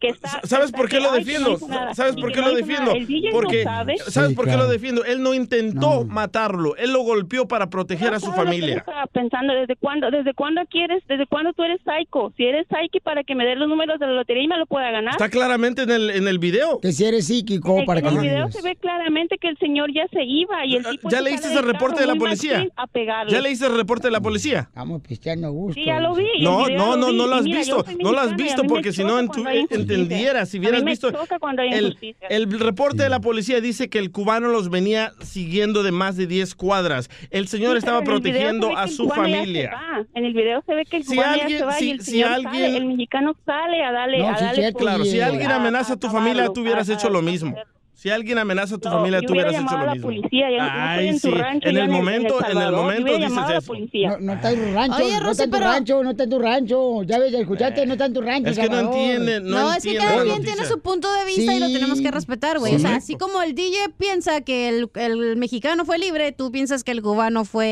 [SPEAKER 21] Que está,
[SPEAKER 2] ¿Sabes por qué lo
[SPEAKER 21] Ay, que no
[SPEAKER 2] defiendo?
[SPEAKER 21] hizo nada.
[SPEAKER 2] ¿Sabes
[SPEAKER 21] Y
[SPEAKER 2] por
[SPEAKER 21] que
[SPEAKER 2] qué lo
[SPEAKER 21] no hizo nada.
[SPEAKER 2] defiendo?
[SPEAKER 21] El DJ no
[SPEAKER 2] Porque
[SPEAKER 21] sabe.
[SPEAKER 2] ¿sabes
[SPEAKER 21] Sí,
[SPEAKER 2] por qué
[SPEAKER 21] claro.
[SPEAKER 2] lo defiendo? Él no intentó matarlo, él lo golpeó para proteger a su
[SPEAKER 21] ¿Sabes lo que yo
[SPEAKER 2] familia.
[SPEAKER 21] estaba pensando desde cuándo, desde cuándo quieres, desde cuándo tú eres psycho. Si eres psycho para que me des los números de la lotería y me lo pueda ganar.
[SPEAKER 2] Está claramente en el, en el video.
[SPEAKER 1] Que si eres psíquico,
[SPEAKER 21] En el video se ve claramente que el señor ya se iba y el tipo
[SPEAKER 2] ¿Ya
[SPEAKER 21] se
[SPEAKER 2] leíste
[SPEAKER 21] sale
[SPEAKER 2] el
[SPEAKER 21] del
[SPEAKER 2] reporte
[SPEAKER 21] carro
[SPEAKER 2] de la
[SPEAKER 21] muy
[SPEAKER 2] policía?
[SPEAKER 21] machín A pegarle.
[SPEAKER 2] ¿Ya leíste el reporte de la policía?
[SPEAKER 1] Estamos pisteando a gusto.
[SPEAKER 21] Sí, ya lo vi. y el
[SPEAKER 2] No,
[SPEAKER 21] video
[SPEAKER 2] no, no,
[SPEAKER 21] vi,
[SPEAKER 2] no
[SPEAKER 21] y
[SPEAKER 2] lo has
[SPEAKER 21] mira, yo
[SPEAKER 2] visto.
[SPEAKER 21] soy
[SPEAKER 2] No lo has
[SPEAKER 21] mexicana y a
[SPEAKER 2] visto
[SPEAKER 21] mí me
[SPEAKER 2] porque si no
[SPEAKER 21] choca
[SPEAKER 2] entu-
[SPEAKER 21] cuando hay injusticia.
[SPEAKER 2] entendieras, si
[SPEAKER 21] A
[SPEAKER 2] hubieras
[SPEAKER 21] mí me
[SPEAKER 2] visto.
[SPEAKER 21] choca cuando hay
[SPEAKER 2] El,
[SPEAKER 21] injusticia.
[SPEAKER 2] el reporte
[SPEAKER 1] Mm.
[SPEAKER 2] de la policía dice que el cubano los venía siguiendo de más de 10 cuadras. El señor
[SPEAKER 21] Sí,
[SPEAKER 2] estaba
[SPEAKER 21] pero en el video se
[SPEAKER 2] protegiendo
[SPEAKER 21] ve que
[SPEAKER 2] a
[SPEAKER 21] el
[SPEAKER 2] su
[SPEAKER 21] cubano ya se
[SPEAKER 2] familia.
[SPEAKER 21] va. En el video se ve que el
[SPEAKER 2] Si
[SPEAKER 21] cubano ya
[SPEAKER 2] alguien-
[SPEAKER 21] se va
[SPEAKER 2] si-
[SPEAKER 21] y el
[SPEAKER 2] si
[SPEAKER 21] señor
[SPEAKER 2] alguien- Ah,
[SPEAKER 21] sale, el mexicano sale a darle, a darle por-
[SPEAKER 2] claro. Si alguien
[SPEAKER 21] a-
[SPEAKER 2] amenaza a tu familia, tú hubieras hecho lo mismo. Si alguien amenaza a tu familia,
[SPEAKER 21] yo
[SPEAKER 2] tú
[SPEAKER 21] hubiera
[SPEAKER 2] hubieras hecho
[SPEAKER 21] llamado
[SPEAKER 2] lo
[SPEAKER 21] a la
[SPEAKER 2] mismo.
[SPEAKER 21] policía, yo no estoy
[SPEAKER 2] Ay,
[SPEAKER 21] en tu
[SPEAKER 2] sí.
[SPEAKER 21] rancho,
[SPEAKER 2] En
[SPEAKER 21] yo
[SPEAKER 2] el
[SPEAKER 21] en el-
[SPEAKER 2] momento,
[SPEAKER 21] en El
[SPEAKER 2] en el
[SPEAKER 21] Salvador, yo
[SPEAKER 2] momento
[SPEAKER 21] hubiera
[SPEAKER 2] dices
[SPEAKER 21] llamado a la
[SPEAKER 2] eso.
[SPEAKER 21] policía.
[SPEAKER 1] No, no está en tu rancho,
[SPEAKER 9] Oye,
[SPEAKER 1] no
[SPEAKER 9] Rosy,
[SPEAKER 1] está en tu
[SPEAKER 9] pero-
[SPEAKER 1] rancho, no está en tu rancho. Ya ves, escuchaste, no está en tu rancho.
[SPEAKER 2] Es que no
[SPEAKER 1] Salvador.
[SPEAKER 2] entienden,
[SPEAKER 9] No, es que cada quien tiene su punto de vista y lo
[SPEAKER 1] Sí.
[SPEAKER 9] tenemos que respetar, güey. O sea,
[SPEAKER 1] Correcto.
[SPEAKER 9] así como el DJ piensa que el, el mexicano fue libre, tú piensas que el cubano fue,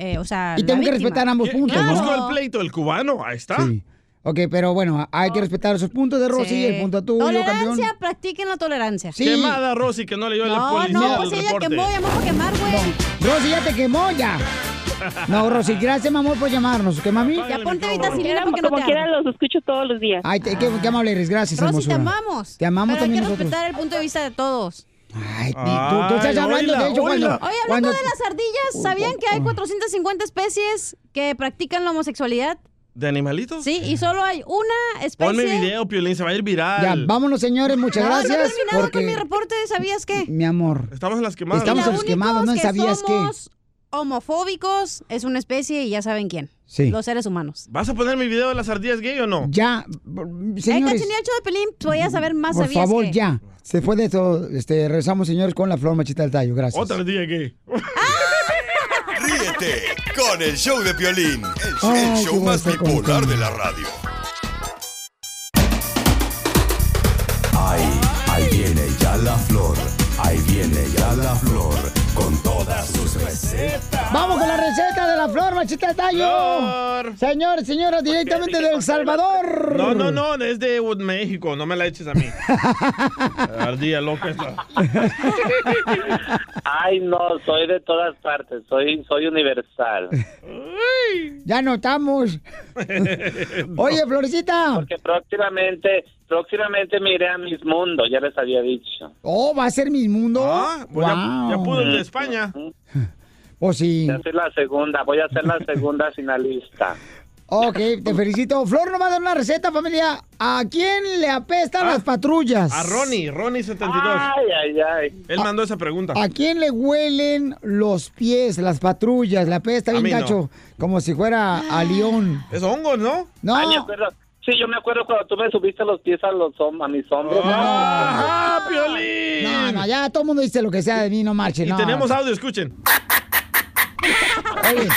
[SPEAKER 9] eh, o sea,
[SPEAKER 1] Y
[SPEAKER 9] la
[SPEAKER 1] tengo que
[SPEAKER 9] víctima.
[SPEAKER 1] respetar ambos puntos,
[SPEAKER 2] ¿Quién
[SPEAKER 1] ¿no?
[SPEAKER 2] buscó el pleito? ¿El cubano? Ahí está.
[SPEAKER 1] Ok, pero bueno, hay
[SPEAKER 21] Oh.
[SPEAKER 1] que respetar sus puntos de Rosy,
[SPEAKER 9] Sí.
[SPEAKER 1] el punto tuyo, campeón.
[SPEAKER 9] Tolerancia, practiquen la tolerancia.
[SPEAKER 2] Quemada Rosy, que no leyó la
[SPEAKER 9] No,
[SPEAKER 2] policía.
[SPEAKER 9] no,
[SPEAKER 2] el
[SPEAKER 9] pues ella
[SPEAKER 2] reporte.
[SPEAKER 9] quemó, ya me voy a quemar, güey.
[SPEAKER 1] Rosy, ya te quemó, ya. No, Rosy, gracias, mi amor, por llamarnos. ¿Qué, mami?
[SPEAKER 9] Ya ponte ahorita
[SPEAKER 21] Como
[SPEAKER 9] sin
[SPEAKER 21] quiera,
[SPEAKER 9] porque no
[SPEAKER 21] como
[SPEAKER 9] te
[SPEAKER 21] quiera
[SPEAKER 9] amo.
[SPEAKER 21] los escucho todos los días.
[SPEAKER 1] Ay, te- qué, qué amable eres, gracias,
[SPEAKER 9] Rosy, te
[SPEAKER 1] hermosura.
[SPEAKER 9] amamos.
[SPEAKER 1] Te amamos
[SPEAKER 9] Pero hay que
[SPEAKER 1] también nosotros.
[SPEAKER 9] respetar el punto de vista de todos.
[SPEAKER 1] Ay, tú, tú estás hablando, de hecho, cuando...
[SPEAKER 9] Oye, hablando
[SPEAKER 1] cuando-
[SPEAKER 9] de las
[SPEAKER 1] uh,
[SPEAKER 9] ardillas, ¿sabían que hay 450 especies que practican la homosexualidad?
[SPEAKER 2] ¿De animalitos?
[SPEAKER 9] Sí, y solo hay una especie.
[SPEAKER 2] Ponme video, Piolín, se va a ir viral.
[SPEAKER 1] Ya, vámonos, señores, muchas
[SPEAKER 9] No, no he
[SPEAKER 1] gracias.
[SPEAKER 9] terminado
[SPEAKER 1] porque...
[SPEAKER 9] con mi reporte, ¿sabías qué?
[SPEAKER 1] Mi amor.
[SPEAKER 2] Estamos en las quemadas.
[SPEAKER 1] Estamos en
[SPEAKER 9] Los
[SPEAKER 1] los quemados, ¿no?
[SPEAKER 9] únicos
[SPEAKER 1] ¿Sabías qué?
[SPEAKER 9] somos homofóbicos es una especie y ya saben quién.
[SPEAKER 1] Sí.
[SPEAKER 9] Los seres humanos.
[SPEAKER 2] ¿Vas a poner mi video de las ardillas gay o no?
[SPEAKER 1] Ya,
[SPEAKER 9] El
[SPEAKER 1] Mm, señores,
[SPEAKER 9] cachanilla del show de Pelín, pues, voy a saber más
[SPEAKER 1] por
[SPEAKER 9] sabías
[SPEAKER 1] favor,
[SPEAKER 9] qué.
[SPEAKER 1] ya. Se fue de todo. Este, regresamos, señores, con la flor machita del tallo. Gracias.
[SPEAKER 2] Otra ardilla gay.
[SPEAKER 22] Ríete con el show de Piolín, el,
[SPEAKER 1] Ay,
[SPEAKER 22] el
[SPEAKER 1] qué
[SPEAKER 22] show
[SPEAKER 1] bueno
[SPEAKER 22] más
[SPEAKER 1] estar con
[SPEAKER 22] bipolar
[SPEAKER 1] ustedes.
[SPEAKER 22] de la radio.
[SPEAKER 7] Ahí, ahí viene ya la flor. Ahí viene ya la flor. Con todas sus recetas.
[SPEAKER 1] Vamos con la receta de la flor machita del tallo. Señores, señoras, directamente de El Salvador.
[SPEAKER 2] No, no, no, es de México, no me la eches a mí. Ardilla loca esta.
[SPEAKER 11] Ay, no, soy de todas partes, soy, soy universal.
[SPEAKER 1] Ya notamos. Oye, Florecita.
[SPEAKER 11] Porque próximamente, próximamente me iré a mis mundo, ya les había dicho.
[SPEAKER 1] Oh, va a ser mi mundo.
[SPEAKER 2] Ah,
[SPEAKER 11] pues ya-
[SPEAKER 1] Guau.
[SPEAKER 11] ya pudo el de
[SPEAKER 2] España.
[SPEAKER 1] Oh, sí.
[SPEAKER 11] Voy a ser la segunda, voy a ser la segunda finalista.
[SPEAKER 1] Ok, te felicito. Flor nos va a dar una receta, familia. ¿A quién le apestan las patrullas?
[SPEAKER 2] Ah. A Ronnie, Ronnie72.
[SPEAKER 1] Ay,
[SPEAKER 11] ay, ay.
[SPEAKER 2] Él mandó esa pregunta.
[SPEAKER 1] ¿A quién le huelen los pies, las patrullas? La pesta
[SPEAKER 11] A
[SPEAKER 1] bien
[SPEAKER 11] mí no.
[SPEAKER 1] gacho, como si fuera a León.
[SPEAKER 2] Es hongo, ¿no?
[SPEAKER 1] No.
[SPEAKER 11] Ay, me acuerdo. Sí, yo me acuerdo cuando tú me subiste los pies a, los hom- a mis hombros.
[SPEAKER 2] ¡Ah, Piolín!
[SPEAKER 1] No, no, ya todo el mundo dice lo que sea de mí, no marche.
[SPEAKER 2] Y
[SPEAKER 1] no.
[SPEAKER 2] tenemos audio, escuchen.
[SPEAKER 1] Oye.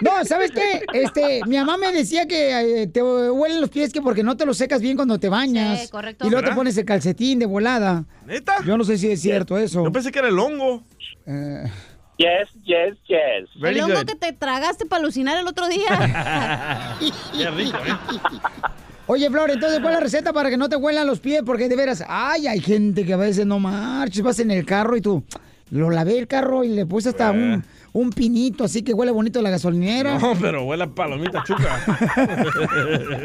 [SPEAKER 1] No, ¿sabes qué? Este, mi mamá me decía que eh, te huelen los pies que porque no te los secas bien cuando te bañas.
[SPEAKER 11] Sí, correcto.
[SPEAKER 1] Y luego te
[SPEAKER 11] ¿Verdad?
[SPEAKER 1] pones el calcetín de volada.
[SPEAKER 2] ¿Neta?
[SPEAKER 1] Yo no sé si es cierto eso. Eh. Yo
[SPEAKER 2] pensé que era el hongo.
[SPEAKER 11] Yes, yes, yes.
[SPEAKER 9] el hongo que te tragaste para alucinar el otro día.
[SPEAKER 11] Qué
[SPEAKER 2] rico,
[SPEAKER 1] Oye, Flor, entonces, ¿cuál es la receta para que no te huelan los pies? Porque de veras, ay, hay
[SPEAKER 11] Eh.
[SPEAKER 1] gente que a veces no marches, vas en el carro y tú, lo lavé el carro y le puse hasta un, un pinito así que huele bonito la gasolinera.
[SPEAKER 2] No, pero huele a palomita chuca.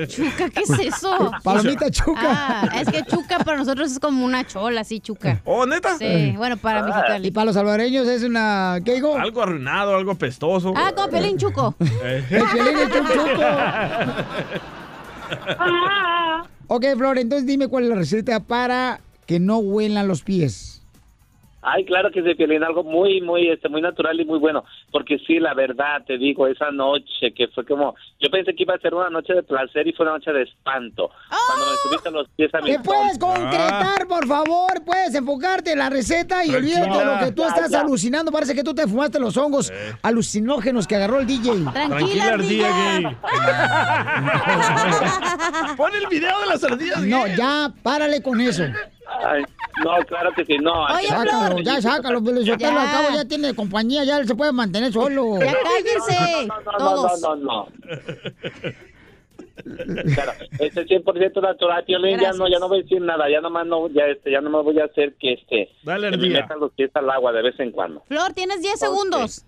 [SPEAKER 9] ¿Chuca? ¿Qué es eso?
[SPEAKER 1] Palomita chuca.
[SPEAKER 9] Ah, es que chuca para nosotros es como una chola, así chuca.
[SPEAKER 2] ¿Oh, neta?
[SPEAKER 9] Sí, bueno, para
[SPEAKER 2] Ah.
[SPEAKER 9] Mexicali.
[SPEAKER 1] Y para los salvadoreños es una. ¿Qué digo?
[SPEAKER 2] Algo arruinado, algo pestoso. Eh.
[SPEAKER 9] Ah, como pelín chuco.
[SPEAKER 1] El Piolín es un Ok, Flor, entonces dime cuál es la receta para que no huelan los pies.
[SPEAKER 11] Ay, claro que es de Piolín, algo muy, muy, este, muy natural y muy bueno. Porque sí, la verdad, te digo, esa noche que fue como, yo pensé que iba a ser una noche de placer y fue una noche de espanto. Cuando me subiste los pies a mi
[SPEAKER 1] ¿Me ¡Ah! puedes
[SPEAKER 11] compa.
[SPEAKER 2] Ah.
[SPEAKER 1] concretar, por favor? Puedes enfocarte en la receta y
[SPEAKER 11] Tranquila.
[SPEAKER 1] olvídate de lo que tú
[SPEAKER 11] Ya,
[SPEAKER 1] estás
[SPEAKER 11] ya.
[SPEAKER 1] alucinando. Parece que tú te fumaste los hongos alucinógenos que agarró el DJ.
[SPEAKER 2] Tranquila, ardilla gay. Pon el video de las ardillas gay.
[SPEAKER 1] No, ya, párale con eso.
[SPEAKER 11] Ay, no, claro que sí, no.
[SPEAKER 1] Oye, sácalo, ya sácalo, pues, Pio Sotelo, al cabo ya tiene compañía, ya él se puede mantener solo.
[SPEAKER 11] Ya cállense, No, no, no, no, no, no. Claro, este es 100% natural, Piolín, ya
[SPEAKER 23] Gracias.
[SPEAKER 11] no, ya no voy a decir nada, ya nomás no, ya este, ya nomás voy a hacer que este,
[SPEAKER 2] Dale,
[SPEAKER 11] que me
[SPEAKER 2] ardilla.
[SPEAKER 11] metan los pies al agua de vez en cuando.
[SPEAKER 9] Flor, tienes 10 segundos.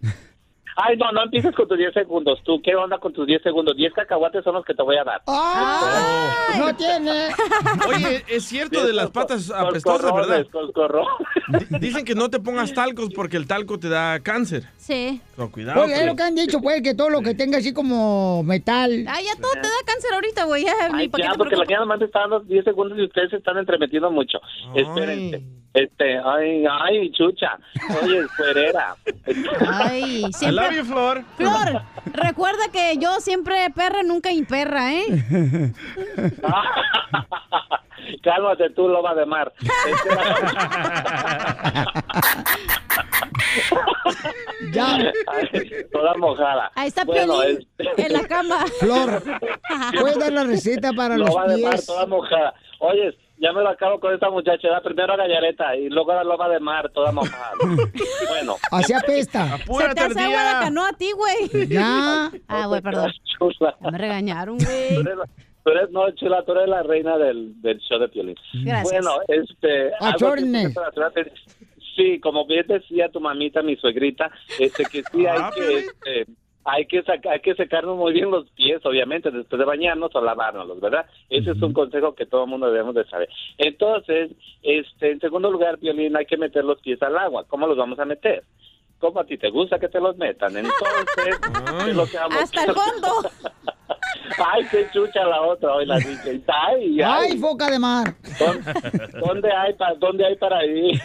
[SPEAKER 11] Ay, no, no empieces con tus 10 segundos, tú, ¿qué onda con tus 10 segundos? 10 cacahuates son los que te voy a dar.
[SPEAKER 9] Oh,
[SPEAKER 1] No tiene.
[SPEAKER 2] Oye, es cierto de las patas apestosas,
[SPEAKER 11] Coscorrones,
[SPEAKER 2] ¿verdad?
[SPEAKER 11] coscorrones.
[SPEAKER 2] Di- Dicen que no te pongas talcos porque el talco te da cáncer.
[SPEAKER 9] Sí.
[SPEAKER 2] No, cuidado.
[SPEAKER 1] Pues es lo que han dicho, pues, que todo lo que tenga así como metal.
[SPEAKER 9] Ah, ya todo te da cáncer ahorita, güey. Ya, ni
[SPEAKER 11] Ay,
[SPEAKER 9] pa' qué
[SPEAKER 11] ya,
[SPEAKER 9] te
[SPEAKER 11] porque la
[SPEAKER 9] preocupas.
[SPEAKER 11] tía nomás te está dando 10 segundos y ustedes se están entremetiendo mucho. Espérense. Este, ay, ay, chucha. Oye, fuerera.
[SPEAKER 9] Ay, siempre.
[SPEAKER 11] love you, Flor.
[SPEAKER 9] Flor, recuerda que yo siempre perra, nunca imperra, ¿eh?
[SPEAKER 11] Cálmate tú, loba de mar. Este,
[SPEAKER 1] Ya.
[SPEAKER 11] toda mojada.
[SPEAKER 9] Ahí está
[SPEAKER 11] bueno,
[SPEAKER 9] Piolín,
[SPEAKER 11] este-
[SPEAKER 9] en la cama.
[SPEAKER 1] Flor, ¿puedes dar la receta para los
[SPEAKER 11] Loba de mar,
[SPEAKER 1] pies?
[SPEAKER 11] toda mojada. Oye, ya me lo acabo con esta muchacha. Da primero a gallareta y luego a la loba de mar, toda mojada. bueno.
[SPEAKER 1] Así apesta.
[SPEAKER 9] Se te hace agua la canoa a ti, güey.
[SPEAKER 11] Ya.
[SPEAKER 9] Ah, güey, perdón.
[SPEAKER 11] Chula.
[SPEAKER 9] Ya me regañaron, güey.
[SPEAKER 11] Tú eres la- tú eres- no, chula, tú eres la reina del, del show de Piolín.
[SPEAKER 9] Gracias.
[SPEAKER 11] Bueno, este...
[SPEAKER 1] Ah,
[SPEAKER 11] algo que
[SPEAKER 1] chorne.
[SPEAKER 11] sí para atrás es- Sí, como bien decía tu mamita, mi suegrita, este, que sí hay
[SPEAKER 23] Ah,
[SPEAKER 11] que...
[SPEAKER 23] Piolín.
[SPEAKER 11] este, hay que, saca- hay que secarnos muy bien los pies, obviamente, después de bañarnos o lavárnoslos, ¿verdad? Ese es un consejo que todo el mundo debemos de saber. Entonces, este, en segundo lugar, Piolín, hay que meter los pies al agua. ¿Cómo los vamos a meter? ¿Cómo a ti te gusta que te los metan? Entonces, ¿qué es lo que vamos a
[SPEAKER 9] Hasta el fondo.
[SPEAKER 11] Ay, qué chucha la otra hoy la dije. Ay, ay.
[SPEAKER 1] Ay, foca de mar.
[SPEAKER 11] ¿Dónde, dónde hay para dónde hay para ir?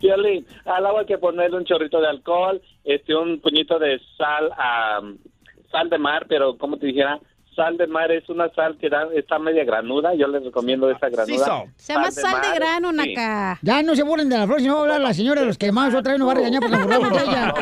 [SPEAKER 11] Violín, al agua hay que ponerle un chorrito de alcohol, este un puñito de sal am, sal de mar, pero como te dijera, sal de mar es una sal que da, está media granuda, yo les recomiendo esa granuda.
[SPEAKER 9] Se llama sal de
[SPEAKER 11] mar,
[SPEAKER 9] grano,
[SPEAKER 11] sí.
[SPEAKER 9] Naka.
[SPEAKER 1] Ya no se burlen de la flor, si no va a hablar la señora de los quemados otra vez nos va a regañar por la burlamos de ella.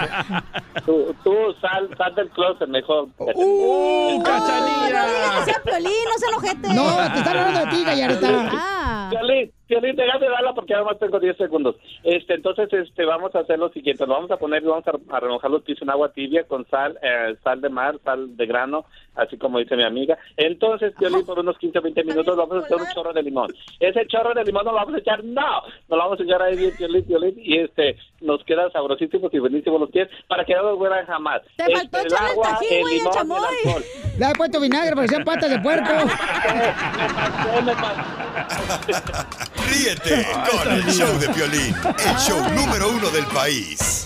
[SPEAKER 11] Tú, tú sal, sal del closet mejor.
[SPEAKER 1] ¡Uh,
[SPEAKER 9] No sea Piolín, no sea el ojete.
[SPEAKER 11] No,
[SPEAKER 1] te están hablando de ti, Gallareta.
[SPEAKER 9] Ah.
[SPEAKER 11] Piolín, Piolín, déjame darla porque nada más tengo 10 segundos. Este, entonces, este, vamos a hacer lo siguiente. Lo vamos a poner, vamos a, a remojar los pies en agua tibia con sal, eh, sal de mar, sal de grano, así como dice mi amiga. Entonces, Piolín, por unos 15 o 20 minutos vamos a hacer un chorro de limón. Ese chorro de limón no lo vamos a echar, no, no lo vamos a echar ahí bien, Piolín, Piolín, y este, nos queda sabrosísimos y buenísimos los pies para que no nos huelan jamás.
[SPEAKER 1] Te
[SPEAKER 11] Este,
[SPEAKER 1] faltó echarle el tajín, güey, el
[SPEAKER 11] limón,
[SPEAKER 1] chamoy.
[SPEAKER 11] alcohol.
[SPEAKER 1] Le ha puesto vinagre para que sean patas de puerco.
[SPEAKER 7] Ríete con el show de Piolín, el show número uno del país.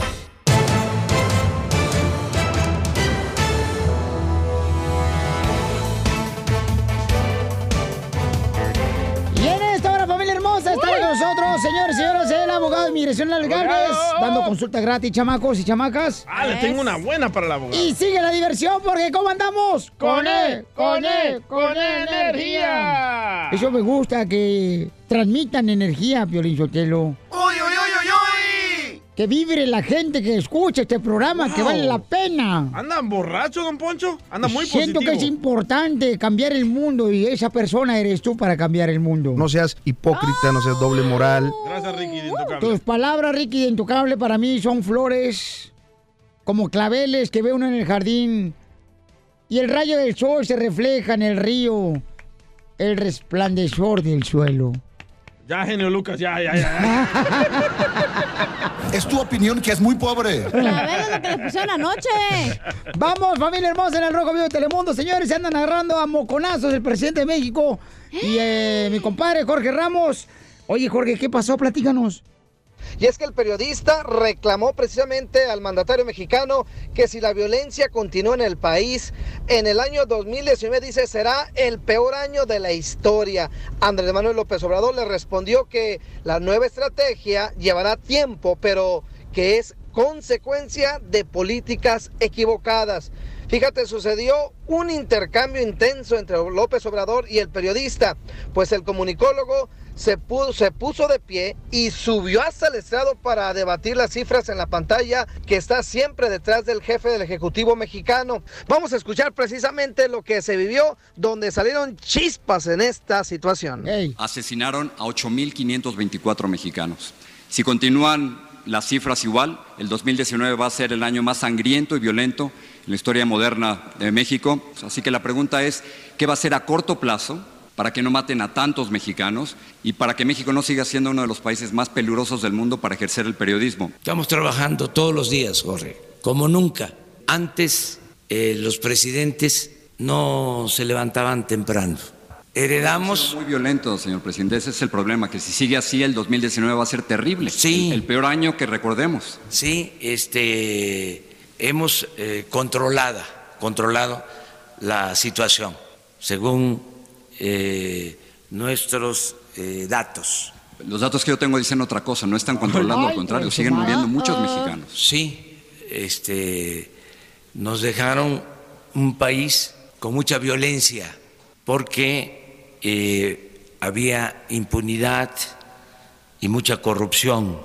[SPEAKER 1] Y en esta hora, familia hermosa, está con nosotros, señores y señoras, el abogado de Migración Legal Galvez, dando consulta gratis, chamacos y chamacas.
[SPEAKER 2] Ah, le tengo una buena para la abogada.
[SPEAKER 1] Y sigue la diversión, porque ¿cómo andamos?
[SPEAKER 2] Con E, con E, con E energía.
[SPEAKER 1] Eso me gusta, que transmitan energía, Piolín Sotelo.
[SPEAKER 3] ¡Uy, uy, uy, uy, uy!
[SPEAKER 1] Que vibre la gente que escucha este programa, que
[SPEAKER 2] Wow.
[SPEAKER 1] vale la pena.
[SPEAKER 2] ¿Anda borracho, don Poncho? Anda muy
[SPEAKER 1] Siento
[SPEAKER 2] positivo.
[SPEAKER 1] que es importante cambiar el mundo y esa persona eres tú para cambiar el mundo.
[SPEAKER 5] No seas hipócrita, no seas doble moral.
[SPEAKER 2] Gracias, Ricky. de
[SPEAKER 1] Tus
[SPEAKER 2] Intocable.
[SPEAKER 1] palabras, Ricky, de intocable para mí son flores como claveles que ve uno en el jardín. Y el rayo del sol se refleja en el río, el resplandecor del suelo.
[SPEAKER 2] Ya, genio Lucas, ya, ya, ya.
[SPEAKER 7] Es tu opinión que es muy pobre.
[SPEAKER 9] La verdad lo que le pusieron anoche.
[SPEAKER 1] Vamos, familia hermosa, en el Rojo Vivo de Telemundo, señores, se andan agarrando a moconazos el presidente de México y eh, mi compadre Jorge Ramos. Oye, Jorge, ¿qué pasó? Platícanos.
[SPEAKER 4] Y es que el periodista reclamó precisamente al mandatario mexicano que si la violencia continúa en el país, en el año 2019 dice será el peor año de la historia. Andrés Manuel López Obrador le respondió que la nueva estrategia llevará tiempo, pero que es consecuencia de políticas equivocadas. Fíjate, sucedió un intercambio intenso entre López Obrador y el periodista, pues el comunicólogo se puso, se puso, de pie y subió hasta el estrado para debatir las cifras en la pantalla que está siempre detrás del jefe del Ejecutivo mexicano. Vamos a escuchar precisamente lo que se vivió, donde salieron chispas en esta situación.
[SPEAKER 5] Asesinaron a 8.524 mexicanos. Si continúan las cifras igual, el 2019 va a ser el año más sangriento y violento en la historia moderna de México. Así que la pregunta es, ¿qué va a ser a corto plazo para que no maten a tantos mexicanos y para que México no siga siendo uno de los países más peligrosos del mundo para ejercer el periodismo?
[SPEAKER 6] Estamos trabajando todos los días, Jorge, como nunca. Antes eh, los presidentes no se levantaban temprano. Heredamos...
[SPEAKER 5] Muy violento, señor presidente. Ese es el problema, que si sigue así el 2019 va a ser terrible.
[SPEAKER 6] Sí.
[SPEAKER 5] El, el peor año que recordemos.
[SPEAKER 6] Sí, este hemos eh, controlada, controlado la situación, según eh, nuestros eh, datos.
[SPEAKER 5] Los datos que yo tengo dicen otra cosa, no están controlando, al contrario, siguen muriendo muchos mexicanos.
[SPEAKER 6] Sí, este, nos dejaron un país con mucha violencia porque eh, había impunidad y mucha corrupción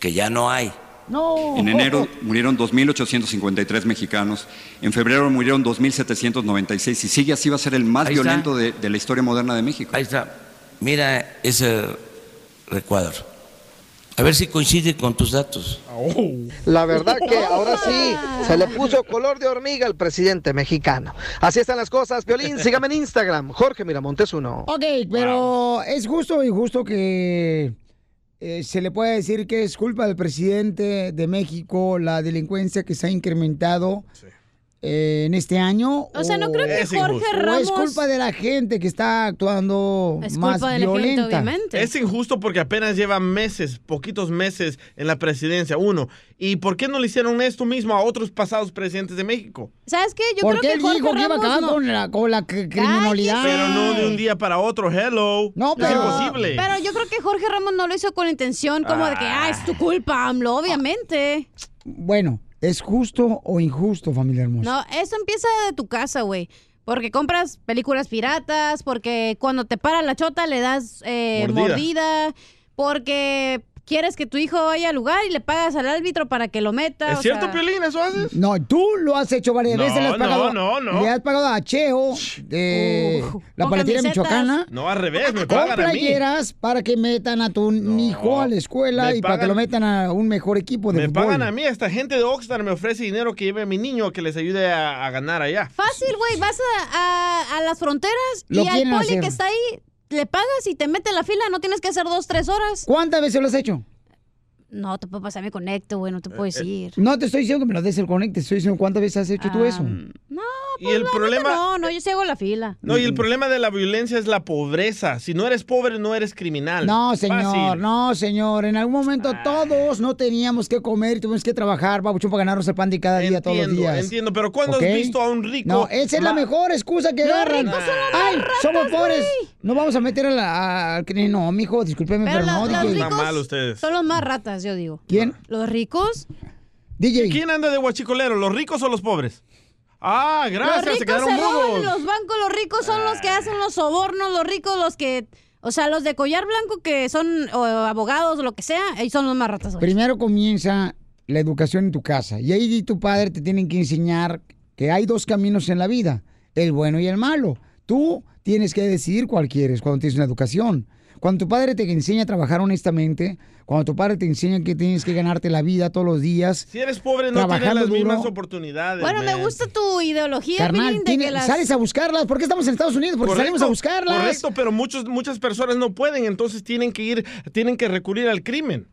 [SPEAKER 6] que ya no hay.
[SPEAKER 1] No.
[SPEAKER 5] En enero murieron 2.853 mexicanos, en febrero murieron 2.796 y sigue así va a ser el más
[SPEAKER 6] Ahí está.
[SPEAKER 5] violento de, de la historia moderna de México.
[SPEAKER 6] Ahí está. Mira ese recuadro. A ver si coincide con tus datos.
[SPEAKER 4] La verdad que ahora sí se le puso color de hormiga al presidente mexicano. Así están las cosas, Violín. Sígame en Instagram, Jorge Miramontes uno.
[SPEAKER 1] Ok, pero es justo y justo que eh, se le puede decir que es culpa del presidente de México la delincuencia que se ha incrementado eh, en este año.
[SPEAKER 9] O sea, no creo que Es Jorge injusto.
[SPEAKER 1] o es
[SPEAKER 9] Ramos-
[SPEAKER 1] culpa de la gente que está actuando
[SPEAKER 9] Es
[SPEAKER 1] más
[SPEAKER 9] culpa de la gente,
[SPEAKER 1] violenta.
[SPEAKER 9] obviamente.
[SPEAKER 2] Es injusto porque apenas lleva meses, poquitos meses en la presidencia, uno. ¿Y por qué no le hicieron esto mismo a otros pasados presidentes de México?
[SPEAKER 9] ¿Sabes qué? Yo
[SPEAKER 1] ¿Por
[SPEAKER 9] creo
[SPEAKER 1] qué
[SPEAKER 9] que
[SPEAKER 1] él
[SPEAKER 9] Jorge
[SPEAKER 1] dijo que iba a
[SPEAKER 9] Ramos
[SPEAKER 1] acabar
[SPEAKER 9] no.
[SPEAKER 1] con la, con la cr- criminalidad?
[SPEAKER 2] Pero no de un día para otro, hello.
[SPEAKER 1] No,
[SPEAKER 2] Es
[SPEAKER 1] pero-
[SPEAKER 2] imposible.
[SPEAKER 9] Pero yo creo que Jorge Ramos no lo hizo con intención como de que, ah, es tu culpa, AMLO, obviamente.
[SPEAKER 1] Bueno, ¿es justo o injusto, familia hermosa?
[SPEAKER 9] No, eso empieza de tu casa, güey. Porque compras películas piratas, porque cuando te para la chota le das eh,
[SPEAKER 1] Mordida.
[SPEAKER 9] mordida. porque quieres que tu hijo vaya al lugar y le pagas al árbitro para que lo meta. o sea-
[SPEAKER 2] ¿Eso haces?
[SPEAKER 1] No, tú lo has hecho varias
[SPEAKER 2] No,
[SPEAKER 1] veces. Le has
[SPEAKER 2] no,
[SPEAKER 1] pagado,
[SPEAKER 2] no, no.
[SPEAKER 1] Le has pagado a Cheo
[SPEAKER 9] Eh,
[SPEAKER 1] de
[SPEAKER 2] Uh,
[SPEAKER 1] la
[SPEAKER 2] con
[SPEAKER 1] paletería
[SPEAKER 2] camisetas.
[SPEAKER 1] michoacana.
[SPEAKER 2] No, al revés, me
[SPEAKER 1] Ah, Con
[SPEAKER 2] pagan a mí.
[SPEAKER 1] playeras para que metan a tu hijo a la escuela
[SPEAKER 2] Me
[SPEAKER 1] y para que
[SPEAKER 2] pagan-
[SPEAKER 1] lo metan a un mejor equipo de
[SPEAKER 2] Me
[SPEAKER 1] fútbol.
[SPEAKER 2] pagan a mí, esta gente de Oxnard me ofrece dinero que lleve a mi niño a que les ayude a, a ganar allá.
[SPEAKER 9] Fácil, güey. Vas a, a- a las fronteras
[SPEAKER 2] Lo
[SPEAKER 9] y al
[SPEAKER 2] quieren
[SPEAKER 9] poli
[SPEAKER 2] hacer.
[SPEAKER 9] que está ahí le pagas y te mete en la fila. No tienes que hacer dos, tres horas.
[SPEAKER 1] ¿Cuántas veces lo has hecho?
[SPEAKER 9] No, te puedo pasar mi conecto, güey. No te
[SPEAKER 2] Eh,
[SPEAKER 9] puedo decir.
[SPEAKER 1] No te estoy diciendo que me lo des el conecte, te estoy diciendo cuántas veces has hecho tú eso.
[SPEAKER 2] Ah,
[SPEAKER 9] No,
[SPEAKER 2] Y el problema-
[SPEAKER 9] pues, No, no, yo sí hago la fila.
[SPEAKER 2] No,
[SPEAKER 1] Mm.
[SPEAKER 2] y el problema de la violencia es la pobreza. Si no eres pobre, no eres criminal.
[SPEAKER 1] No, señor,
[SPEAKER 2] Fácil. Ah.
[SPEAKER 1] no, señor. En algún momento todos no teníamos que comer y tuvimos que trabajar, babuchón, para ganarnos el pan de cada día, todos los
[SPEAKER 2] Entiendo,
[SPEAKER 1] días.
[SPEAKER 2] entiendo, pero ¿cuándo
[SPEAKER 1] ¿Ok?
[SPEAKER 2] has visto a un rico? Ah.
[SPEAKER 1] No, esa es la
[SPEAKER 2] ma-
[SPEAKER 1] mejor excusa que
[SPEAKER 2] Los
[SPEAKER 1] agarran.
[SPEAKER 2] ricos son los
[SPEAKER 1] Ay,
[SPEAKER 2] más ratas,
[SPEAKER 1] somos pobres. No vamos a meter a la. a- no, mijo, discúlpeme, Mm, pero,
[SPEAKER 9] Pero
[SPEAKER 1] no,
[SPEAKER 9] los, los
[SPEAKER 1] DJ.
[SPEAKER 9] ricos son los más ratas, yo digo.
[SPEAKER 1] ¿Quién?
[SPEAKER 9] ¿Los ricos?
[SPEAKER 1] DJ.
[SPEAKER 2] ¿Quién anda de guachicolero, los ricos o los pobres? Ah, gracias,
[SPEAKER 9] los ricos
[SPEAKER 2] se quedaron
[SPEAKER 9] roban
[SPEAKER 2] mudos. Ah.
[SPEAKER 9] los bancos, los ricos son los que hacen los sobornos, los ricos los que... O sea, los de collar blanco que son o, abogados o lo que sea, y son los más ratas. güey.
[SPEAKER 1] Primero comienza la educación en tu casa. Y ahí tu padre te tienen que enseñar que hay dos caminos en la vida: el bueno y el malo. Tú tienes que decidir cuál quieres cuando tienes una educación. Cuando tu padre te enseña a trabajar honestamente, cuando tu padre te enseña que tienes que ganarte la vida todos los días.
[SPEAKER 2] Si eres pobre, no tienes
[SPEAKER 1] Trabajando
[SPEAKER 2] las mismas
[SPEAKER 1] duro.
[SPEAKER 2] oportunidades.
[SPEAKER 9] Bueno, me
[SPEAKER 2] man.
[SPEAKER 9] gusta tu ideología,
[SPEAKER 1] Carnal,
[SPEAKER 9] Pilín, de
[SPEAKER 1] tiene-
[SPEAKER 9] que las-
[SPEAKER 1] sales a buscarlas. ¿Por qué estamos en Estados Unidos? Porque salimos a buscarlas.
[SPEAKER 2] Correcto, pero muchos, muchas personas no pueden, entonces tienen que ir, tienen que recurrir al crimen.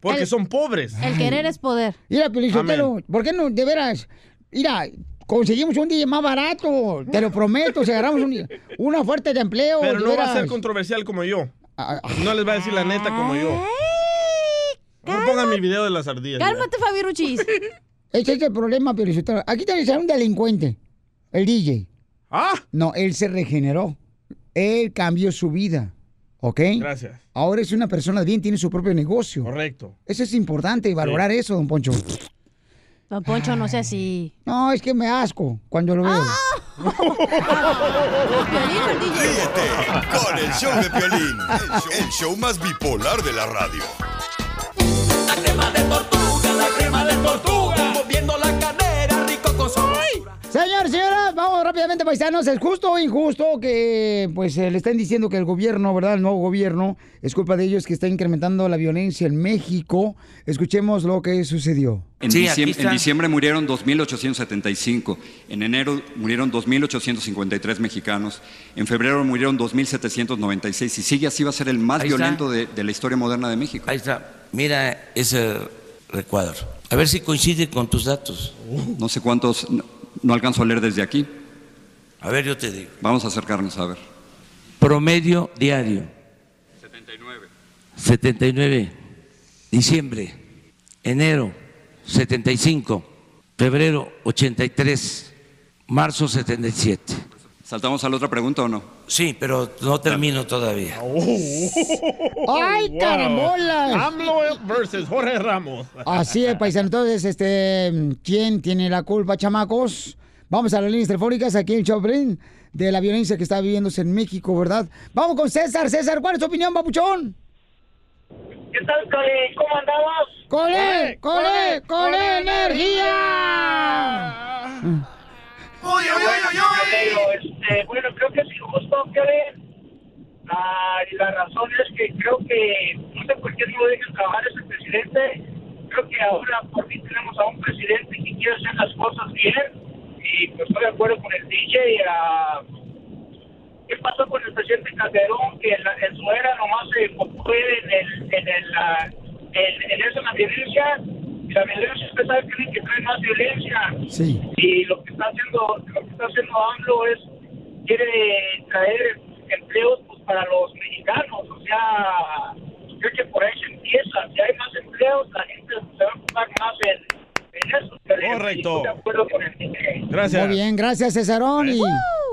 [SPEAKER 2] porque
[SPEAKER 1] El-
[SPEAKER 2] son pobres.
[SPEAKER 1] es poder. Mira, Pilichotelo, ¿por qué no? De veras, mira, conseguimos un DJ más barato, te lo prometo, si agarramos un- una oferta de empleo.
[SPEAKER 2] Pero
[SPEAKER 1] de
[SPEAKER 2] no va a
[SPEAKER 1] veras.
[SPEAKER 2] ser controversial como yo.
[SPEAKER 1] Ah,
[SPEAKER 2] No les va a decir la neta como yo. No pongan mi video de las ardillas.
[SPEAKER 1] Cálmate, Fabi Ruchis. Ese es el problema, Pilichotelo. Aquí te sale un delincuente, el DJ.
[SPEAKER 2] ¿Ah?
[SPEAKER 1] No, él se regeneró. Él cambió su vida, ¿ok?
[SPEAKER 2] Gracias.
[SPEAKER 1] Ahora es una persona de bien, tiene su propio negocio.
[SPEAKER 2] Correcto.
[SPEAKER 1] Eso es importante, y valorar eso, don Poncho.
[SPEAKER 9] Don Poncho, no sé así.
[SPEAKER 1] No, es que me asco cuando lo veo.
[SPEAKER 7] Ríete con el show de Piolín, el show- el show más bipolar de la radio.
[SPEAKER 1] Señor, señora, vamos rápidamente, paisanos. ¿Es justo o injusto que pues eh, le estén diciendo que el gobierno, ¿verdad? El nuevo gobierno, es culpa de ellos que está incrementando la violencia en México. Escuchemos lo que sucedió.
[SPEAKER 6] En,
[SPEAKER 1] Sí,
[SPEAKER 6] diciem-
[SPEAKER 1] aquí
[SPEAKER 6] en
[SPEAKER 1] está.
[SPEAKER 6] diciembre, murieron 2.875, en enero murieron 2.853 mexicanos, en febrero murieron 2.796 y sigue así va a ser el más
[SPEAKER 24] Ahí está.
[SPEAKER 6] violento de, de la historia moderna de México.
[SPEAKER 24] Ahí está. Mira ese recuadro. A ver si coincide con tus datos.
[SPEAKER 6] No sé cuántos, no, no alcanzo a leer desde aquí.
[SPEAKER 24] A ver, yo te digo.
[SPEAKER 6] Vamos a acercarnos a ver.
[SPEAKER 24] Promedio diario. 79. 79. Diciembre. Enero. 75. Febrero. 83. Marzo. 77.
[SPEAKER 6] ¿Saltamos a la otra pregunta o no?
[SPEAKER 24] Sí, pero no termino todavía.
[SPEAKER 10] oh.
[SPEAKER 1] ¡Ay,
[SPEAKER 2] Oh, Wow.
[SPEAKER 1] carambolas!
[SPEAKER 2] AMLO versus Jorge Ramos.
[SPEAKER 1] Así es, paisano. Entonces, este, ¿quién tiene la culpa, chamacos? Vamos a las líneas telefónicas aquí en Choplin de la violencia que está viviéndose en México, ¿verdad? Vamos con César. César, ¿cuál es tu opinión, papuchón?
[SPEAKER 8] ¿Qué tal, Cole? ¿Cómo andamos?
[SPEAKER 1] ¡Cole! ¡Cole! ¡Cole! ¡Energía!
[SPEAKER 8] ¡Uy, uy, uy, uy! Este, bueno, creo que es injusto, Kevin. Ah, y la razón es que creo que no sé por qué no lo dejan trabajar ese presidente. Creo que ahora por fin tenemos a un presidente que quiere hacer las cosas bien. Y pues estoy de acuerdo con el DJ. ah, ¿Qué pasó con el presidente Calderón? Que en, la- en su era nomás se enfocó en, el, en, el, ah, en, en eso, en la violencia. Y la violencia, ustedes saben que es la que trae más violencia.
[SPEAKER 1] Sí.
[SPEAKER 8] y lo que está haciendo lo que está haciendo AMLO es quiere traer empleos pues, para los mexicanos o sea creo que por ahí se empieza si hay más empleos la gente se va a ocupar más en, en eso pero
[SPEAKER 2] Correcto.
[SPEAKER 1] Gracias. Muy bien, gracias, Cesarón. Y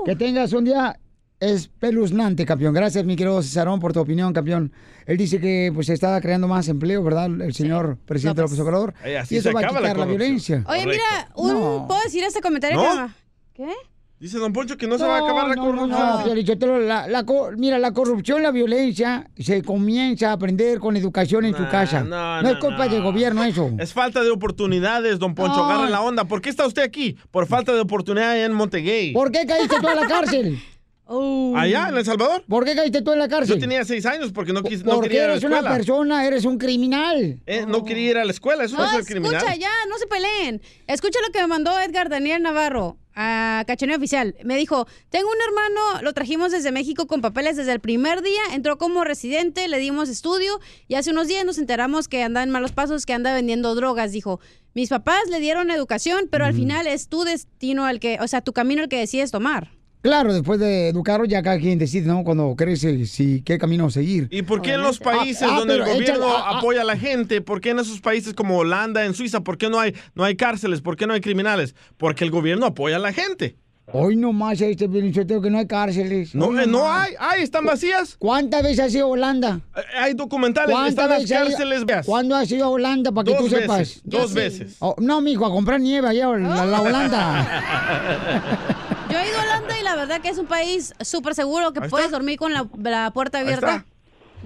[SPEAKER 1] que tengas un día espeluznante, campeón. Gracias, mi querido Cesarón, por tu opinión, campeón. Él dice que pues se está creando más empleo, ¿verdad? El señor presidente López Obrador.
[SPEAKER 2] Eh, así
[SPEAKER 1] Y eso
[SPEAKER 2] se
[SPEAKER 1] va a
[SPEAKER 2] acaba la
[SPEAKER 1] quitar la,
[SPEAKER 2] corrupción.
[SPEAKER 1] violencia.
[SPEAKER 9] Oye, mira, un, ¿puedo decir este comentario?
[SPEAKER 1] ¿No?
[SPEAKER 9] que me- ¿Qué?
[SPEAKER 2] Dice Don Poncho que no, se va a acabar la
[SPEAKER 1] no,
[SPEAKER 2] corrupción.
[SPEAKER 1] no, no, Piolichotelo, la- la co- mira, la corrupción, la violencia se comienza a aprender con educación en tu casa.
[SPEAKER 2] no,
[SPEAKER 1] No,
[SPEAKER 2] no,
[SPEAKER 1] es culpa del gobierno eso.
[SPEAKER 2] Es falta de oportunidades, don Poncho.
[SPEAKER 1] Ay.
[SPEAKER 2] Agarra la onda. ¿Por qué está usted aquí? Por falta de oportunidad allá en Montegay.
[SPEAKER 1] ¿Por qué caíste tú a la cárcel?
[SPEAKER 2] Oh. ¿Allá, en El Salvador?
[SPEAKER 1] ¿Por qué caíste tú en la cárcel?
[SPEAKER 2] Yo tenía seis años porque no, quis- no
[SPEAKER 1] Porque
[SPEAKER 2] quería ir a la
[SPEAKER 1] eres una
[SPEAKER 2] escuela.
[SPEAKER 1] persona, eres un criminal.
[SPEAKER 2] Eh, no quería ir a la escuela, eso
[SPEAKER 9] No,
[SPEAKER 2] es ser criminal.
[SPEAKER 9] escucha, ya, no se peleen. Escucha lo que me mandó Edgar Daniel Navarro a Cachaneo Oficial. Me dijo, tengo un hermano, lo trajimos desde México con papeles desde el primer día, entró como residente, le dimos estudio y hace unos días nos enteramos que anda en malos pasos, que anda vendiendo drogas. Dijo, mis papás le dieron educación, pero
[SPEAKER 2] Mm.
[SPEAKER 9] al final es tu destino el que, o sea, tu camino el que decides tomar.
[SPEAKER 1] Claro, después de educarlo ya cada quien decide, ¿no? Cuando crece, si qué camino seguir.
[SPEAKER 2] ¿Y por qué en los países
[SPEAKER 1] Ah, ah,
[SPEAKER 2] donde el
[SPEAKER 1] pero
[SPEAKER 2] gobierno
[SPEAKER 1] échale, ah, ah.
[SPEAKER 2] apoya a la gente, por qué en esos países como Holanda, en Suiza, por qué no hay, no hay cárceles, por qué no hay criminales? Porque el gobierno apoya a la gente.
[SPEAKER 1] Hoy nomás este Piolichotelo, que no hay cárceles.
[SPEAKER 2] No,
[SPEAKER 1] Hoy
[SPEAKER 2] eh, no
[SPEAKER 1] nomás.
[SPEAKER 2] hay, hay, están vacías.
[SPEAKER 1] ¿Cuántas veces ha sido Holanda?
[SPEAKER 2] Eh, Hay documentales, están las
[SPEAKER 1] ha ido-
[SPEAKER 2] cárceles veas.
[SPEAKER 1] ¿Cuándo has ido a Holanda para que
[SPEAKER 2] Dos
[SPEAKER 1] tú
[SPEAKER 2] veces,
[SPEAKER 1] sepas?
[SPEAKER 2] dos veces. Ah.
[SPEAKER 1] Oh, no, mijo, a comprar nieve allá a la, la Holanda.
[SPEAKER 9] Yo he ido a Holanda y la verdad que es un país súper seguro que puedes dormir con la, la puerta abierta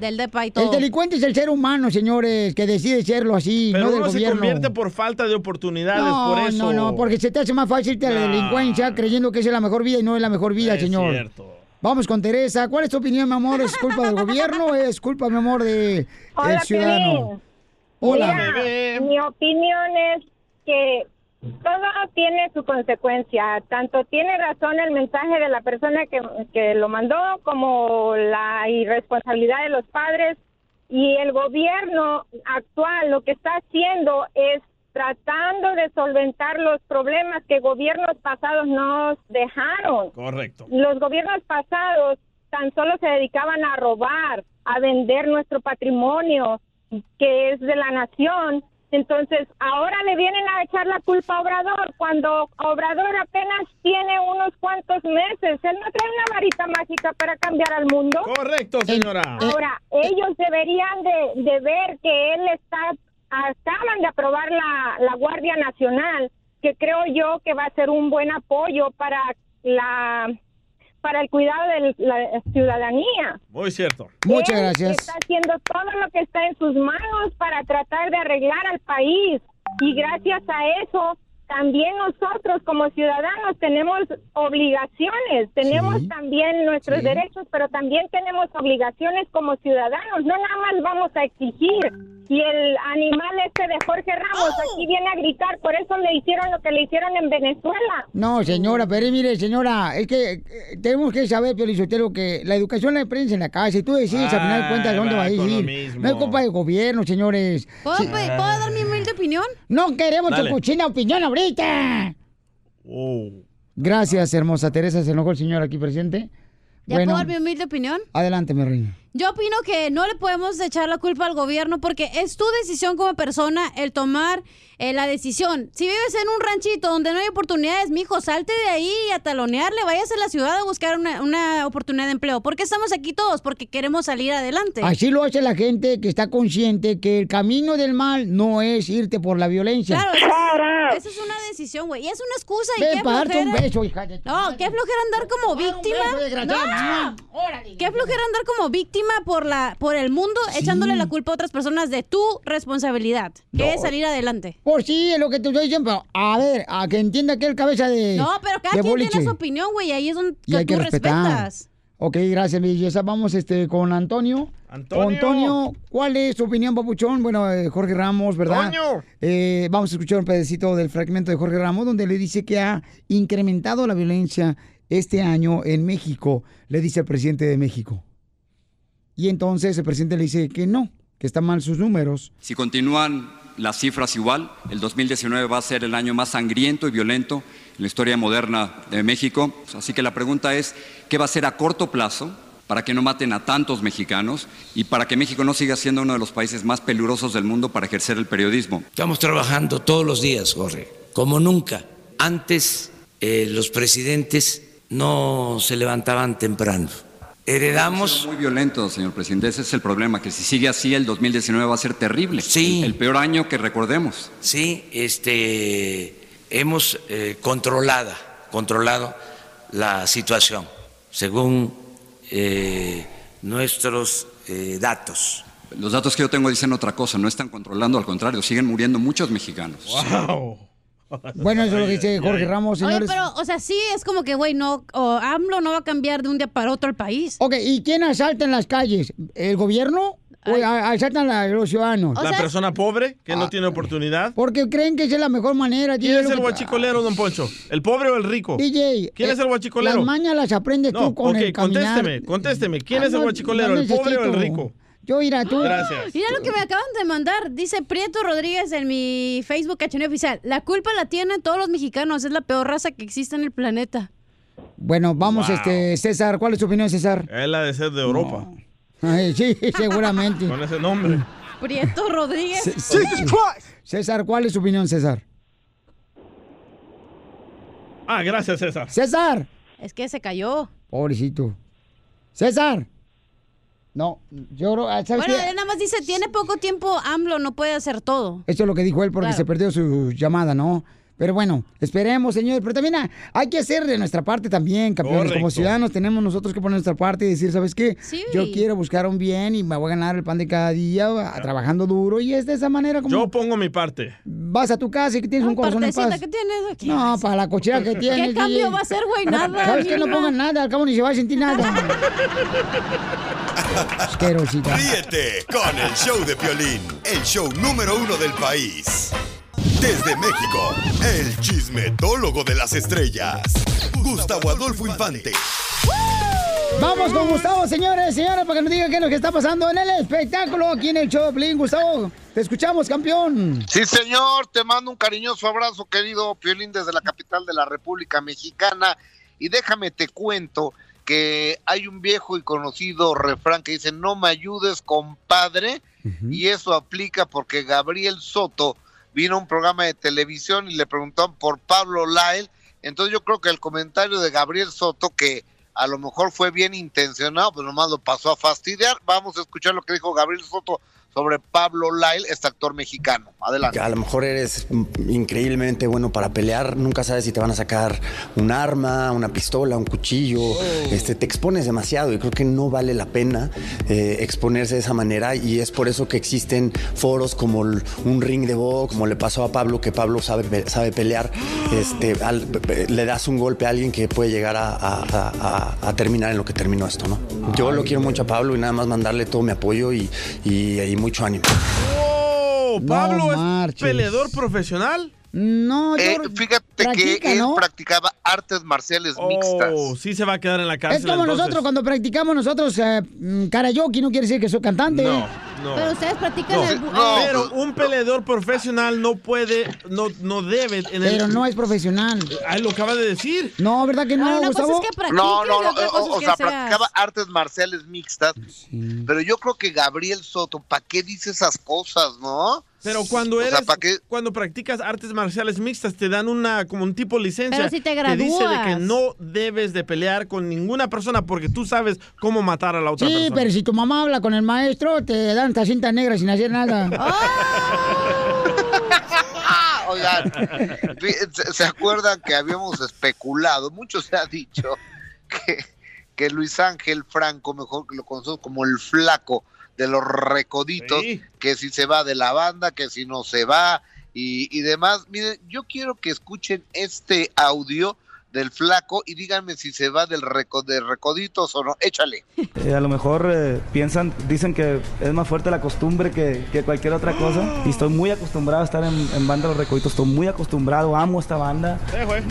[SPEAKER 9] del DEPA y todo.
[SPEAKER 1] El delincuente es el ser humano, señores, que decide serlo así,
[SPEAKER 2] Pero
[SPEAKER 1] no del
[SPEAKER 2] uno se
[SPEAKER 1] gobierno.
[SPEAKER 2] convierte por falta de oportunidades,
[SPEAKER 1] no,
[SPEAKER 2] por eso.
[SPEAKER 1] no, no, porque se te hace más fácil irte a la
[SPEAKER 2] No.
[SPEAKER 1] delincuencia creyendo que esa es la mejor vida y no es la mejor vida,
[SPEAKER 2] Es
[SPEAKER 1] señor.
[SPEAKER 2] cierto.
[SPEAKER 1] Vamos con Teresa. ¿Cuál es tu opinión, mi amor? ¿Es culpa del gobierno o es culpa, mi amor, de
[SPEAKER 25] Hola,
[SPEAKER 1] el ciudadano?
[SPEAKER 25] Piolín.
[SPEAKER 1] Hola.
[SPEAKER 25] Mira, mi opinión es que todo tiene su consecuencia. Tanto tiene razón el mensaje de la persona que, que lo mandó como la irresponsabilidad de los padres. Y el gobierno actual lo que está haciendo es tratando de solventar los problemas que gobiernos pasados nos dejaron.
[SPEAKER 2] Correcto.
[SPEAKER 25] Los gobiernos pasados tan solo se dedicaban a robar, a vender nuestro patrimonio que es de la nación. Entonces, ahora le vienen a echar la culpa a Obrador, cuando Obrador apenas tiene unos cuantos meses. Él no trae una varita mágica para cambiar al mundo. Eh,
[SPEAKER 2] Correcto, señora.
[SPEAKER 25] Ahora, ellos deberían de, de ver que él está, acaban de aprobar la, la Guardia Nacional, que creo yo que va a ser un buen apoyo para la para el cuidado de la ciudadanía.
[SPEAKER 2] Muy cierto.
[SPEAKER 1] Muchas
[SPEAKER 25] Él
[SPEAKER 1] gracias.
[SPEAKER 25] Está haciendo todo lo que está en sus manos para tratar de arreglar al país. Y gracias a eso, también nosotros como ciudadanos tenemos obligaciones, tenemos también nuestros derechos, pero también tenemos obligaciones como ciudadanos. No nada más vamos a exigir. Y el animal este de Jorge Ramos
[SPEAKER 1] ¡Oh!
[SPEAKER 25] aquí viene a gritar, por eso le hicieron lo que le hicieron en Venezuela.
[SPEAKER 1] No, señora, pero mire, señora, es que eh, tenemos que saber, Piolichotero, que la educación la aprendes en la casa y tú decides al final de cuentas dónde
[SPEAKER 9] Ah, va
[SPEAKER 1] vas a
[SPEAKER 9] con lo
[SPEAKER 1] ir.
[SPEAKER 9] mismo.
[SPEAKER 1] No es culpa del gobierno, señores.
[SPEAKER 9] ¿Puedo,
[SPEAKER 1] Sí.
[SPEAKER 9] pe- puedo dar mi humilde opinión?
[SPEAKER 1] No queremos
[SPEAKER 9] Dale.
[SPEAKER 1] tu cochina opinión ahorita. Gracias, hermosa Teresa. Se enojó el señor aquí presente.
[SPEAKER 9] ¿Ya puedo dar mi humilde opinión?
[SPEAKER 1] adelante, mi reina.
[SPEAKER 9] Yo opino que no le podemos echar la culpa al gobierno porque es tu decisión como persona el tomar eh, la decisión. Si vives en un ranchito donde no hay oportunidades, mijo, salte de ahí y a talonearle, vayas a la ciudad a buscar una, una oportunidad de empleo. ¿Por qué estamos aquí todos? Porque queremos salir adelante.
[SPEAKER 1] Así lo hace la gente que está consciente que el camino del mal no es irte por la violencia.
[SPEAKER 9] Claro, esa es, esa es una decisión, güey. Y es una excusa. y
[SPEAKER 1] Ve
[SPEAKER 9] qué
[SPEAKER 1] para darte un
[SPEAKER 9] flojera.
[SPEAKER 1] beso, hija de tu
[SPEAKER 9] No, qué flojera andar como
[SPEAKER 1] beso,
[SPEAKER 9] víctima.
[SPEAKER 1] desgraciada.
[SPEAKER 9] No. Qué flojera andar como víctima por la por el mundo echándole la culpa a otras personas de tu responsabilidad, que
[SPEAKER 1] No.
[SPEAKER 9] es salir adelante.
[SPEAKER 1] Por sí, es lo que te estoy diciendo. pero, A ver, a que entienda que el cabeza de.
[SPEAKER 9] No, pero cada
[SPEAKER 1] de
[SPEAKER 9] quien
[SPEAKER 1] boliche.
[SPEAKER 9] tiene su opinión, güey, y ahí es donde
[SPEAKER 1] Y hay
[SPEAKER 9] tú
[SPEAKER 1] que respetar.
[SPEAKER 9] respetas.
[SPEAKER 1] Ok, gracias, mi belleza. Vamos este, con Antonio.
[SPEAKER 9] Antonio.
[SPEAKER 1] Antonio, ¿cuál es tu opinión, papuchón? Bueno, eh, Jorge Ramos, ¿verdad?
[SPEAKER 2] Antonio.
[SPEAKER 1] Eh, vamos a escuchar un pedacito del fragmento de Jorge Ramos, donde le dice que ha incrementado la violencia este año en México, le dice el presidente de México. Y entonces el presidente le dice que no, que están mal sus números.
[SPEAKER 6] Si continúan las cifras igual, el 2019 va a ser el año más sangriento y violento en la historia moderna de México. Así que la pregunta es, ¿qué va a ser a corto plazo para que no maten a tantos mexicanos y para que México no siga siendo uno de los países más peligrosos del mundo para ejercer el periodismo?
[SPEAKER 24] Estamos trabajando todos los días, Jorge, como nunca. Antes eh, los presidentes no se levantaban temprano. Heredamos...
[SPEAKER 6] Muy violento, señor presidente. Ese es el problema, que si sigue así el 2019 va a ser terrible. Sí. El peor año que recordemos.
[SPEAKER 24] Sí, este, hemos eh, controlada, controlado la situación, según eh, nuestros eh, datos.
[SPEAKER 6] Los datos que yo tengo dicen otra cosa, no están controlando, al contrario, siguen muriendo muchos mexicanos.
[SPEAKER 1] Bueno, eso es lo que dice Jorge Ramos,
[SPEAKER 9] Oye,
[SPEAKER 1] señores.
[SPEAKER 9] pero, o sea, sí es como que, güey, no, o AMLO no va a cambiar de un día para otro el país.
[SPEAKER 1] Ok, ¿y quién asalta en las calles? ¿El gobierno? ¿O a- asaltan a los ciudadanos?
[SPEAKER 2] La persona pobre que no tiene oportunidad.
[SPEAKER 1] Porque creen que esa es la mejor manera.
[SPEAKER 2] ¿Quién es el guachicolero, don Poncho? ¿El pobre o el rico?
[SPEAKER 1] DJ.
[SPEAKER 2] ¿Quién
[SPEAKER 1] eh,
[SPEAKER 2] es el guachicolero?
[SPEAKER 1] Las mañas las aprendes
[SPEAKER 2] No,
[SPEAKER 1] tú
[SPEAKER 2] ok,
[SPEAKER 1] con el caminar.
[SPEAKER 2] contésteme, contésteme. ¿Quién
[SPEAKER 1] Ah,
[SPEAKER 2] es el
[SPEAKER 1] no,
[SPEAKER 2] guachicolero,
[SPEAKER 1] no
[SPEAKER 2] el pobre o el
[SPEAKER 1] necesito.
[SPEAKER 2] rico?
[SPEAKER 1] Yo irá tú.
[SPEAKER 2] Gracias.
[SPEAKER 9] Mira lo que me acaban de mandar. Dice Prieto Rodríguez en mi Facebook cachaneo oficial. La culpa la tienen todos los mexicanos. Es la peor raza que existe en el planeta.
[SPEAKER 1] Bueno, vamos,
[SPEAKER 2] Wow.
[SPEAKER 1] este, César. ¿Cuál es tu opinión, César?
[SPEAKER 2] Él ha de ser de Europa.
[SPEAKER 1] Ay, sí, seguramente.
[SPEAKER 2] Con ese nombre.
[SPEAKER 9] Prieto Rodríguez.
[SPEAKER 1] C- César, ¿cuál es tu opinión, César?
[SPEAKER 2] Ah, gracias, César.
[SPEAKER 1] César.
[SPEAKER 9] Es que se cayó.
[SPEAKER 1] Pobrecito. César. No, yo creo, ah, ¿sabes
[SPEAKER 9] Bueno,
[SPEAKER 1] qué?
[SPEAKER 9] él nada más dice, tiene poco tiempo, AMLO no puede hacer todo.
[SPEAKER 1] Eso es lo que dijo él porque
[SPEAKER 9] Claro.
[SPEAKER 1] se perdió su llamada, ¿no? Pero bueno, esperemos, señor. Pero también ah, hay que hacer de nuestra parte también, campeones. Como
[SPEAKER 12] Correcto.
[SPEAKER 1] ciudadanos tenemos nosotros que poner nuestra parte y decir, ¿sabes qué?
[SPEAKER 12] Sí.
[SPEAKER 1] Yo quiero buscar un bien y me voy a ganar el pan de cada día ah, trabajando duro. Y es de esa manera como
[SPEAKER 2] Yo pongo mi parte.
[SPEAKER 1] vas a tu casa y que tienes un corazón en
[SPEAKER 9] Partecita
[SPEAKER 1] paz.
[SPEAKER 9] que tienes aquí.
[SPEAKER 1] No, para la cochera que
[SPEAKER 9] ¿Qué
[SPEAKER 1] tienes.
[SPEAKER 9] cambio
[SPEAKER 1] DJ?
[SPEAKER 9] va a hacer, güey? Nada,
[SPEAKER 1] ¿Sabes qué? No
[SPEAKER 9] mira.
[SPEAKER 1] pongan nada, al cabo ni se va a sentir nada. Asquerosita.
[SPEAKER 7] Ríete con el show de Piolín, el show número uno del país. Desde México, el chismetólogo de las estrellas, Gustavo Adolfo Infante.
[SPEAKER 1] Vamos con Gustavo, señores, señores, para que nos diga qué es lo que está pasando en el espectáculo aquí en el show de Piolín. Gustavo, te escuchamos, campeón.
[SPEAKER 12] Sí, señor, te mando un cariñoso abrazo, querido Piolín, desde la capital de la República Mexicana. Y déjame te cuento que hay un viejo y conocido refrán que dice, no me ayudes, compadre. Y eso aplica porque Gabriel Soto vino a un programa de televisión y le preguntaban por Pablo Lyle. Entonces yo creo que el comentario de Gabriel Soto, que a lo mejor fue bien intencionado, pero nomás lo pasó a fastidiar. Vamos a escuchar lo que dijo Gabriel Soto sobre Pablo Lyle, este actor mexicano. Adelante.
[SPEAKER 13] Que A lo mejor eres mm, increíblemente bueno para pelear, nunca sabes si te van a sacar un arma, una pistola, un cuchillo, este, te expones demasiado y creo que no vale la pena eh, exponerse de esa manera y es por eso que existen foros como el- un ring de box, como le pasó a Pablo, que Pablo sabe, pe- sabe pelear, este, al- pe- pe- le das un golpe a alguien que puede llegar a, a- a- a- a terminar en lo que terminó esto, ¿no? Yo lo quiero mucho a Pablo y nada más mandarle todo mi apoyo y- y- y mucho ánimo.
[SPEAKER 2] ¡Oh! ¿Pablo es
[SPEAKER 13] marches.
[SPEAKER 2] peleador profesional?
[SPEAKER 1] No,
[SPEAKER 12] Eh, fíjate que él practicaba artes marciales mixtas.
[SPEAKER 2] Oh, sí se va a quedar en la cárcel.
[SPEAKER 1] Es como
[SPEAKER 2] entonces.
[SPEAKER 1] nosotros cuando practicamos nosotros eh, mm, karaoke, no quiere decir que soy cantante.
[SPEAKER 2] No, no.
[SPEAKER 9] Pero ustedes practican
[SPEAKER 2] No,
[SPEAKER 9] el... bu-
[SPEAKER 2] no,
[SPEAKER 9] el-
[SPEAKER 12] pues,
[SPEAKER 2] pero un peleador profesional no puede, no, no debe. En el-
[SPEAKER 1] Pero no es profesional.
[SPEAKER 2] Ay, lo acaba de decir.
[SPEAKER 1] No, ¿verdad que no,
[SPEAKER 2] Ah, una cosa
[SPEAKER 9] pues
[SPEAKER 1] Gustavo?
[SPEAKER 2] es que practiques
[SPEAKER 12] No, no,
[SPEAKER 2] y
[SPEAKER 12] no.
[SPEAKER 2] otra cosa
[SPEAKER 12] O,
[SPEAKER 2] es
[SPEAKER 12] o
[SPEAKER 2] que
[SPEAKER 12] sea,
[SPEAKER 2] seas.
[SPEAKER 12] practicaba artes marciales mixtas. Pero yo creo que Gabriel Soto, ¿para qué dice esas cosas, no?
[SPEAKER 2] Pero cuando
[SPEAKER 12] O sea,
[SPEAKER 2] eres, cuando practicas artes marciales mixtas, te dan una, como un tipo de licencia.
[SPEAKER 9] Pero si te
[SPEAKER 2] Que dice de que
[SPEAKER 9] gradúas.
[SPEAKER 2] no debes de pelear con ninguna persona porque tú sabes cómo matar a la otra
[SPEAKER 1] Sí,
[SPEAKER 2] persona.
[SPEAKER 1] pero si tu mamá habla con el maestro, te dan esta cinta negra sin hacer nada.
[SPEAKER 12] Ah, oigan, ¿se- ¿se acuerdan que habíamos especulado? Mucho se ha dicho que, que Luis Ángel Franco, mejor que lo conozco como el flaco de los recoditos, que si se va de la banda, que si no se va y, y demás. Miren, yo quiero que escuchen este audio del flaco y díganme si se va del reco- de recoditos o no. Échale.
[SPEAKER 14] Eh, a lo mejor eh, piensan, dicen que es más fuerte la costumbre que, que cualquier otra cosa. Y estoy muy acostumbrado a estar en, en Banda Los Recoditos, estoy muy acostumbrado, amo esta banda.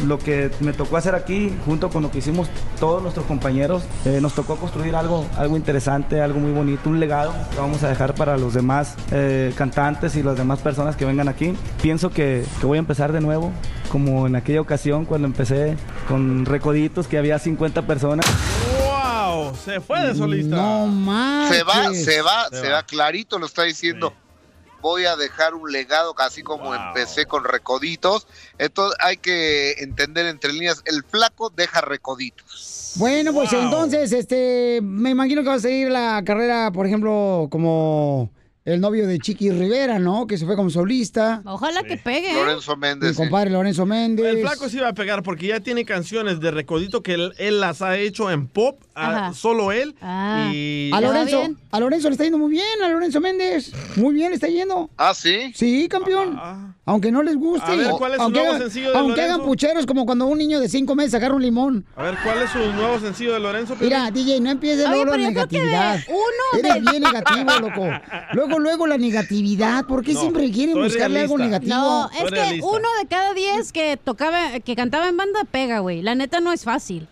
[SPEAKER 14] Lo que me tocó hacer aquí, junto con lo que hicimos todos nuestros compañeros, eh, nos tocó construir algo, algo interesante, algo muy bonito, un legado que vamos a dejar para los demás eh, cantantes y las demás personas que vengan aquí. Pienso que, que voy a empezar de nuevo, como en aquella ocasión cuando empecé con Recoditos, que había 50 personas.
[SPEAKER 2] ¡Wow! Se fue de solista.
[SPEAKER 1] No más.
[SPEAKER 12] Se va, se va, se va, clarito lo está diciendo. Voy a dejar un legado, casi como empecé con Recoditos. Entonces hay que entender entre líneas, el flaco deja Recoditos.
[SPEAKER 1] Bueno, pues entonces, este, me imagino que vas a seguir la carrera, por ejemplo, como el novio de Chiqui Rivera, ¿no? Que se fue como solista.
[SPEAKER 9] Ojalá que pegue. ¿eh?
[SPEAKER 12] Lorenzo
[SPEAKER 1] Mi
[SPEAKER 12] Méndez.
[SPEAKER 1] compadre Lorenzo Méndez.
[SPEAKER 2] El flaco sí va a pegar porque ya tiene canciones de Recodito que él, él las ha hecho en pop, a-
[SPEAKER 1] Ajá.
[SPEAKER 2] solo él.
[SPEAKER 9] Ah.
[SPEAKER 2] Y
[SPEAKER 1] A Lorenzo, a Lorenzo le está yendo muy bien, a Lorenzo Méndez. Muy bien le está yendo.
[SPEAKER 12] ¿Ah, sí?
[SPEAKER 1] Sí, campeón. Aunque no les guste.
[SPEAKER 2] Ah, A ver, ¿cuál es su
[SPEAKER 1] aunque
[SPEAKER 2] nuevo
[SPEAKER 1] hagan-
[SPEAKER 2] sencillo de
[SPEAKER 1] aunque hagan
[SPEAKER 2] Lorenzo?
[SPEAKER 1] pucheros como cuando un niño de cinco meses agarra un limón.
[SPEAKER 2] A ver, ¿cuál es su nuevo sencillo de Lorenzo?
[SPEAKER 1] Mira, DJ, no empieces
[SPEAKER 2] Oye,
[SPEAKER 1] luego la
[SPEAKER 2] pero yo creo que
[SPEAKER 1] negatividad.
[SPEAKER 2] uno
[SPEAKER 1] Eres
[SPEAKER 2] de-
[SPEAKER 1] bien negativo, loco. Luego, luego la negatividad. ¿Por qué
[SPEAKER 9] No,
[SPEAKER 1] siempre quieren
[SPEAKER 9] soy
[SPEAKER 1] buscarle algo
[SPEAKER 9] realista.
[SPEAKER 1] negativo?
[SPEAKER 9] No, es que uno de cada diez que tocaba, que cantaba en banda pega, güey. La neta no es fácil.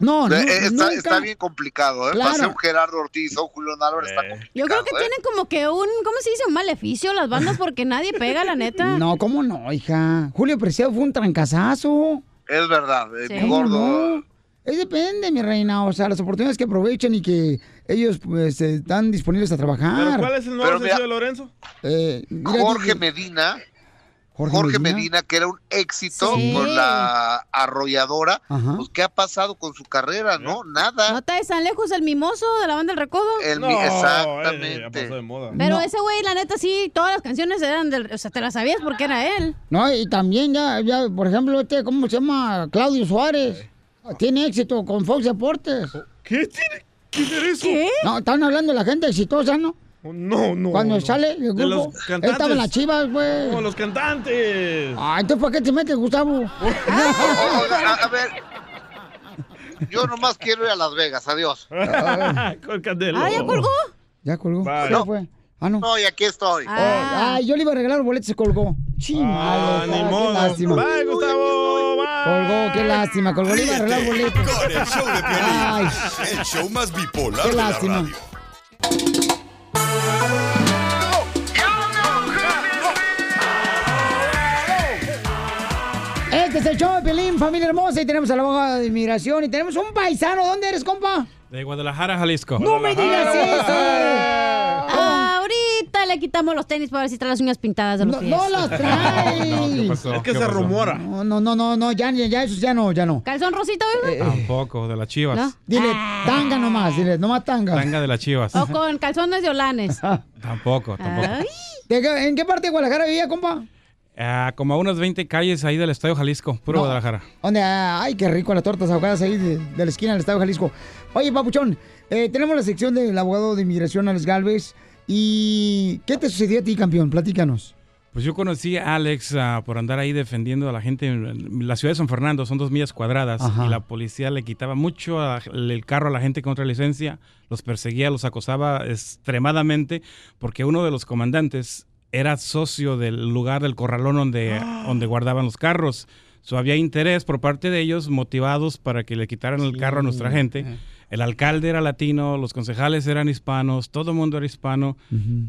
[SPEAKER 1] No,
[SPEAKER 12] Eh, eh, está, está bien complicado, ¿eh?
[SPEAKER 9] Claro.
[SPEAKER 12] Para ser un Gerardo Ortiz o un Julián Álvarez está complicado.
[SPEAKER 9] Yo creo que
[SPEAKER 12] ¿eh?
[SPEAKER 9] tienen como que un, ¿cómo se dice? Un maleficio las bandas porque nadie pega, la neta.
[SPEAKER 1] No, ¿cómo no, hija? Julio Preciado fue un trancazazo.
[SPEAKER 12] Es verdad, eh,
[SPEAKER 1] Sí.
[SPEAKER 12] mi
[SPEAKER 1] ¿Cómo
[SPEAKER 12] gordo.
[SPEAKER 1] no? Es depende, mi reina. O sea, las oportunidades que aprovechen y que ellos pues, eh, están disponibles a trabajar.
[SPEAKER 2] ¿Pero cuál es el nuevo
[SPEAKER 12] Pero mira-
[SPEAKER 2] sencillo de Lorenzo?
[SPEAKER 1] Eh, mira,
[SPEAKER 12] Jorge
[SPEAKER 1] DJ.
[SPEAKER 12] Medina.
[SPEAKER 1] Jorge,
[SPEAKER 12] Jorge
[SPEAKER 1] Medina.
[SPEAKER 12] Medina. que era un éxito
[SPEAKER 1] Sí.
[SPEAKER 12] con la arrolladora,
[SPEAKER 1] Ajá.
[SPEAKER 12] pues ¿qué ha pasado con su carrera? No, nada.
[SPEAKER 9] ¿No está de San Lejos el mimoso de la banda El Recodo?
[SPEAKER 12] El mi- exactamente.
[SPEAKER 9] Pero ese güey, la neta, sí, todas las canciones eran del... O sea, te las sabías porque era él.
[SPEAKER 1] No, y también ya, ya, por ejemplo, este, ¿cómo se llama? Claudio Suárez. Tiene éxito con Fox Deportes.
[SPEAKER 2] Eh. Oh, ¿Qué tiene que ver eso? Oh,
[SPEAKER 1] No, están hablando de la gente exitosa, ¿no?
[SPEAKER 2] No, no.
[SPEAKER 1] Cuando
[SPEAKER 2] no.
[SPEAKER 1] sale el
[SPEAKER 2] De
[SPEAKER 1] grupo,
[SPEAKER 2] los
[SPEAKER 1] él
[SPEAKER 2] cantantes.
[SPEAKER 1] estaba en las chivas, güey.
[SPEAKER 2] Como los cantantes.
[SPEAKER 1] Ah, entonces, ¿para qué te metes, Gustavo?
[SPEAKER 12] O- o- a, a ver, yo nomás quiero ir a Las Vegas, adiós.
[SPEAKER 2] Con Candelo.
[SPEAKER 1] Ah, ¿ya colgó? ya colgó.
[SPEAKER 12] Bye.
[SPEAKER 1] ¿Se fue? Ah, no.
[SPEAKER 12] No, y aquí estoy.
[SPEAKER 1] Ah. Ay, yo le iba a regalar boletos, se colgó. Sí,
[SPEAKER 12] Ah,
[SPEAKER 1] malo,
[SPEAKER 12] ni
[SPEAKER 1] qué
[SPEAKER 12] modo.
[SPEAKER 1] lástima.
[SPEAKER 12] Bye, Gustavo,
[SPEAKER 2] bye.
[SPEAKER 1] Colgó, qué lástima, colgó. Le iba a arreglar
[SPEAKER 7] Ríete
[SPEAKER 1] boletos.
[SPEAKER 7] con el show de
[SPEAKER 1] Ay,
[SPEAKER 7] Piolín, el show más bipolar
[SPEAKER 1] qué
[SPEAKER 7] de la
[SPEAKER 1] lástima.
[SPEAKER 7] radio.
[SPEAKER 1] Este es el show de Pelín, familia hermosa, y tenemos a la abogada de inmigración, y tenemos un paisano. ¿Dónde eres, compa?
[SPEAKER 15] De Guadalajara, Jalisco.
[SPEAKER 1] ¡No me digas eso!
[SPEAKER 9] Ahorita le quitamos los tenis para ver si trae las uñas pintadas de los pies.
[SPEAKER 1] Ah. No las traes.
[SPEAKER 15] Es que se rumora.
[SPEAKER 1] No, no, no, no, no, ya, ya, ya, eso ya no, ya no.
[SPEAKER 9] ¿Calzón rosito, güey?
[SPEAKER 15] Tampoco, de las chivas.
[SPEAKER 9] ¿No? Ah.
[SPEAKER 1] Dile, tanga nomás, dile, nomás tanga.
[SPEAKER 15] Tanga de las chivas.
[SPEAKER 9] O con calzones de olanes.
[SPEAKER 15] Tampoco, tampoco.
[SPEAKER 9] Ay.
[SPEAKER 1] ¿De qué- ¿En qué parte de Guadalajara vivía, compa?
[SPEAKER 15] Ah, como a unas 20 calles ahí del Estadio Jalisco, puro
[SPEAKER 1] No.
[SPEAKER 15] Guadalajara.
[SPEAKER 1] ¿Dónde? Ah, Ay, qué rico las tortas ahogadas ahí de, de la esquina del estado de Jalisco. Oye, papuchón, eh, tenemos la sección del abogado de inmigración, Alex Galvez. ¿Y qué te sucedió a ti, campeón? Platícanos.
[SPEAKER 15] Pues yo conocí a Alex ah, por andar ahí defendiendo a la gente en la ciudad de San Fernando, son dos millas cuadradas,
[SPEAKER 1] Ajá.
[SPEAKER 15] y la policía le quitaba mucho a- el carro a la gente contra licencia, los perseguía, los acosaba extremadamente, porque uno de los comandantes era socio del lugar del corralón donde, donde guardaban los carros. So, había interés por parte de ellos motivados para que le quitaran el carro a nuestra gente. El alcalde era latino, los concejales eran hispanos, todo el mundo era hispano,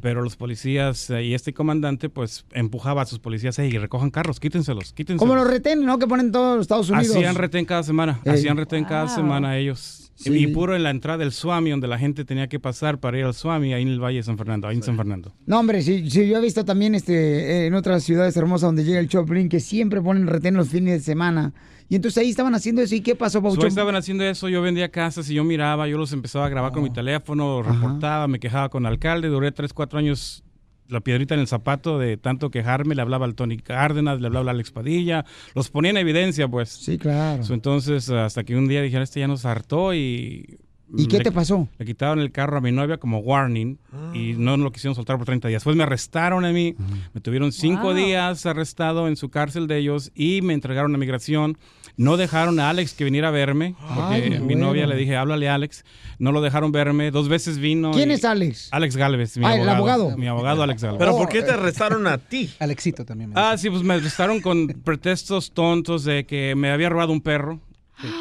[SPEAKER 15] pero los policías eh, y este comandante pues empujaba a sus policías y recojan carros, quítenselos, quítenselos.
[SPEAKER 1] Como los retén, ¿no? Que ponen todos los Estados Unidos.
[SPEAKER 15] Hacían retén cada semana,
[SPEAKER 1] Ey.
[SPEAKER 15] hacían retén cada
[SPEAKER 1] Wow.
[SPEAKER 15] semana ellos.
[SPEAKER 1] Sí.
[SPEAKER 15] Y puro en la entrada del Suami, donde la gente tenía que pasar para ir al Suami, ahí en el Valle de San Fernando, ahí en San Fernando.
[SPEAKER 1] No, hombre, sí, sí, yo he visto también este, eh, en otras ciudades hermosas donde llega el Choplin que siempre ponen retén los fines de semana. Y entonces ahí estaban haciendo eso. ¿Y qué pasó,
[SPEAKER 15] So, Pues ahí
[SPEAKER 1] Papuchón?
[SPEAKER 15] estaban haciendo eso, yo vendía casas y yo miraba, yo los empezaba a grabar
[SPEAKER 1] Oh.
[SPEAKER 15] con mi teléfono, reportaba, me quejaba con el alcalde, duré 3, 4 años la piedrita en el zapato de tanto quejarme, le hablaba al Tony Cárdenas, le hablaba al Alex Padilla, los ponía en evidencia pues.
[SPEAKER 1] Sí, claro.
[SPEAKER 15] So, entonces hasta que un día dijeron, este ya nos hartó y...
[SPEAKER 1] ¿Y qué
[SPEAKER 15] le-
[SPEAKER 1] te pasó?
[SPEAKER 15] Le quitaron el carro a mi novia como warning y no lo quisieron soltar por 30 días. Después me arrestaron a mí,
[SPEAKER 1] Ah.
[SPEAKER 15] me tuvieron cinco
[SPEAKER 11] Wow.
[SPEAKER 15] días arrestado en su cárcel de ellos y me entregaron a migración. No dejaron a Alex que viniera a verme, porque
[SPEAKER 11] Ay,
[SPEAKER 15] mi
[SPEAKER 11] bueno.
[SPEAKER 15] novia le dije, háblale a Alex. No lo dejaron verme, dos veces vino.
[SPEAKER 1] ¿Quién
[SPEAKER 15] y-
[SPEAKER 1] es Alex?
[SPEAKER 15] Alex Galvez, mi
[SPEAKER 1] Ah, el
[SPEAKER 15] abogado.
[SPEAKER 1] abogado.
[SPEAKER 15] Mi abogado Alex Galvez.
[SPEAKER 2] Pero ¿por qué te
[SPEAKER 15] arrestaron a ti? Alexito eh, también. Ah, sí, pues me arrestaron con pretextos tontos de que me había robado un perro.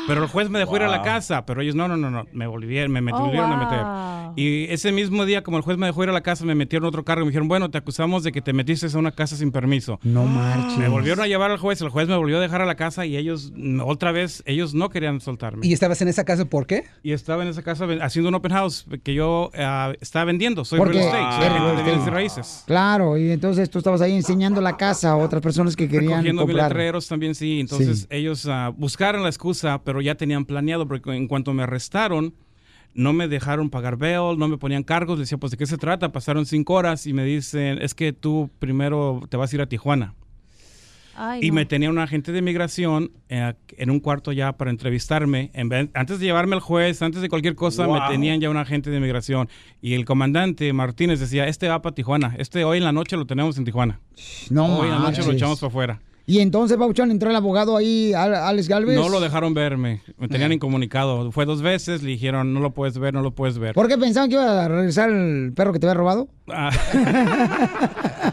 [SPEAKER 15] Pero el juez me dejó ir a la
[SPEAKER 11] Wow.
[SPEAKER 15] casa, pero ellos no, no, no, no, me volvieron, me
[SPEAKER 11] Oh,
[SPEAKER 15] volvieron a
[SPEAKER 11] wow.
[SPEAKER 15] meter. Y ese mismo día, como el juez me dejó ir a la casa, me metieron otro cargo y me dijeron, bueno, te acusamos de que te metiste a una casa sin permiso.
[SPEAKER 1] No marches.
[SPEAKER 15] Me volvieron a llevar al juez, el juez me volvió a dejar a la casa y ellos, mm, otra vez, ellos no querían soltarme. Y, Y, estabas en esa casa por qué? Y estaba en esa casa ven- haciendo un open house que yo ah, estaba vendiendo, soy
[SPEAKER 1] Porque
[SPEAKER 15] real estate, soy
[SPEAKER 1] eres
[SPEAKER 15] agente
[SPEAKER 1] real
[SPEAKER 15] de bienes y
[SPEAKER 1] estate.
[SPEAKER 15] raíces.
[SPEAKER 1] Claro, y entonces tú estabas ahí enseñando la casa a otras personas que querían
[SPEAKER 15] Recogiendo mis
[SPEAKER 1] comprar.
[SPEAKER 15] letreros también, sí. Entonces ellos ah, buscaron la excusa, pero ya tenían planeado, porque en cuanto me arrestaron, no me dejaron pagar bail, no me ponían cargos. Les decía, pues, ¿de qué se trata? Pasaron cinco horas y me dicen, es que tú primero te vas a ir a Tijuana.
[SPEAKER 9] Ay,
[SPEAKER 15] y
[SPEAKER 9] no.
[SPEAKER 15] me tenía un agente de inmigración eh, en un cuarto ya para entrevistarme. En vez- antes de llevarme al juez, antes de cualquier cosa, me
[SPEAKER 11] Wow.
[SPEAKER 15] tenían ya un agente de inmigración. Y el comandante Martínez decía, este va para Tijuana. Este hoy en la noche lo tenemos en Tijuana.
[SPEAKER 1] No
[SPEAKER 15] hoy en la noche lo
[SPEAKER 1] marches.
[SPEAKER 15] echamos para afuera.
[SPEAKER 1] Y entonces, Papuchón, entró el abogado ahí, Al- Alex Galvez.
[SPEAKER 15] No lo dejaron verme. Me
[SPEAKER 1] Eh.
[SPEAKER 15] tenían incomunicado. Fue dos veces, le dijeron, no lo puedes ver, no lo puedes ver.
[SPEAKER 1] ¿Por qué pensaban que iba a regresar el perro que te había robado?
[SPEAKER 15] Ah.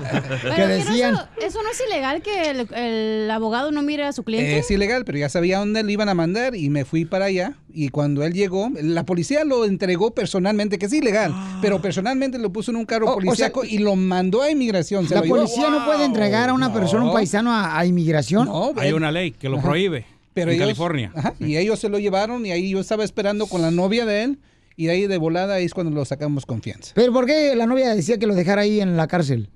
[SPEAKER 9] Pero,
[SPEAKER 1] que
[SPEAKER 9] pero
[SPEAKER 1] decían.
[SPEAKER 9] Eso, eso no es ilegal que el, el abogado no mire a su cliente.
[SPEAKER 15] "Eh, Es ilegal, pero ya sabía dónde le iban a mandar y me fui para allá. Y cuando él llegó, la policía lo entregó personalmente, que es ilegal, pero personalmente lo puso en un carro policíaco y lo mandó a inmigración. se
[SPEAKER 1] la
[SPEAKER 15] lo llevó.
[SPEAKER 1] policía no puede entregar a una persona, un paisano, a, a inmigración.
[SPEAKER 15] Hay una ley que lo
[SPEAKER 1] Ajá.
[SPEAKER 15] prohíbe
[SPEAKER 1] Pero
[SPEAKER 15] en
[SPEAKER 1] ellos-
[SPEAKER 15] California. Ajá, y ellos se lo llevaron y ahí yo estaba esperando con la novia de él y ahí de volada ahí es cuando lo sacamos confianza.
[SPEAKER 1] Pero ¿por qué la novia decía que lo dejara ahí en la cárcel?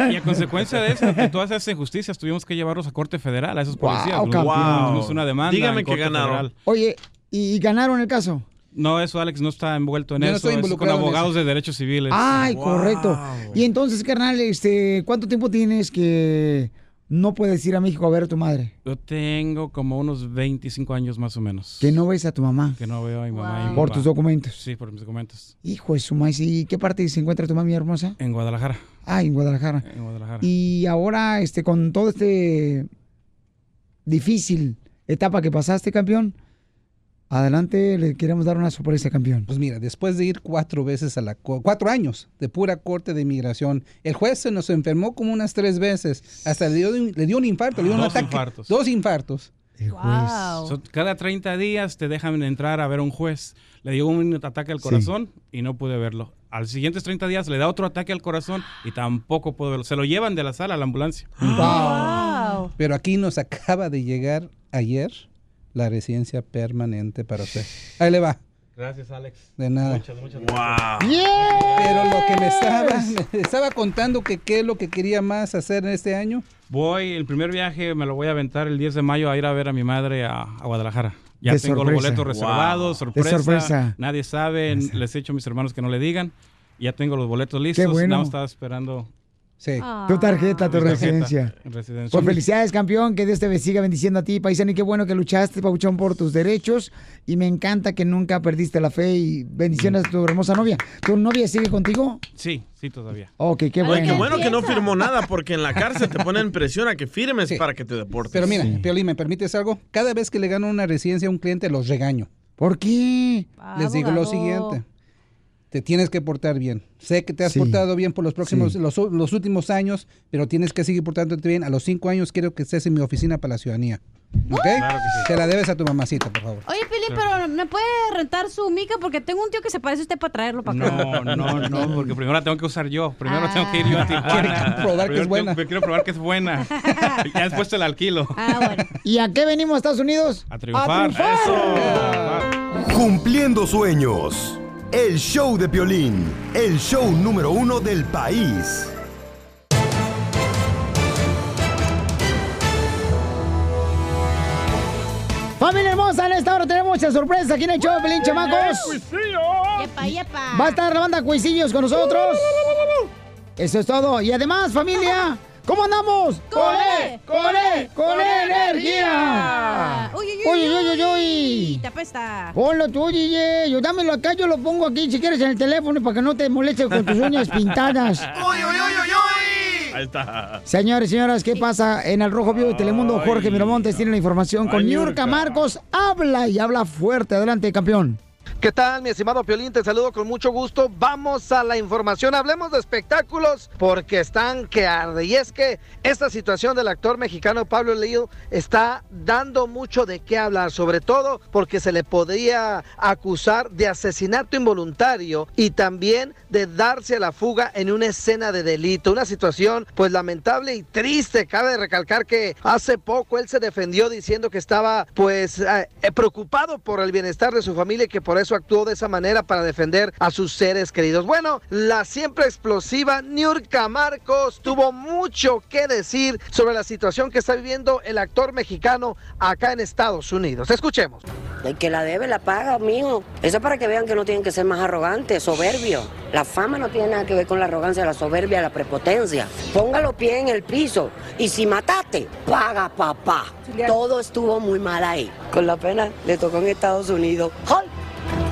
[SPEAKER 15] Y, y a consecuencia de eso, de todas esas injusticias, tuvimos que llevarlos a corte federal, a esos policías.
[SPEAKER 1] Wow,
[SPEAKER 15] Los-
[SPEAKER 1] campeón.
[SPEAKER 15] tuvimos una demanda.
[SPEAKER 2] Dígame
[SPEAKER 15] en
[SPEAKER 2] que
[SPEAKER 15] corte
[SPEAKER 2] ganaron.
[SPEAKER 15] federal.
[SPEAKER 1] Oye, ¿y, y ganaron el caso?
[SPEAKER 15] No, eso Alex no está envuelto en
[SPEAKER 1] Yo no
[SPEAKER 15] eso.
[SPEAKER 1] estoy
[SPEAKER 15] es con
[SPEAKER 1] involucrado en
[SPEAKER 15] abogados
[SPEAKER 1] eso.
[SPEAKER 15] de derechos civiles.
[SPEAKER 1] Ay, correcto. Y entonces, carnal, este, ¿cuánto tiempo tienes que no puedes ir a México a ver a tu madre?
[SPEAKER 15] Yo tengo como unos 25 años más o menos.
[SPEAKER 1] Que no ves a tu mamá.
[SPEAKER 15] Que no veo a mi mamá. y a mi
[SPEAKER 1] Por
[SPEAKER 15] papá.
[SPEAKER 1] tus documentos.
[SPEAKER 15] Sí, por mis documentos.
[SPEAKER 1] Hijo de su maíz. ¿Y qué parte se encuentra tu mami hermosa?
[SPEAKER 15] En Guadalajara.
[SPEAKER 1] Ah, en Guadalajara.
[SPEAKER 15] En Guadalajara.
[SPEAKER 1] Y ahora, este, con todo este difícil etapa que pasaste, campeón, Adelante, le queremos dar una sorpresa, campeón.
[SPEAKER 16] Pues mira, después de ir cuatro veces a la co- cuatro años de pura corte de inmigración, el juez se nos enfermó como unas tres veces. Hasta le dio, le dio un infarto, le dio un
[SPEAKER 15] Dos
[SPEAKER 16] ataque.
[SPEAKER 15] infartos.
[SPEAKER 16] Dos infartos.
[SPEAKER 1] pues.
[SPEAKER 15] So, Pues, cada 30 días te dejan entrar a ver a un juez. Le dio un ataque al corazón y no pude verlo. Al siguientes 30 días le da otro ataque al corazón y tampoco puedo verlo. Se lo llevan de la sala a la ambulancia.
[SPEAKER 16] Pero aquí nos acaba de llegar ayer la residencia permanente para usted. Ahí le va.
[SPEAKER 15] Gracias, Alex.
[SPEAKER 16] De nada.
[SPEAKER 15] Muchas, muchas gracias.
[SPEAKER 16] Pero lo que me estaba, me estaba contando que qué es lo que quería más hacer en este año.
[SPEAKER 15] Voy, el primer viaje me lo voy a aventar el 10 de mayo a ir a ver a mi madre a, a Guadalajara. Ya
[SPEAKER 1] De
[SPEAKER 15] tengo los
[SPEAKER 1] sorpresa.
[SPEAKER 15] boletos reservados,
[SPEAKER 1] Wow. De
[SPEAKER 15] sorpresa,
[SPEAKER 1] sorpresa.
[SPEAKER 15] Nadie sabe, les he hecho a mis hermanos que no le digan. Ya tengo los boletos listos.
[SPEAKER 1] bueno.
[SPEAKER 15] Nada más estaba esperando.
[SPEAKER 16] Sí.
[SPEAKER 2] Ah.
[SPEAKER 1] Tu tarjeta, tu
[SPEAKER 15] Mi tarjeta,
[SPEAKER 1] residencia.
[SPEAKER 15] residencia.
[SPEAKER 1] Pues felicidades, campeón. Que Dios te siga bendiciendo a ti, paisano. Y qué bueno que luchaste, Pabuchón, por tus derechos. Y me encanta que nunca perdiste la fe. Y bendiciones a tu hermosa novia. ¿Tu novia sigue contigo?
[SPEAKER 15] Sí, sí, todavía.
[SPEAKER 1] Ok, Oh, qué
[SPEAKER 2] Oye,
[SPEAKER 1] bueno.
[SPEAKER 2] qué bueno que no firmó nada, porque en la cárcel te ponen presión a que firmes para que te deportes.
[SPEAKER 16] Pero mira, Piolín, ¿me permites algo? Cada vez que le gano una residencia a un cliente, los regaño.
[SPEAKER 1] ¿Por qué?
[SPEAKER 16] Les digo lo siguiente. Te tienes que portar bien. Sé que te has portado bien por los próximos,
[SPEAKER 1] Sí.
[SPEAKER 16] los, los últimos años, pero tienes que seguir portándote bien. A los cinco años quiero que estés en mi oficina para la ciudadanía. ¿Ok? Te la debes a tu mamacita, por favor.
[SPEAKER 9] Oye, Pili, pero ¿me puede rentar su mica? Porque tengo un tío que se parece a usted para traerlo para acá.
[SPEAKER 15] No, no, no, porque primero la tengo que usar yo. Primero tengo que ir yo a Tijuana.
[SPEAKER 16] Ah. probar que
[SPEAKER 15] Primero
[SPEAKER 16] es buena.
[SPEAKER 15] tengo- Quiero probar que es buena. ya después te la alquilo.
[SPEAKER 1] ¿Y a qué venimos a Estados Unidos?
[SPEAKER 15] A triunfar.
[SPEAKER 7] Cumpliendo sueños. El show de Piolín, el show número uno del país.
[SPEAKER 1] Familia hermosa, en esta hora tenemos muchas sorpresas aquí en el show de Pelín, chamacos.
[SPEAKER 9] Yepa, yepa.
[SPEAKER 1] Va a estar la banda Cuisillos con nosotros. Eso es todo. Y además, familia, ¿cómo andamos?
[SPEAKER 9] ¡Corre, corre,
[SPEAKER 1] ¡Con energía!
[SPEAKER 9] ¡Uy,
[SPEAKER 1] ¡Uy, uy, uy, uy!
[SPEAKER 9] Te apesta.
[SPEAKER 1] Ponlo tú, DJ. Yo dámelo acá, yo lo pongo aquí si quieres en el teléfono para que no te moleste con tus uñas pintadas.
[SPEAKER 2] Ahí está.
[SPEAKER 1] Señores, señoras, ¿qué pasa en el Rojo Vivo de Telemundo? Jorge Miramontes tiene la información con
[SPEAKER 4] Ay,
[SPEAKER 1] Niurka
[SPEAKER 4] Niurka.
[SPEAKER 1] Marcos. Habla y habla fuerte. Adelante, campeón.
[SPEAKER 4] ¿Qué tal, mi estimado Piolín? Te saludo con mucho gusto. Vamos a la información. Hablemos de espectáculos porque están que arde. Y es que esta situación del actor mexicano Pablo Leo está dando mucho de qué hablar, sobre todo porque se le podría acusar de asesinato involuntario y también de darse a la fuga en una escena de delito. Una situación, pues, lamentable y triste. Cabe recalcar que hace poco él se defendió diciendo que estaba, pues, eh, eh, preocupado por el bienestar de su familia y que por eso actuó de esa manera para defender a sus seres queridos. Bueno, la siempre explosiva Niurka Marcos tuvo mucho que decir sobre la situación que está viviendo el actor mexicano acá en Estados Unidos. Escuchemos.
[SPEAKER 14] El que la debe la paga, mijo. Eso es para que vean que no tienen que ser más arrogantes, soberbios. La fama no tiene nada que ver con la arrogancia, la soberbia, la prepotencia. Ponga los pies en el piso y si mataste, paga papá. Todo estuvo muy mal ahí. Con la pena le tocó en Estados Unidos. ¡Ay!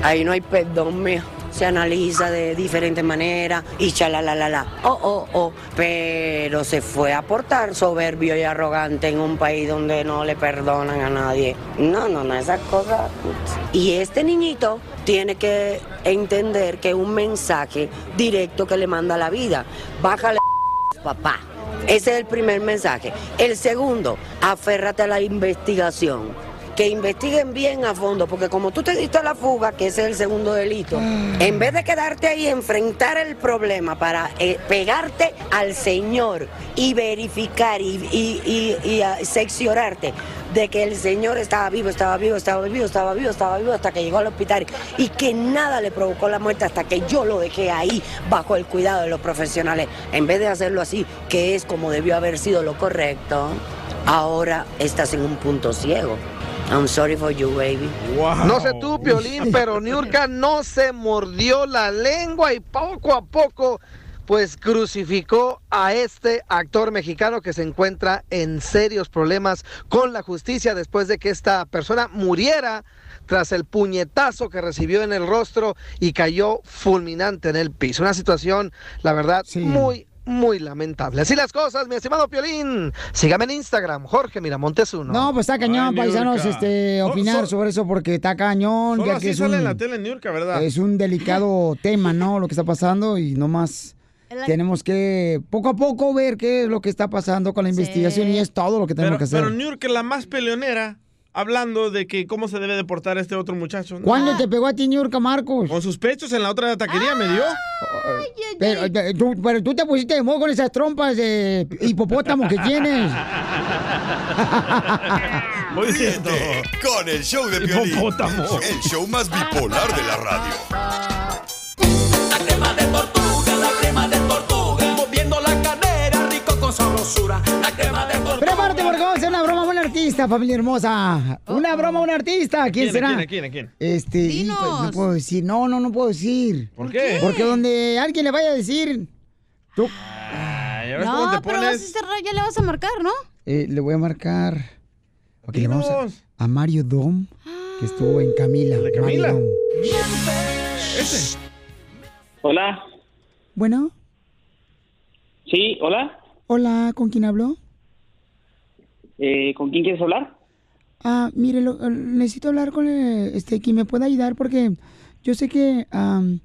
[SPEAKER 14] Ahí no hay perdón, mijo. Se analiza de diferentes maneras y chalalalala. Oh, oh, oh. Pero se fue a portar soberbio y arrogante en un país donde no le perdonan a nadie. No, no, no, esas cosas. Y este niñito tiene que entender que un mensaje directo que le manda la vida. Bájale papá. Ese es el primer mensaje. El segundo, aférrate a la investigación. Que investiguen bien a fondo, porque como tú te diste a la fuga, que ese es el segundo delito, en vez de quedarte ahí, enfrentar el problema para eh, pegarte al Señor y verificar y, y- y- y, ah, seccionarte de que el Señor estaba vivo, estaba vivo, estaba vivo, estaba vivo, estaba vivo, hasta que llegó al hospital y que nada le provocó la muerte hasta que yo lo dejé ahí bajo el cuidado de los profesionales. En vez de hacerlo así, que es como debió haber sido lo correcto, ahora estás en un punto ciego. I'm sorry for you, baby.
[SPEAKER 4] No sé tú, Piolín, pero Niurka no se mordió la lengua y poco a poco, pues crucificó a este actor mexicano que se encuentra en serios problemas con la justicia después de que esta persona muriera tras el puñetazo que recibió en el rostro y cayó fulminante en el piso. Una situación, la verdad, muy muy lamentable. Así las cosas, mi estimado Piolín. Sígame en Instagram, Jorge Miramontes uno.
[SPEAKER 1] No, pues está cañón,
[SPEAKER 4] Ay, Oh,
[SPEAKER 1] paisanos,
[SPEAKER 4] Niurka.
[SPEAKER 1] este, opinar
[SPEAKER 4] sol-
[SPEAKER 1] sobre eso porque está cañón.
[SPEAKER 2] Solo
[SPEAKER 1] ya
[SPEAKER 2] así
[SPEAKER 1] que es
[SPEAKER 2] sale
[SPEAKER 1] un,
[SPEAKER 2] en la tele en Niurka, ¿verdad?
[SPEAKER 1] es un delicado tema, ¿no? Lo que está pasando y no más.
[SPEAKER 2] La-
[SPEAKER 1] Tenemos que poco a poco ver qué es lo que está pasando con la investigación y es todo lo que
[SPEAKER 2] Pero,
[SPEAKER 1] tenemos que hacer.
[SPEAKER 2] pero Niurka, la más peleonera, hablando de que cómo se debe deportar a este otro muchacho. ¿no?
[SPEAKER 1] ¿Cuándo te pegó a ti, Niurka Marcos?
[SPEAKER 2] Con sus pechos en la otra taquería me dio.
[SPEAKER 1] Pero, eh, tú, pero tú te pusiste de modo con esas trompas de hipopótamo que tienes.
[SPEAKER 7] Ríete con el show de Piolín, el show más bipolar de la radio.
[SPEAKER 10] Moviendo la cadera, rico con sabrosura. La crema de col-
[SPEAKER 1] Prepárate porque vamos a hacer una broma a un artista, familia hermosa. Una broma a un artista. ¿Quién,
[SPEAKER 10] ¿Quién,
[SPEAKER 1] será?
[SPEAKER 10] a quién, a quién, a quién?
[SPEAKER 1] Este,
[SPEAKER 10] Dinos.
[SPEAKER 1] hijo, no puedo decir. No, no, no puedo decir. ¿Por
[SPEAKER 10] qué?
[SPEAKER 1] Porque donde alguien le vaya a decir, tú
[SPEAKER 9] No, pero vas a cerrar, ya le vas a marcar, ¿no?
[SPEAKER 1] eh, le voy a marcar. Ok, le vamos a, a Mario Dom, que estuvo en Camila. ¿De
[SPEAKER 10] Camila?
[SPEAKER 26] Hola,
[SPEAKER 1] Bueno,
[SPEAKER 26] sí, hola.
[SPEAKER 1] hola, ¿con quién habló?
[SPEAKER 26] Eh, ¿Con quién quieres hablar?
[SPEAKER 1] Ah, mire, lo- eh, necesito hablar con eh, este, quien me pueda ayudar porque yo sé que am,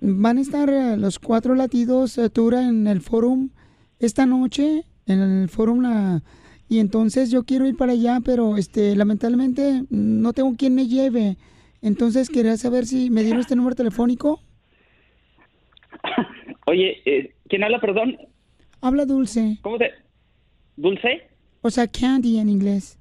[SPEAKER 1] van a estar eh, los cuatro latidos eh, Tura en el forum esta noche, en el forum la- y entonces yo quiero ir para allá, pero este, lamentablemente no tengo quien me lleve. Entonces quería saber si me dieron este número telefónico.
[SPEAKER 26] Oye, eh, ¿quién habla, perdón?
[SPEAKER 1] Habla dulce,
[SPEAKER 26] ¿Cómo te...? ¿Dulce?
[SPEAKER 1] o sea, candy en inglés.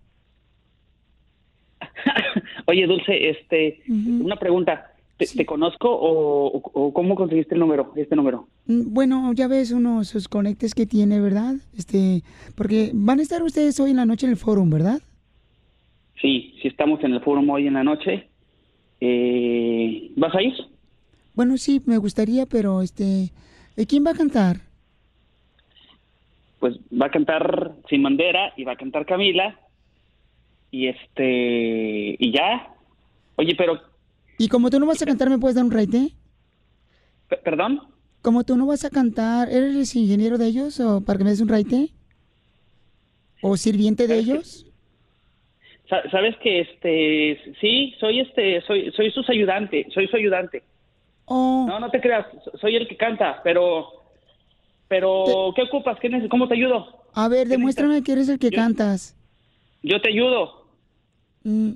[SPEAKER 26] Oye, Dulce, este, una pregunta. ¿Te, te conozco o, o- o cómo conseguiste el número, este número?
[SPEAKER 1] Mm, Bueno, ya ves uno sus conectes que tiene, ¿verdad? Este, porque van a estar ustedes hoy en la noche en el forum, ¿verdad?
[SPEAKER 26] Sí, sí estamos en el foro hoy en la noche. Eh, ¿Vas a ir?
[SPEAKER 1] Bueno, sí, me gustaría, pero este, ¿eh, ¿quién va a cantar?
[SPEAKER 26] Pues va a cantar Sin Bandera y va a cantar Camila. Y este, y ya. Oye, pero,
[SPEAKER 1] Y como tú no vas a cantar, ¿me puedes dar un raite?
[SPEAKER 26] pe- perdón,
[SPEAKER 1] Como tú no vas a cantar, ¿eres ingeniero de ellos o para que me des un raite? ¿O sirviente de ellos?
[SPEAKER 26] Sa- Sabes que este sí soy este soy soy sus ayudante soy su ayudante
[SPEAKER 1] Oh,
[SPEAKER 26] no no te creas so- soy el que canta pero pero qué ocupas ¿Qué neces- cómo te ayudo
[SPEAKER 1] a ver, demuéstrame que eres el que cantas.
[SPEAKER 26] yo te ayudo
[SPEAKER 1] Mm,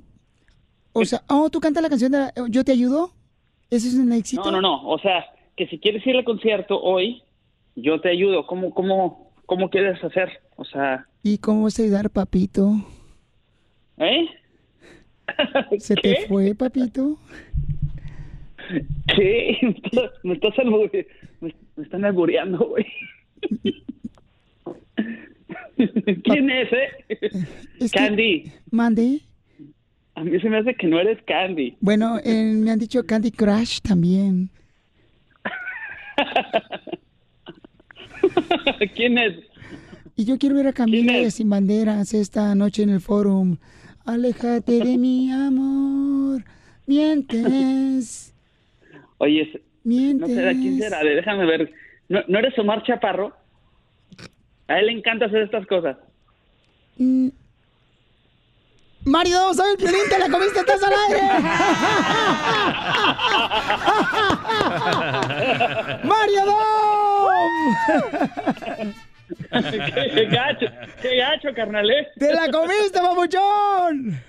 [SPEAKER 1] o sea, oh, tú cantas la canción de la- Yo te ayudo. Eso es un éxito.
[SPEAKER 26] no no no o sea que si quieres ir al concierto hoy yo te ayudo cómo cómo cómo quieres hacer o sea
[SPEAKER 1] ¿Y cómo vas a ayudar, papito?
[SPEAKER 26] eh
[SPEAKER 1] ¿Se te fue, papito?
[SPEAKER 26] qué me estás me, estás albure- me- me están albureando güey quién es eh Candy
[SPEAKER 1] Mande.
[SPEAKER 26] A mí se me hace que no eres Candy.
[SPEAKER 1] Bueno, eh, me han dicho Candy Crush también.
[SPEAKER 26] ¿Quién es?
[SPEAKER 1] Y yo quiero ver a Camila y a Sin Banderas esta noche en el forum. Aléjate de mi amor. Mientes.
[SPEAKER 26] Oye, es- no
[SPEAKER 1] Mientes.
[SPEAKER 26] sé, ¿quién será? A ver, déjame ver. ¿No, no eres Omar Chaparro? A él le encanta hacer estas cosas.
[SPEAKER 1] Mm. Mario, soy el piolín, te la comiste, estás al aire. Mario ¡Oh! Dom.
[SPEAKER 26] ¡Qué gacho! ¡Qué gacho, carnal! eh!
[SPEAKER 1] ¡Te la comiste, papuchón!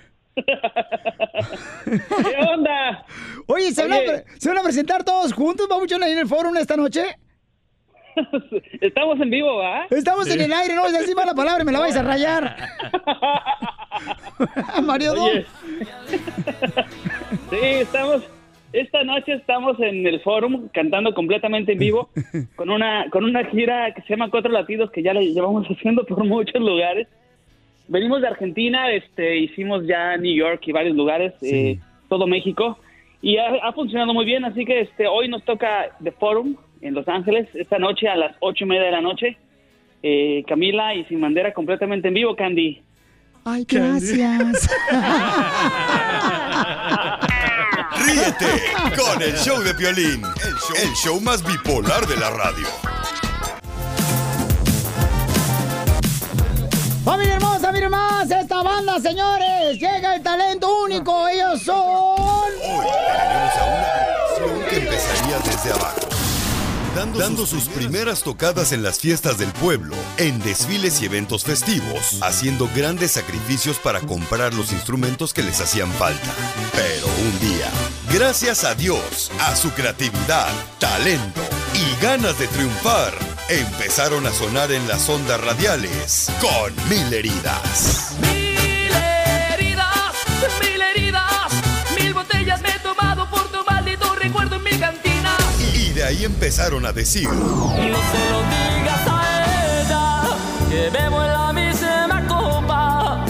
[SPEAKER 26] ¿Qué onda?
[SPEAKER 1] Oye, ¿se, Van a,
[SPEAKER 26] Oye.
[SPEAKER 1] pre- se van a presentar todos juntos, papuchón, ahí en el forum esta noche?
[SPEAKER 26] Estamos en vivo, ¿va?
[SPEAKER 1] Estamos en el aire, no vas a decir mala palabra, me la vais a rayar. Mario Dom.
[SPEAKER 26] Oye. Sí, estamos. Esta noche estamos en el forum cantando completamente en vivo con una con una gira que se llama Cuatro Latidos que ya la llevamos haciendo por muchos lugares. Venimos de Argentina, este hicimos ya New York y varios lugares, eh, todo México y ha, ha funcionado muy bien. Así que este hoy nos toca The Forum en Los Ángeles esta noche a las ocho y media de la noche. Eh, Camila y Sin Bandera completamente en vivo, Candy.
[SPEAKER 1] Ay, gracias.
[SPEAKER 7] Ríete con el show de Piolín, el show más bipolar de la radio. dando sus primeras tocadas en las fiestas del pueblo, en desfiles y eventos festivos, haciendo grandes sacrificios para comprar los instrumentos que les hacían falta. Pero un día, gracias a Dios, a su creatividad, talento y ganas de triunfar, empezaron a sonar en las ondas radiales con mil heridas.
[SPEAKER 10] heridas, mil heridas, mil botellas me he tomado por tu maldito recuerdo en mi cantina.
[SPEAKER 7] Y de ahí empezaron a decir...
[SPEAKER 10] Digas a ella que bebo en la misma copa,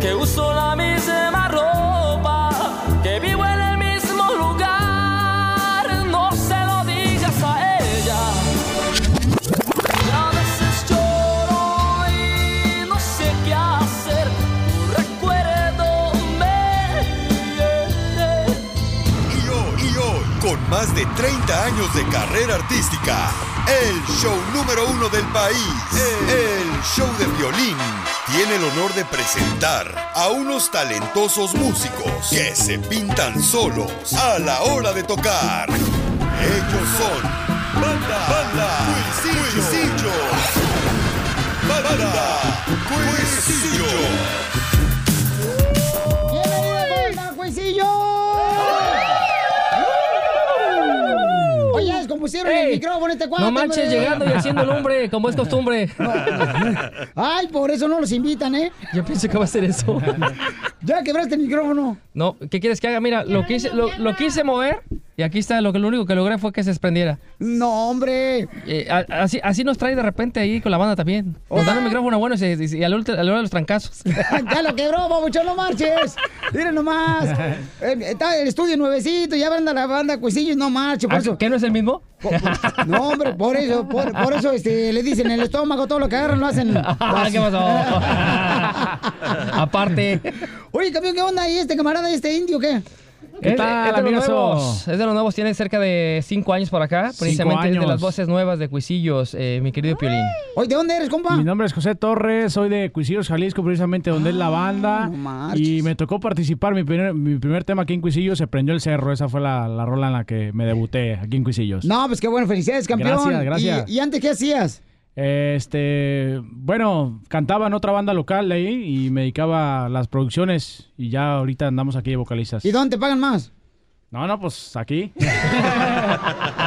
[SPEAKER 10] que uso la misma ropa, que vivo en el mismo lugar. No se lo digas a ella. A veces lloro y no sé qué hacer. Tu recuerdo me hiere.
[SPEAKER 7] Y hoy, y hoy, con más de 30 años de carrera artística, el show número uno del país, el show de violín, tiene el honor de presentar a unos talentosos músicos que se pintan solos a la hora de tocar. Ellos son Banda, Banda, Cuisillo, Banda, Cuisillo.
[SPEAKER 1] ¡Hola, Juecillo! Oye, descompusieron el
[SPEAKER 3] Ey,
[SPEAKER 1] micrófono este cuadro.
[SPEAKER 3] No manches, llegando y haciendo el hombre, como es costumbre.
[SPEAKER 1] Ay, por eso no los invitan, ¿eh?
[SPEAKER 3] Yo pienso que va a ser eso.
[SPEAKER 1] ya quebraste el micrófono.
[SPEAKER 3] No, ¿qué quieres que haga? Mira, lo quise, lo, lo quise mover y aquí está, lo, que, lo único que logré fue que se desprendiera. Eh,
[SPEAKER 1] ¡No, hombre!
[SPEAKER 3] así, así nos trae de repente ahí con la banda también. Nos dan el micrófono bueno y, se- y, se- y a la ulti- a la hora de los trancazos.
[SPEAKER 1] ya lo quebró, babuchón, no marches. Miren nomás. Eh, está el estudio nuevecito, ya banda la banda Cuisillo, no marches. Por
[SPEAKER 3] Ah,
[SPEAKER 1] eso. Oh,
[SPEAKER 3] ¿Qué no es el mismo?
[SPEAKER 1] No, hombre, por eso, por, por eso este, le dicen el estómago, todo lo que agarran lo hacen.
[SPEAKER 3] Ah, ¿Qué pasó? Aparte.
[SPEAKER 1] Oye, campeón, ¿qué onda? ¿Y este camarada, este indio, qué?
[SPEAKER 3] Es, es de los nuevos, es de los nuevos, tiene cerca de 5 años por acá.
[SPEAKER 5] Cinco
[SPEAKER 3] Precisamente es de
[SPEAKER 5] años.
[SPEAKER 3] las voces nuevas de Cuisillos, eh, mi querido Piolín.
[SPEAKER 1] Oye, ¿de dónde eres, compa?
[SPEAKER 5] Mi nombre es José Torres, soy de Cuisillos, Jalisco, precisamente donde es
[SPEAKER 1] Ah,
[SPEAKER 5] la banda. y me tocó participar, mi primer, mi primer tema aquí en Cuisillos se prendió el cerro, esa fue la, la rola en la que me debuté aquí en Cuisillos.
[SPEAKER 1] No, pues qué bueno, felicidades, campeón.
[SPEAKER 5] Gracias, gracias.
[SPEAKER 1] ¿Y, y antes qué hacías?
[SPEAKER 5] Este, bueno, cantaba en otra banda local ahí y me dedicaba a las producciones y ya ahorita andamos aquí de vocalistas.
[SPEAKER 1] ¿Y dónde te pagan más?
[SPEAKER 5] No, no, pues aquí.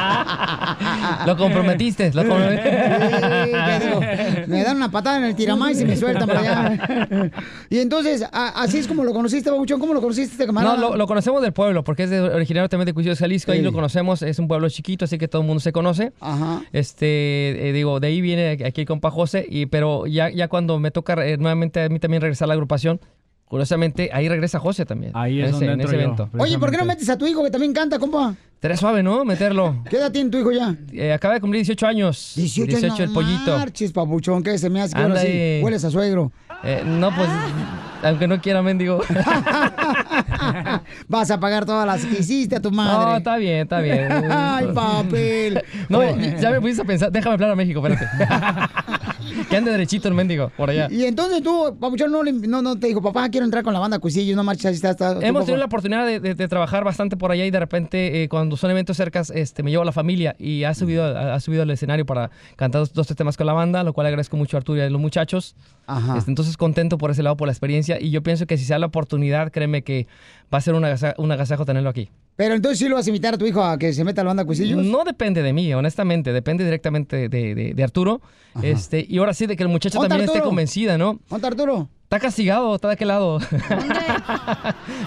[SPEAKER 3] Lo comprometiste, lo eh.
[SPEAKER 1] comprometiste. Me dan una patada en el tiramá y se me sueltan para allá. Y entonces, a- así es como lo conociste, Babuchón. ¿Cómo lo conociste este camarada?
[SPEAKER 3] No, lo, lo conocemos del pueblo, porque es de- originario también de Cuisillos, Jalisco. Ahí lo conocemos, es un pueblo chiquito, así que todo el mundo se conoce. Este, eh, digo, de ahí viene aquí el compa José, y, pero ya, ya cuando me toca eh, nuevamente a mí también regresar a la agrupación, curiosamente, ahí regresa José también. Ahí
[SPEAKER 5] es donde entro yo,
[SPEAKER 1] Oye, ¿por qué no metes a tu hijo que también canta, compa?
[SPEAKER 3] Estaría suave, ¿no? Meterlo.
[SPEAKER 1] ¿Qué edad tiene tu hijo ya?
[SPEAKER 3] Eh, acaba de cumplir 18 años.
[SPEAKER 1] 18, años,
[SPEAKER 3] el
[SPEAKER 1] no
[SPEAKER 3] pollito.
[SPEAKER 1] Marches, papuchón, que se me hace que ahora sí
[SPEAKER 3] Ándale.
[SPEAKER 1] hueles a Ah. suegro.
[SPEAKER 3] Eh, no, pues, aunque no quiera, mendigo.
[SPEAKER 1] Vas a pagar todas las que hiciste a tu madre.
[SPEAKER 3] No, está bien, está bien.
[SPEAKER 1] Ay, papel.
[SPEAKER 3] No, ya me pusiste a pensar. Déjame hablar a México, espérate. que ande derechito el mendigo, por allá.
[SPEAKER 1] Y entonces tú, papuchón, no, le- no, no te dijo, papá, quiero entrar con la banda Cuisillos, no marches, así está. está tu
[SPEAKER 3] Hemos
[SPEAKER 1] papá.
[SPEAKER 3] tenido la oportunidad de, de- de trabajar bastante por allá y de repente eh, cuando son eventos cercas este, me llevo a la familia y
[SPEAKER 1] Mm.
[SPEAKER 3] ha subido, ha, ha subido al escenario para cantar dos, dos, tres temas con la banda, lo cual agradezco mucho a Arturo y a los muchachos. Este, entonces contento por ese lado, por la experiencia y yo pienso que si sea la oportunidad, créeme que va a ser un, agasa- un agasajo tenerlo aquí.
[SPEAKER 1] Pero entonces sí lo vas a invitar a tu hijo a que se meta a la banda Cuisillos.
[SPEAKER 3] No depende de mí, honestamente, depende directamente de, de- de Arturo. Este, y ahora sí, de que el muchacho
[SPEAKER 1] ¿Dónde
[SPEAKER 3] también esté
[SPEAKER 1] Arturo?
[SPEAKER 3] convencida, ¿no?
[SPEAKER 1] ¿Dónde Arturo?
[SPEAKER 3] Está castigado, está de aquel lado.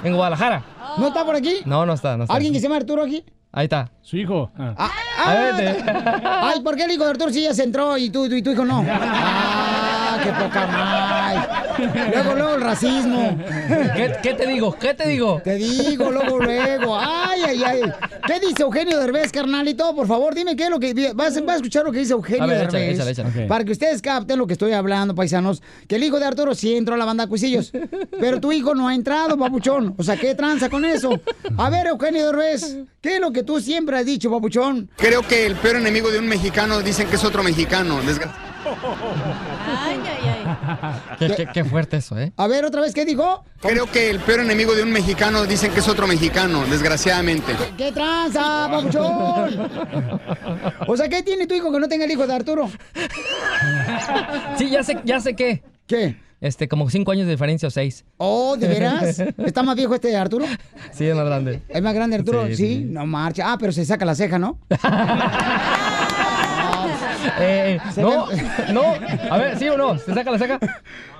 [SPEAKER 3] en Guadalajara.
[SPEAKER 1] ¿No está por aquí?
[SPEAKER 3] No, no está, no está.
[SPEAKER 1] ¿Alguien que se llama Arturo aquí?
[SPEAKER 3] Ahí está.
[SPEAKER 5] Su hijo.
[SPEAKER 1] Ah, Ay, ¿por qué el hijo de Arturo sí ya se entró y tú y tu, y tu hijo no? Ah, qué poca más. Luego, luego el racismo.
[SPEAKER 3] ¿Qué, qué te digo? ¿Qué te digo?
[SPEAKER 1] Te digo, luego, luego. Ay, ay, ay. ¿Qué dice Eugenio Derbez, carnalito? Por favor, dime qué es lo que... Vas, vas a escuchar lo que dice Eugenio
[SPEAKER 3] A ver, échale,
[SPEAKER 1] Derbez.
[SPEAKER 3] échale, échale. Ok.
[SPEAKER 1] Para que ustedes capten lo que estoy hablando, paisanos. Que el hijo de Arturo sí entró a la banda Cuisillos. Pero tu hijo no ha entrado, papuchón. O sea, ¿qué tranza con eso? A ver, Eugenio Derbez, ¿qué es lo que tú siempre has dicho, papuchón?
[SPEAKER 27] Creo que el peor enemigo de un mexicano dicen que es otro mexicano. desgra-
[SPEAKER 10] Ay, ay, ay.
[SPEAKER 3] Qué, qué- qué fuerte eso, ¿eh?
[SPEAKER 1] A ver, otra vez, ¿qué dijo?
[SPEAKER 23] Creo que el peor enemigo de un mexicano dicen que es otro mexicano, desgraciadamente.
[SPEAKER 1] ¿Qué tranza, papuchón? O sea, ¿qué tiene tu hijo que no tenga el hijo de Arturo?
[SPEAKER 3] Sí, ya sé, ya sé qué.
[SPEAKER 1] ¿Qué?
[SPEAKER 3] Este, como cinco años de diferencia o seis.
[SPEAKER 1] Oh, ¿de veras? ¿Está más viejo este Arturo?
[SPEAKER 3] Sí, es más grande.
[SPEAKER 1] ¿Es más grande Arturo? Sí,
[SPEAKER 3] Sí, sí.
[SPEAKER 1] no marcha. Ah, pero se saca la ceja, ¿no?
[SPEAKER 3] Eh,
[SPEAKER 1] Se
[SPEAKER 3] no,
[SPEAKER 1] ve-
[SPEAKER 3] no, a ver, ¿sí o no? ¿Se saca la ceja?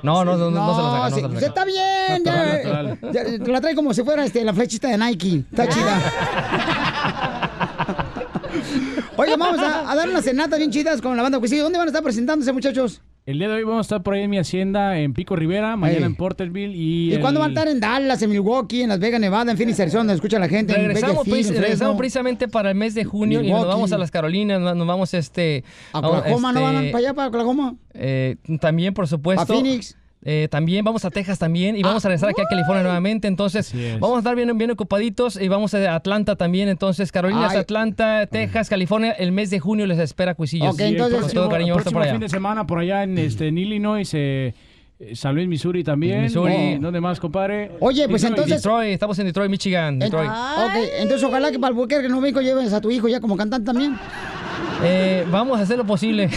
[SPEAKER 3] No, no, no, no, no se la saca, no
[SPEAKER 1] sí,
[SPEAKER 3] se la
[SPEAKER 1] pues
[SPEAKER 3] saca.
[SPEAKER 1] Está bien, ya,
[SPEAKER 3] Natural,
[SPEAKER 1] ya, te la trae como si fuera este, la flechita de Nike.
[SPEAKER 3] Ah.
[SPEAKER 1] Está chida. Oiga, vamos a, a dar unas cenatas bien chidas con la banda Cuisillo. ¿Dónde van a estar presentándose, muchachos?
[SPEAKER 5] El día de hoy vamos a estar por ahí en mi hacienda, en Pico Rivera, mañana
[SPEAKER 1] Ey.
[SPEAKER 5] en Porterville y.
[SPEAKER 1] ¿Y,
[SPEAKER 5] el-
[SPEAKER 1] cuándo van a estar en Dallas, en Milwaukee, en Las Vegas, Nevada, en Phoenix, Arizona? Escucha la gente. en
[SPEAKER 3] Regresamos,
[SPEAKER 1] Bakersfield,
[SPEAKER 3] precis-
[SPEAKER 1] en Fresno.
[SPEAKER 3] regresamos pues. precisamente para el mes de junio y nos
[SPEAKER 1] Milwaukee.
[SPEAKER 3] vamos a las Carolinas, nos nos vamos este,
[SPEAKER 1] ¿A Oklahoma? ¿No van
[SPEAKER 3] este,
[SPEAKER 1] para allá, para Oklahoma?
[SPEAKER 3] eh, también, por supuesto.
[SPEAKER 1] ¿A Phoenix? Ah,
[SPEAKER 3] Eh, también vamos a Texas también y vamos a regresar aquí a California nuevamente. Entonces, vamos a estar bien, bien ocupaditos y vamos a Atlanta también. Entonces, Carolina,
[SPEAKER 5] Ay.
[SPEAKER 3] Atlanta, Texas, California. El mes de junio les espera Cuisillos.
[SPEAKER 5] Sí, el
[SPEAKER 3] con
[SPEAKER 5] próximo,
[SPEAKER 3] todo cariño,
[SPEAKER 5] el
[SPEAKER 3] vamos a estar
[SPEAKER 5] próximo
[SPEAKER 3] por allá.
[SPEAKER 5] fin de semana por allá en, este, en Illinois, eh, eh, San Luis, Missouri también.
[SPEAKER 3] Missouri.
[SPEAKER 5] Oh, ¿Dónde más, compadre?
[SPEAKER 1] Oye, pues
[SPEAKER 5] Detroit.
[SPEAKER 1] entonces-
[SPEAKER 3] Detroit, estamos en Detroit, Michigan.
[SPEAKER 1] En-
[SPEAKER 3] Detroit.
[SPEAKER 1] ok, entonces ojalá que para el Buquerque, Nuevo México lleves a tu hijo ya como cantante también.
[SPEAKER 3] Eh, vamos a hacer lo posible.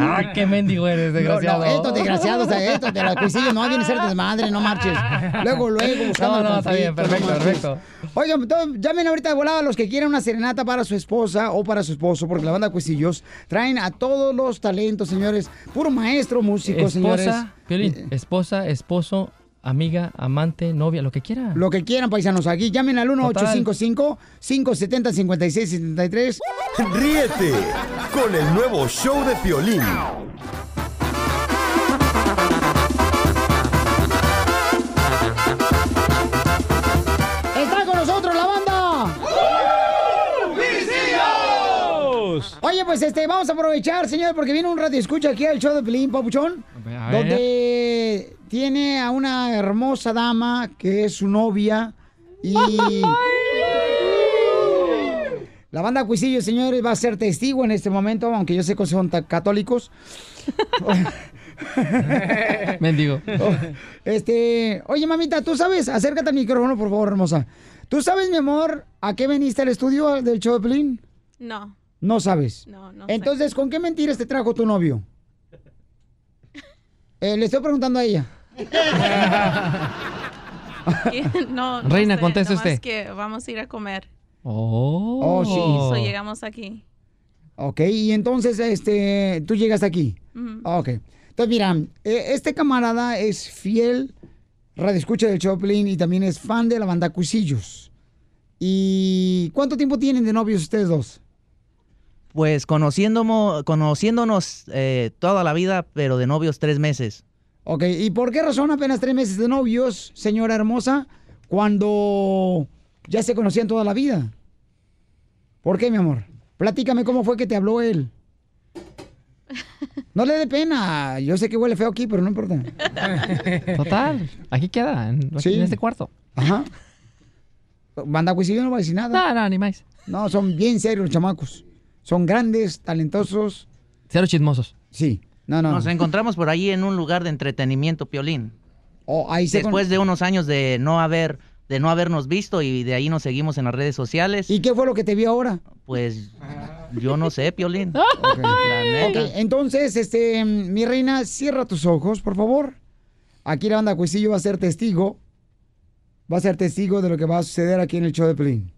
[SPEAKER 3] ah, qué mendigo eres, desgraciado.
[SPEAKER 1] No, no, estos desgraciados, eh, estos de los cuisillos, no vienen a ser desmadre, no marches. Luego, luego, buscando
[SPEAKER 3] No,
[SPEAKER 1] el
[SPEAKER 3] no, está bien, perfecto,
[SPEAKER 1] conflicto, no marches.
[SPEAKER 3] perfecto.
[SPEAKER 1] Oigan, entonces, llamen ahorita de volada a los que quieran una serenata para su esposa o para su esposo, porque la banda Cuisillos traen a todos los talentos, señores. Puro maestro, músico, señores. Eh.
[SPEAKER 3] Esposa, Piolín, esposa, esposo, amiga, amante, novia, lo que quiera.
[SPEAKER 1] Lo que quieran, paisanos. Aquí llamen al
[SPEAKER 3] Total.
[SPEAKER 1] 1-855-570-5673.
[SPEAKER 28] Ríete con el nuevo show de Piolín.
[SPEAKER 1] Está con nosotros la banda. Oye, pues este, vamos a aprovechar, señor, porque viene un radio escucha aquí al show de Pelín Papuchón,
[SPEAKER 3] A ver.
[SPEAKER 1] donde tiene a una hermosa dama que es su novia y la banda Cuisillo, señores, va a ser testigo en este momento, aunque yo sé que son ta- católicos.
[SPEAKER 3] Mendigo.
[SPEAKER 1] Oh, Este, oye, mamita, tú sabes, acércate al micrófono, por favor, hermosa. ¿Tú sabes, mi amor, a qué veniste al estudio del show de Pelín?
[SPEAKER 9] No.
[SPEAKER 1] No sabes.
[SPEAKER 9] No, no sé.
[SPEAKER 1] Entonces, ¿con qué mentiras te trajo tu novio? Eh, le estoy preguntando a ella.
[SPEAKER 8] no, no
[SPEAKER 3] Reina,
[SPEAKER 8] sé,
[SPEAKER 3] conteste
[SPEAKER 8] nomás
[SPEAKER 3] usted.
[SPEAKER 8] que vamos a ir a comer.
[SPEAKER 3] Oh.
[SPEAKER 1] Oh,
[SPEAKER 8] So,
[SPEAKER 1] sí.
[SPEAKER 8] llegamos aquí.
[SPEAKER 1] Ok, y entonces, este, tú llegas aquí.
[SPEAKER 8] Ujú.
[SPEAKER 1] Ok. Entonces, mira, eh, este camarada es fiel radioescucha del Choplin y también es fan de la banda Cusillos. ¿Y cuánto tiempo tienen de novios ustedes dos?
[SPEAKER 27] Pues conociéndomo- conociéndonos eh, toda la vida, pero de novios tres meses.
[SPEAKER 1] Ok, ¿y por qué razón apenas tres meses de novios, señora hermosa, cuando ya se conocían toda la vida? ¿Por qué, mi amor? Platícame cómo fue que te habló él. No le dé pena, yo sé que huele feo aquí, pero no importa.
[SPEAKER 3] Total, aquí queda, en, aquí
[SPEAKER 1] Sí.
[SPEAKER 3] en este cuarto.
[SPEAKER 1] Ajá. Banda Cuisillo no va a decir nada.
[SPEAKER 3] No, no, ni más.
[SPEAKER 1] No, son bien serios los chamacos. Son grandes, talentosos.
[SPEAKER 3] Cero chismosos.
[SPEAKER 1] Sí. No, no.
[SPEAKER 27] Nos encontramos por ahí en un lugar de entretenimiento, Piolín.
[SPEAKER 1] Oh, ahí se
[SPEAKER 27] Después
[SPEAKER 1] con-
[SPEAKER 27] de unos años de no haber de no habernos visto y de ahí nos seguimos en las redes sociales.
[SPEAKER 1] ¿Y qué fue lo que te vio ahora?
[SPEAKER 27] Pues yo no sé, Piolín. La
[SPEAKER 1] Ok,
[SPEAKER 27] neta.
[SPEAKER 1] entonces, este, mi reina, cierra tus ojos, por favor. Aquí la banda Cuisillo va a ser testigo. Va a ser testigo de lo que va a suceder aquí en el show de Pelín.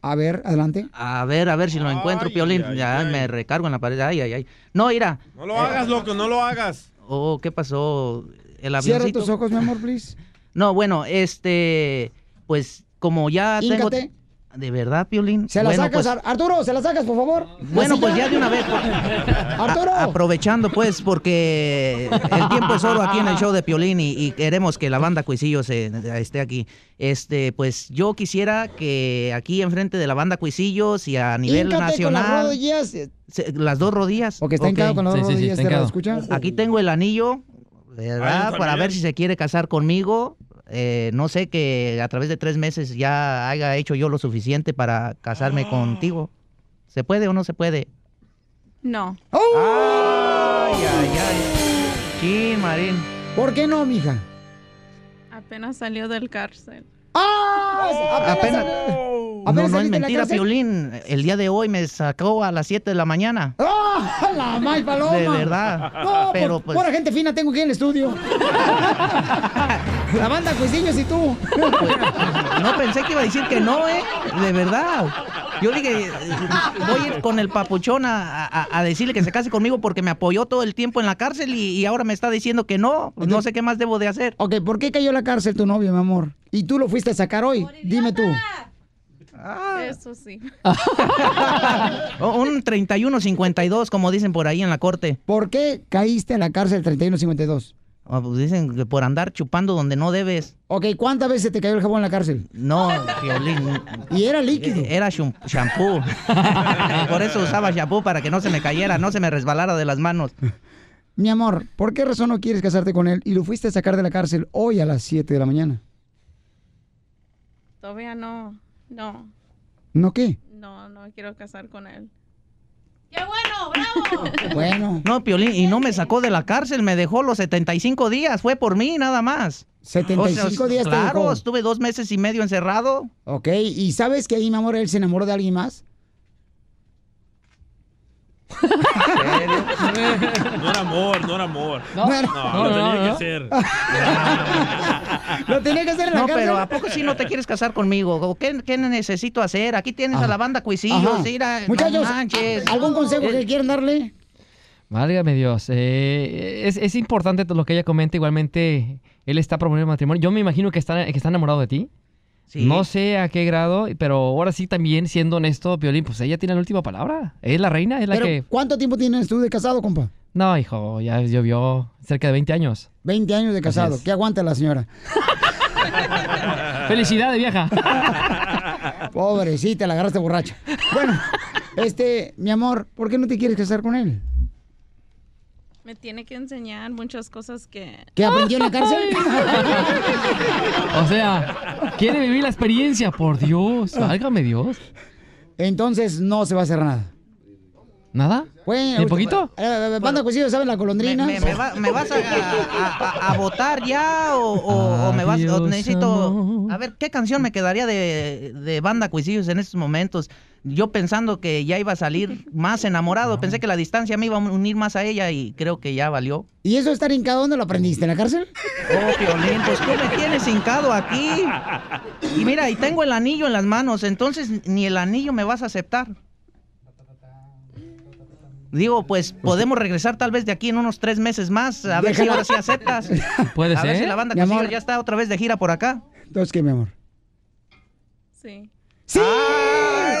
[SPEAKER 1] A ver, adelante.
[SPEAKER 27] A ver, a ver si lo encuentro, Piolín. ya me recargo en la pared. Ay, ay, ay. No, mira.
[SPEAKER 2] No lo hagas, loco, no lo hagas.
[SPEAKER 27] Oh, ¿qué pasó? El
[SPEAKER 1] Cierra
[SPEAKER 27] avioncito.
[SPEAKER 1] tus ojos, mi amor, please.
[SPEAKER 27] No, bueno, este, pues como ya tengo.
[SPEAKER 1] Híncate.
[SPEAKER 27] De verdad, Piolín.
[SPEAKER 1] Se la
[SPEAKER 27] Bueno,
[SPEAKER 1] sacas,
[SPEAKER 27] pues,
[SPEAKER 1] Ar- Arturo, se la sacas, por favor.
[SPEAKER 27] Bueno, pues ya de una vez.
[SPEAKER 1] Arturo.
[SPEAKER 27] Aprovechando pues porque el tiempo es oro aquí en el show de Piolín y, y queremos que la banda Cuisillo se- esté aquí. Este, pues yo quisiera que aquí enfrente de la banda Cuisillos y a nivel
[SPEAKER 1] Híncate
[SPEAKER 27] nacional.
[SPEAKER 1] Con las rodillas.
[SPEAKER 27] se- las dos rodillas.
[SPEAKER 1] Ok, está
[SPEAKER 27] Ok.
[SPEAKER 1] hincado con las dos rodillas, ¿te la escuchas?
[SPEAKER 27] Aquí tengo el anillo, ¿verdad?
[SPEAKER 1] Ah,
[SPEAKER 27] Para
[SPEAKER 1] también.
[SPEAKER 27] ver si se quiere casar conmigo. Eh, no sé que a través de tres meses ya haya hecho yo lo suficiente para
[SPEAKER 1] Ah.
[SPEAKER 27] casarme contigo. ¿Se puede o no se puede?
[SPEAKER 8] No.
[SPEAKER 1] ¡Oh!
[SPEAKER 27] Sí, Marín.
[SPEAKER 1] ¿Por qué no, mija?
[SPEAKER 8] Apenas salió del cárcel.
[SPEAKER 1] Oh.
[SPEAKER 27] Apenas. No, no es
[SPEAKER 8] saliste de la
[SPEAKER 27] mentira,
[SPEAKER 8] cárcel?
[SPEAKER 27] Piolín. El día de hoy me sacó a las 7 de la mañana.
[SPEAKER 1] ¡Ah, la May Paloma!
[SPEAKER 27] De verdad.
[SPEAKER 1] No,
[SPEAKER 27] Pero,
[SPEAKER 1] por,
[SPEAKER 27] pues-
[SPEAKER 1] pura gente fina tengo aquí en el estudio. la banda Cuisillos y tú.
[SPEAKER 27] No pensé que iba a decir que no, ¿eh? De verdad. Yo le dije, eh, voy a ir con el papuchón a, a- a decirle que se case conmigo porque me apoyó todo el tiempo en la cárcel y, y ahora me está diciendo que no. Pues No sé qué más debo de hacer.
[SPEAKER 1] ok, ¿por qué cayó a la cárcel tu novio, mi amor? Y tú lo fuiste a sacar hoy. Dime tú.
[SPEAKER 8] Eso sí.
[SPEAKER 27] O- Un 31-52, como dicen por ahí en la corte.
[SPEAKER 1] ¿Por qué caíste a la cárcel 31-52?
[SPEAKER 27] pues dicen que por andar chupando donde no debes.
[SPEAKER 1] Ok, ¿cuántas veces te cayó el jabón en la cárcel?
[SPEAKER 27] No, Piolín.
[SPEAKER 1] ¿Y era líquido?
[SPEAKER 27] Era shum- shampoo. Por eso usaba shampoo para que no se me cayera, no se me resbalara de las manos.
[SPEAKER 1] Mi amor, ¿por qué razón no quieres casarte con él y lo fuiste a sacar de la cárcel hoy a las 7 de la mañana?
[SPEAKER 8] Todavía no. No.
[SPEAKER 1] ¿No qué?
[SPEAKER 8] No, no quiero casar con él.
[SPEAKER 1] Bueno.
[SPEAKER 27] No, Piolín, y no me sacó de la cárcel, me dejó los 75 días, fue por mí nada más.
[SPEAKER 1] 75 días te
[SPEAKER 27] Claro,
[SPEAKER 1] dejó.
[SPEAKER 27] estuve dos meses y medio encerrado.
[SPEAKER 1] Ok, ¿y sabes que ahí, mi amor, él se enamoró de alguien más?
[SPEAKER 2] No era amor, no era amor.
[SPEAKER 1] No.
[SPEAKER 2] no,
[SPEAKER 1] No,
[SPEAKER 2] lo
[SPEAKER 1] no,
[SPEAKER 2] tenía
[SPEAKER 1] no,
[SPEAKER 2] que
[SPEAKER 1] no.
[SPEAKER 2] hacer.
[SPEAKER 1] Lo tenía que hacer en la
[SPEAKER 27] No,
[SPEAKER 1] cárcel.
[SPEAKER 27] pero ¿a poco si no te quieres casar conmigo? ¿O ¿Qué, qué necesito hacer? Aquí tienes a la banda Cuisillos,
[SPEAKER 1] Ah. Ajá.
[SPEAKER 27] mira, no
[SPEAKER 1] Muchachos,
[SPEAKER 27] manches. Eh,
[SPEAKER 1] ¿algún consejo que quieran darle?
[SPEAKER 3] Válgame Dios. eh, es, es importante lo que ella comenta. Igualmente, él está proponiendo matrimonio. Yo me imagino que está, que está enamorado de ti.
[SPEAKER 27] Sí.
[SPEAKER 3] No sé a qué grado, pero ahora sí también, siendo honesto, Piolín, pues ella tiene la última palabra. Es la reina, es la
[SPEAKER 1] Pero,
[SPEAKER 3] que...
[SPEAKER 1] ¿cuánto tiempo tienes tú de casado, compa?
[SPEAKER 3] No, hijo, ya llovió cerca de 20 años.
[SPEAKER 1] 20 años de casado.
[SPEAKER 3] es.
[SPEAKER 1] ¿Qué aguanta la señora?
[SPEAKER 3] Felicidades, vieja.
[SPEAKER 1] Pobrecita, la agarraste borracha. Bueno, este, mi amor, ¿por qué no te quieres casar con él?
[SPEAKER 8] Me tiene que enseñar muchas cosas que...
[SPEAKER 1] ¿Que aprendió en la cárcel?
[SPEAKER 3] O sea, quiere vivir la experiencia, por Dios. Válgame Dios.
[SPEAKER 1] Ah. Entonces no se va a hacer nada.
[SPEAKER 3] ¿Nada?
[SPEAKER 1] Bueno,
[SPEAKER 3] ¿Ni poquito?
[SPEAKER 1] Eh, eh, banda Cuisillos, ¿saben la golondrina?
[SPEAKER 27] ¿Me, me va- me vas a, a- a- a votar ya o, o- o me vas o
[SPEAKER 1] Adiós,
[SPEAKER 27] necesito a ver qué canción me quedaría de, de banda Cuisillos en estos momentos yo pensando que ya iba a salir más enamorado pensé que la distancia me iba a unir más a ella y creo que ya valió
[SPEAKER 1] ¿Y eso de estar hincado dónde lo aprendiste? ¿En la cárcel?
[SPEAKER 27] oh Piolín pues tú me tienes hincado aquí y mira y tengo el anillo en las manos entonces ni el anillo me vas a aceptar Digo, pues podemos regresar tal vez de aquí en unos tres meses más, a ver si
[SPEAKER 1] Déjala.
[SPEAKER 27] ahora sí aceptas.
[SPEAKER 3] Puede
[SPEAKER 27] a ver
[SPEAKER 3] ser.
[SPEAKER 27] si la banda
[SPEAKER 3] Mi
[SPEAKER 27] Cuisillos
[SPEAKER 3] amor.
[SPEAKER 27] ya está otra vez de gira por acá.
[SPEAKER 1] Entonces, ¿qué, mi amor?
[SPEAKER 8] Sí.
[SPEAKER 1] ¡Sí!